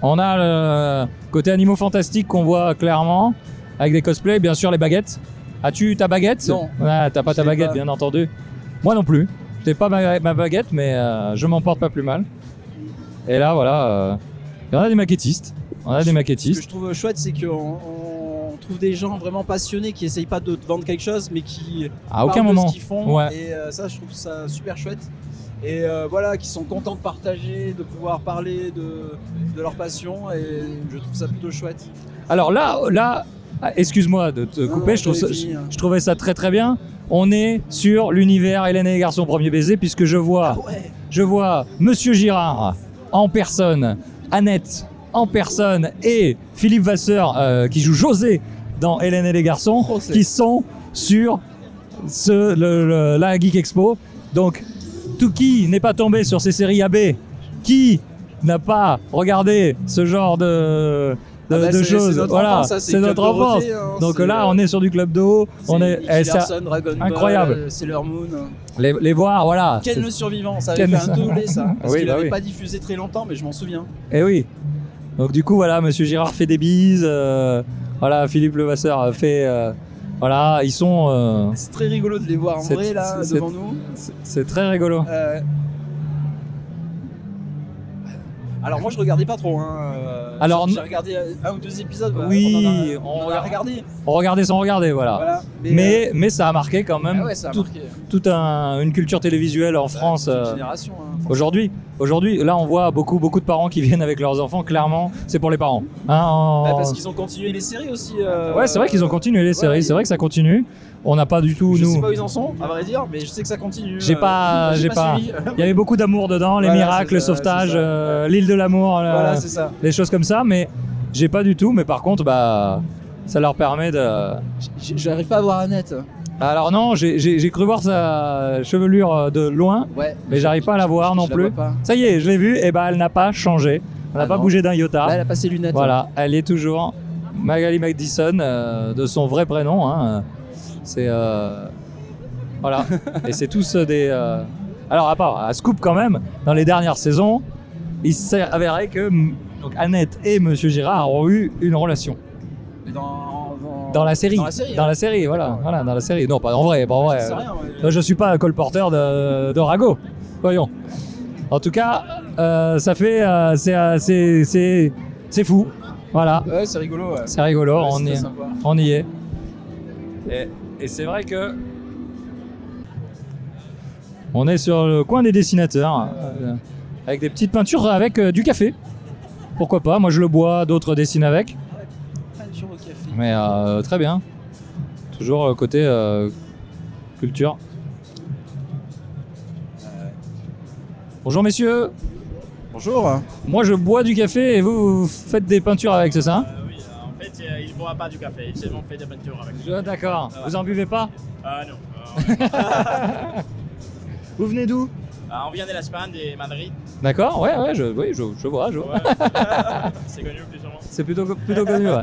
On a le côté animaux fantastiques qu'on voit clairement avec des cosplays, bien sûr les baguettes. As-tu ta baguette
Non.
Ah, T'as pas
Je
ta
l'ai
baguette,
pas.
bien entendu. Moi non plus. J'ai pas ma, ma baguette, mais euh, je m'en porte pas plus mal. Et là, voilà, euh, il y en a des maquettistes. On a des
Ce que je
maquettistes.
trouve chouette, c'est qu'on on trouve des gens vraiment passionnés qui essayent pas de te vendre quelque chose, mais qui
À aucun
parlent de
moment.
ce qu'ils font.
Ouais.
Et euh, ça, je trouve ça super chouette. Et euh, voilà, qui sont contents de partager, de pouvoir parler de, de leur passion. Et je trouve ça plutôt chouette.
Alors là, là, ah, excuse-moi de te couper,
non,
je, trouve ça-
j'avais fini, hein.
je trouvais ça très très bien. On est sur l'univers Hélène et les garçons premier baiser puisque je vois,
Ah
je vois Monsieur Girard en personne, Annette en personne et Philippe Vasseur euh, qui joue José dans Hélène et les garçons qui sont sur ce, le- le- la Geek Expo. Donc, tout qui n'est pas tombé sur ces séries AB, qui n'a pas regardé ce genre de, de,
Ah bah,
de
c'est-
choses.
c'est notre
voilà,
enfance, ça, c'est
c'est
Club
notre enfance.
Dorothée, hein,
Donc
c'est,
là,
euh,
on est sur du club d'eau. On est,
Nicky
eh, c'est
Larson, Dragon Ball,
incroyable.
euh, Sailor Moon.
les, les voir, voilà.
Ken
C'est-
le survivant, ça avait
Ken
fait
le
un doublé ça.
survivant.
Parce
Oui,
qu'il
bah
l'avait
oui.
pas diffusé très longtemps, mais je m'en souviens.
Eh oui. Donc du coup, voilà, Monsieur Girard fait des bises. euh, voilà, Philippe Levasseur a fait. euh, voilà, ils sont. euh,
C'est très rigolo de les voir en
C'est-
vrai là,
c'est-
devant
c'est-
nous.
c'est- C'est très rigolo.
Euh, Alors moi je regardais pas trop. Hein. euh,
Alors,
j'ai
nous-
regardé euh, un ou deux épisodes. bah,
Oui,
on, en a, on en a regardé.
On regardait sans regarder, voilà.
Voilà, mais, euh,
mais, mais, ça a marqué quand même
Ah ouais, ça a
tout-
marqué.
toute un- une culture télévisuelle en France. euh,
Bah, génération, hein,
Aujourd'hui, aujourd'hui, là, on voit beaucoup, beaucoup de parents qui viennent avec leurs enfants. Clairement, c'est pour les parents. Hein, en-
Bah, parce qu'ils ont continué les séries aussi. euh,
Ouais, c'est vrai qu'ils ont continué les séries. C'est vrai que ça continue. On n'a pas du tout
Je
nous.
sais pas où ils en sont, à vrai dire, mais je sais que ça continue.
J'ai
euh,
pas, j'ai pas.
suivi.
Il y avait beaucoup d'amour dedans, les
Voilà,
miracles,
c'est
le
ça,
sauvetage,
c'est ça.
euh, l'île de l'amour, euh,
Voilà, c'est ça.
les choses comme ça. Mais j'ai pas du tout. Mais par contre, bah, ça leur permet de.
J- J'arrive pas à voir Annette.
Alors non, j'ai- j'ai j'ai cru voir sa chevelure euh, de loin,
Ouais.
mais j'arrive pas à la voir non
je la
plus.
vois pas.
Ça y est, je l'ai vue. Et bah, elle n'a pas changé. Elle n'a
Ah
pas
non.
bougé d'un iota.
Là, elle a pas ses lunettes. hein.
Voilà, elle est toujours Magali McDisson, euh, de son vrai prénom. hein. C'est. euh, voilà. Et c'est tous euh, des. euh, Alors, à part, à Scoop quand même, dans les dernières saisons, il s'est avéré que mm, donc, Annette et Monsieur Girard ont eu une relation.
Mais dans, dans-
Dans la série.
Dans la série.
Dans la série, voilà. voilà, dans la série. Non, pas en vrai. Pas en vrai.
sais rien, ouais.
Moi, Je suis pas un colporteur de, de ragots. Voyons. En tout cas, euh, ça fait. euh, c'est, euh, c'est, c'est, c'est fou. Voilà.
Ouais, c'est rigolo. ouais.
C'est rigolo,
Ouais,
on,
c'est
y,
sympa.
on y est. Et, c'est vrai que. On est sur le coin des dessinateurs, euh, avec des petites peintures avec euh, du café. Pourquoi pas Moi je le bois, d'autres dessinent avec.
Peinture au café.
Mais euh, très bien. Toujours euh, côté euh, culture. Bonjour messieurs.
Bonjour.
Moi je bois du café et vous, vous faites des peintures avec, c'est ça hein
En fait, euh, il ne boit pas du café, il seulement fait des peintures avec.
Je- D'accord.
Ah ouais.
Vous en buvez pas
Ah non.
Vous venez d'où
Ah, on vient de l'Espagne, et Madrid.
D'accord, ouais, ouais, je, oui, je, je vois, je vois.
Ouais. C'est connu plus ou moins.
C'est plutôt, plutôt connu, ouais.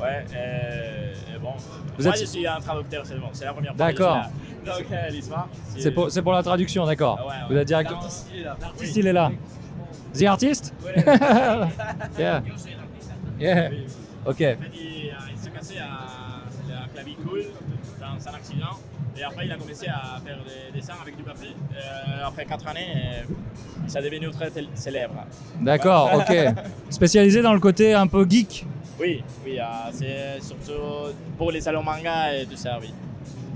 Ouais, euh, et bon.
Vous
moi,
êtes-
je suis un traducteur seulement, c'est la première fois. que je suis
D'accord.
là. Donc, euh, l'histoire.
C'est pour, c'est pour la traduction, d'accord.
Ah ouais, ouais.
Vous êtes direct.
L'artiste, il est là.
L'artiste, il est là. The artist
Ouais.
Yeah.
Yo soy l'artiste.
Yeah.
Oui.
Ok.
En fait, il, euh, il s'est cassé à la clavicule dans un accident. Et après, il a commencé à faire des dessins avec du papier. Euh, après 4 années, euh, ça est devenu très tél- célèbre.
D'accord, ok. Spécialisé dans le côté un peu geek.
Oui, oui, euh, c'est surtout pour les salons manga et tout ça, oui.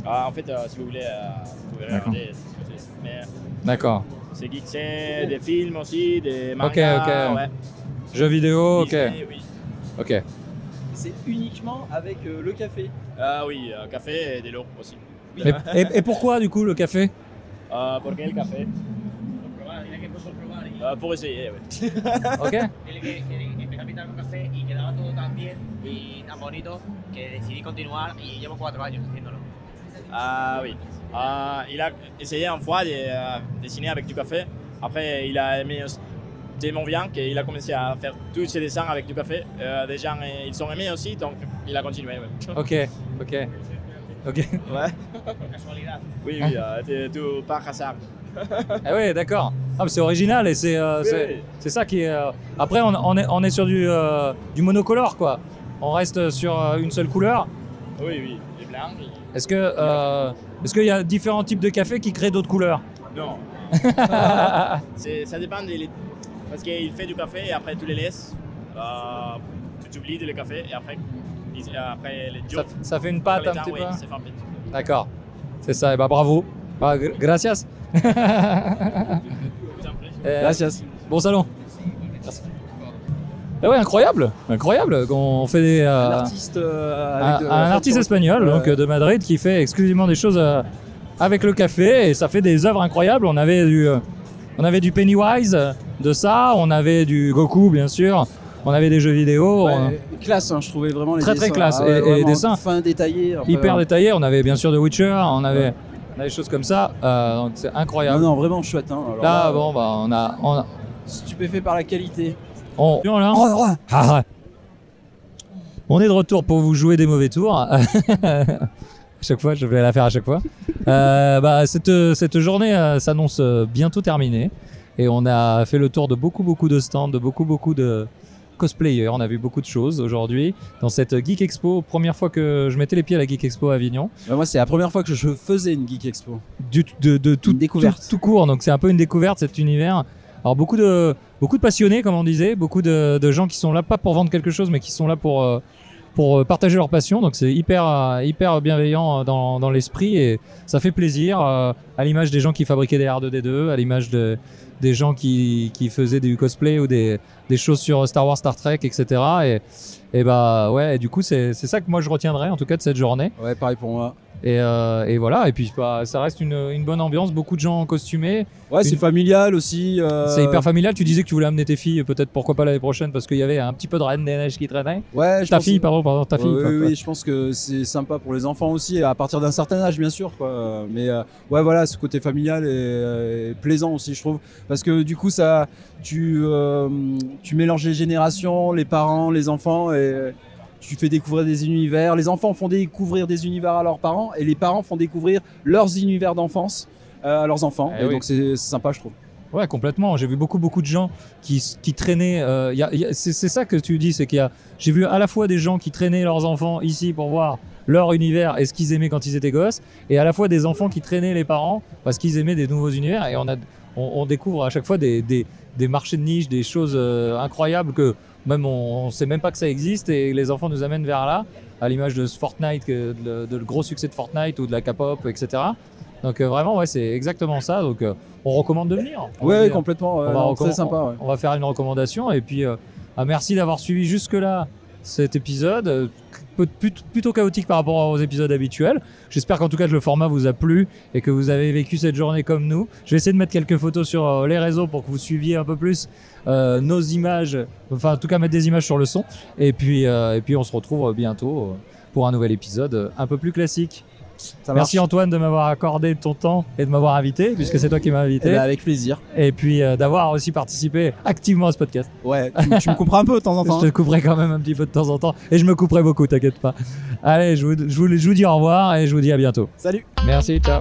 Ah, en fait, euh, si vous voulez, euh, vous pouvez
D'accord.
regarder. ce que c'est. Mais
D'accord.
c'est geek, c'est des films aussi, des mangas.
Ok, ok.
ouais.
Jeux vidéo, ok.
Disney, oui.
Ok.
C'est uniquement avec euh, le café.
Ah oui, euh, café et de l'eau aussi.
Mais- et, et pourquoi, du coup, le café
Euh, pour quel café Euh, Pour essayer, oui.
Ok.
El que el- empecé a pintar con café y quedaba todo tan bien y tan bonito que decidí continuar y llevo cuatro años haciéndolo.
Ah oui. Ah, il a essayé une fois de euh, dessiner avec du café. Après, il a aimé aussi- tellement bien qu'il a commencé à faire tous ses dessins avec du café. Euh, des gens, euh, ils sont aimés aussi, donc il a continué. ouais.
Ok, ok. Ok.
Casualidad. Oui, oui, euh, c'est tout par hasard.
Ah ouais, d'accord. Ah, mais c'est original et c'est euh,
Oui,
c'est-
oui.
c'est ça qui est. euh, Après, on, on est, on est sur du, euh, du monocolore, quoi. On reste sur euh, une seule couleur.
Oui, oui, les blancs. ils-
Est-ce que euh, est-ce qu'il y a différents types de café qui créent d'autres couleurs
Non. C'est- ça dépend. des- Parce qu'il fait du café et après tu les laisses. Euh, tu oublies de le café et après, ils- après les jours.
ça fait une pâte
Avec
un
temps,
petit
oui,
peu.
ça fait une pâte.
D'accord. C'est ça. Et bah bravo. Bah, gr- gracias. Euh,
Gracias.
Bon salon. Merci. Ah ouais, incroyable, incroyable. On fait des. euh,
Un artiste, euh,
un,
avec de-
un artiste espagnol donc euh, de Madrid qui fait exclusivement des choses euh, avec le café et ça fait des œuvres incroyables. On avait du, euh, on avait du Pennywise euh, de ça, on avait du Goku bien sûr, on avait des jeux vidéo, on-
euh,
Ouais, classe, hein, je trouvais vraiment les
Très, très
dessins.
classe.
Ah
ouais,
Et- et
vraiment
les dessins
Fin détaillé. enfin,
hyper détaillé. On avait bien sûr de Witcher, on avait,
Ouais.
on avait des choses comme ça. euh, donc c'est incroyable.
Non, non, vraiment chouette. hein. Alors
là,
là,
bon bah on a, on a-
Stupéfait par la qualité.
on,
Oh, là.
Ah, ouais. On est de retour pour vous jouer des mauvais tours. à chaque fois, je vais la faire à chaque fois. Euh, bah, cette, cette journée euh, s'annonce euh, bientôt terminée. Et on a fait le tour de beaucoup, beaucoup de stands, de beaucoup, beaucoup de cosplayers. On a vu beaucoup de choses aujourd'hui dans cette Geek Expo. Première fois que je mettais les pieds à la Geek Expo à Avignon.
Bah, moi, c'est la première fois que je faisais une Geek Expo.
Du- de, de tout,
découverte.
tout, tout court. Donc c'est un peu une découverte cet univers. Alors beaucoup de beaucoup de passionnés, comme on disait, beaucoup de, de gens qui sont là pas pour vendre quelque chose, mais qui sont là pour euh, pour euh, partager leur passion. Donc c'est hyper euh, hyper bienveillant euh, dans, dans l'esprit et ça fait plaisir euh, à l'image des gens qui fabriquaient des R2D2, à l'image de des gens qui, qui faisaient du cosplay ou des, des choses sur Star Wars, Star Trek, etc. Et, et bah ouais, et du coup c'est c'est ça que moi je retiendrai en tout cas de cette journée.
Ouais, pareil pour moi.
Et, euh, et voilà, et puis bah, ça reste une, une bonne ambiance, beaucoup de gens costumés.
Ouais,
Une-
c'est familial aussi. euh,
C'est hyper familial. Tu disais que tu voulais amener tes filles, peut-être pourquoi pas l'année prochaine, parce qu'il y avait un petit peu de Reine des Neiges qui traînait.
Ouais, je
ta
pense-
fille, pardon, pardon, ta
Ouais,
fille.
Oui,
quoi,
oui,
quoi.
je pense que c'est sympa pour les enfants aussi, à partir d'un certain âge, bien sûr. Quoi. Euh, Mais euh, ouais, voilà, ce côté familial est, euh, est plaisant aussi, je trouve. Parce que du coup, ça, tu, euh, tu mélanges les générations, les parents, les enfants, et euh, tu fais découvrir des univers. Les enfants font découvrir des univers à leurs parents, et les parents font découvrir leurs univers d'enfance euh, à leurs enfants.
Eh
et
oui.
donc, c'est c'est sympa, je trouve.
Ouais, complètement. J'ai vu beaucoup, beaucoup de gens qui, s- qui traînaient. euh, il y a- il y a- c'est c'est ça que tu dis, c'est qu'il y a. J'ai vu à la fois des gens qui traînaient leurs enfants ici pour voir leur univers et ce qu'ils aimaient quand ils étaient gosses, et à la fois des enfants qui traînaient les parents parce qu'ils aimaient des nouveaux univers. Et on, a, on, on découvre à chaque fois des, des, des marchés de niche, des choses euh, incroyables que même on, on sait même pas que ça existe, et les enfants nous amènent vers là, à l'image de ce Fortnite, que- de, le- de le gros succès de Fortnite ou de la K-pop, etc. Donc euh, vraiment, ouais, c'est exactement ça. Donc euh, on recommande de venir. euh, On
Ouais,
va dire.
complètement, ouais, non, très
recomm-
sympa, ouais.
On va faire une recommandation et puis euh, ah, merci d'avoir suivi jusque là cet épisode euh, peu- plut- plutôt chaotique par rapport aux épisodes habituels. J'espère qu'en tout cas que le format vous a plu et que vous avez vécu cette journée comme nous. Je vais essayer de mettre quelques photos sur euh, les réseaux pour que vous suiviez un peu plus euh, nos images, enfin en tout cas mettre des images sur le son et puis euh, et puis on se retrouve bientôt euh, pour un nouvel épisode euh, un peu plus classique. Merci
marche.
Antoine de m'avoir accordé ton temps et de m'avoir invité, puisque c'est toi qui m'as invité.
Eh ben, avec plaisir.
Et puis euh, d'avoir aussi participé activement à ce podcast.
Ouais, tu, tu me comprends un peu de temps en temps.
Je
hein.
te couperai quand même un petit peu de temps en temps. Et je me couperai beaucoup, t'inquiète pas. Allez, je vous, je, vous, je vous dis au revoir et je vous dis à bientôt.
Salut.
Merci, ciao.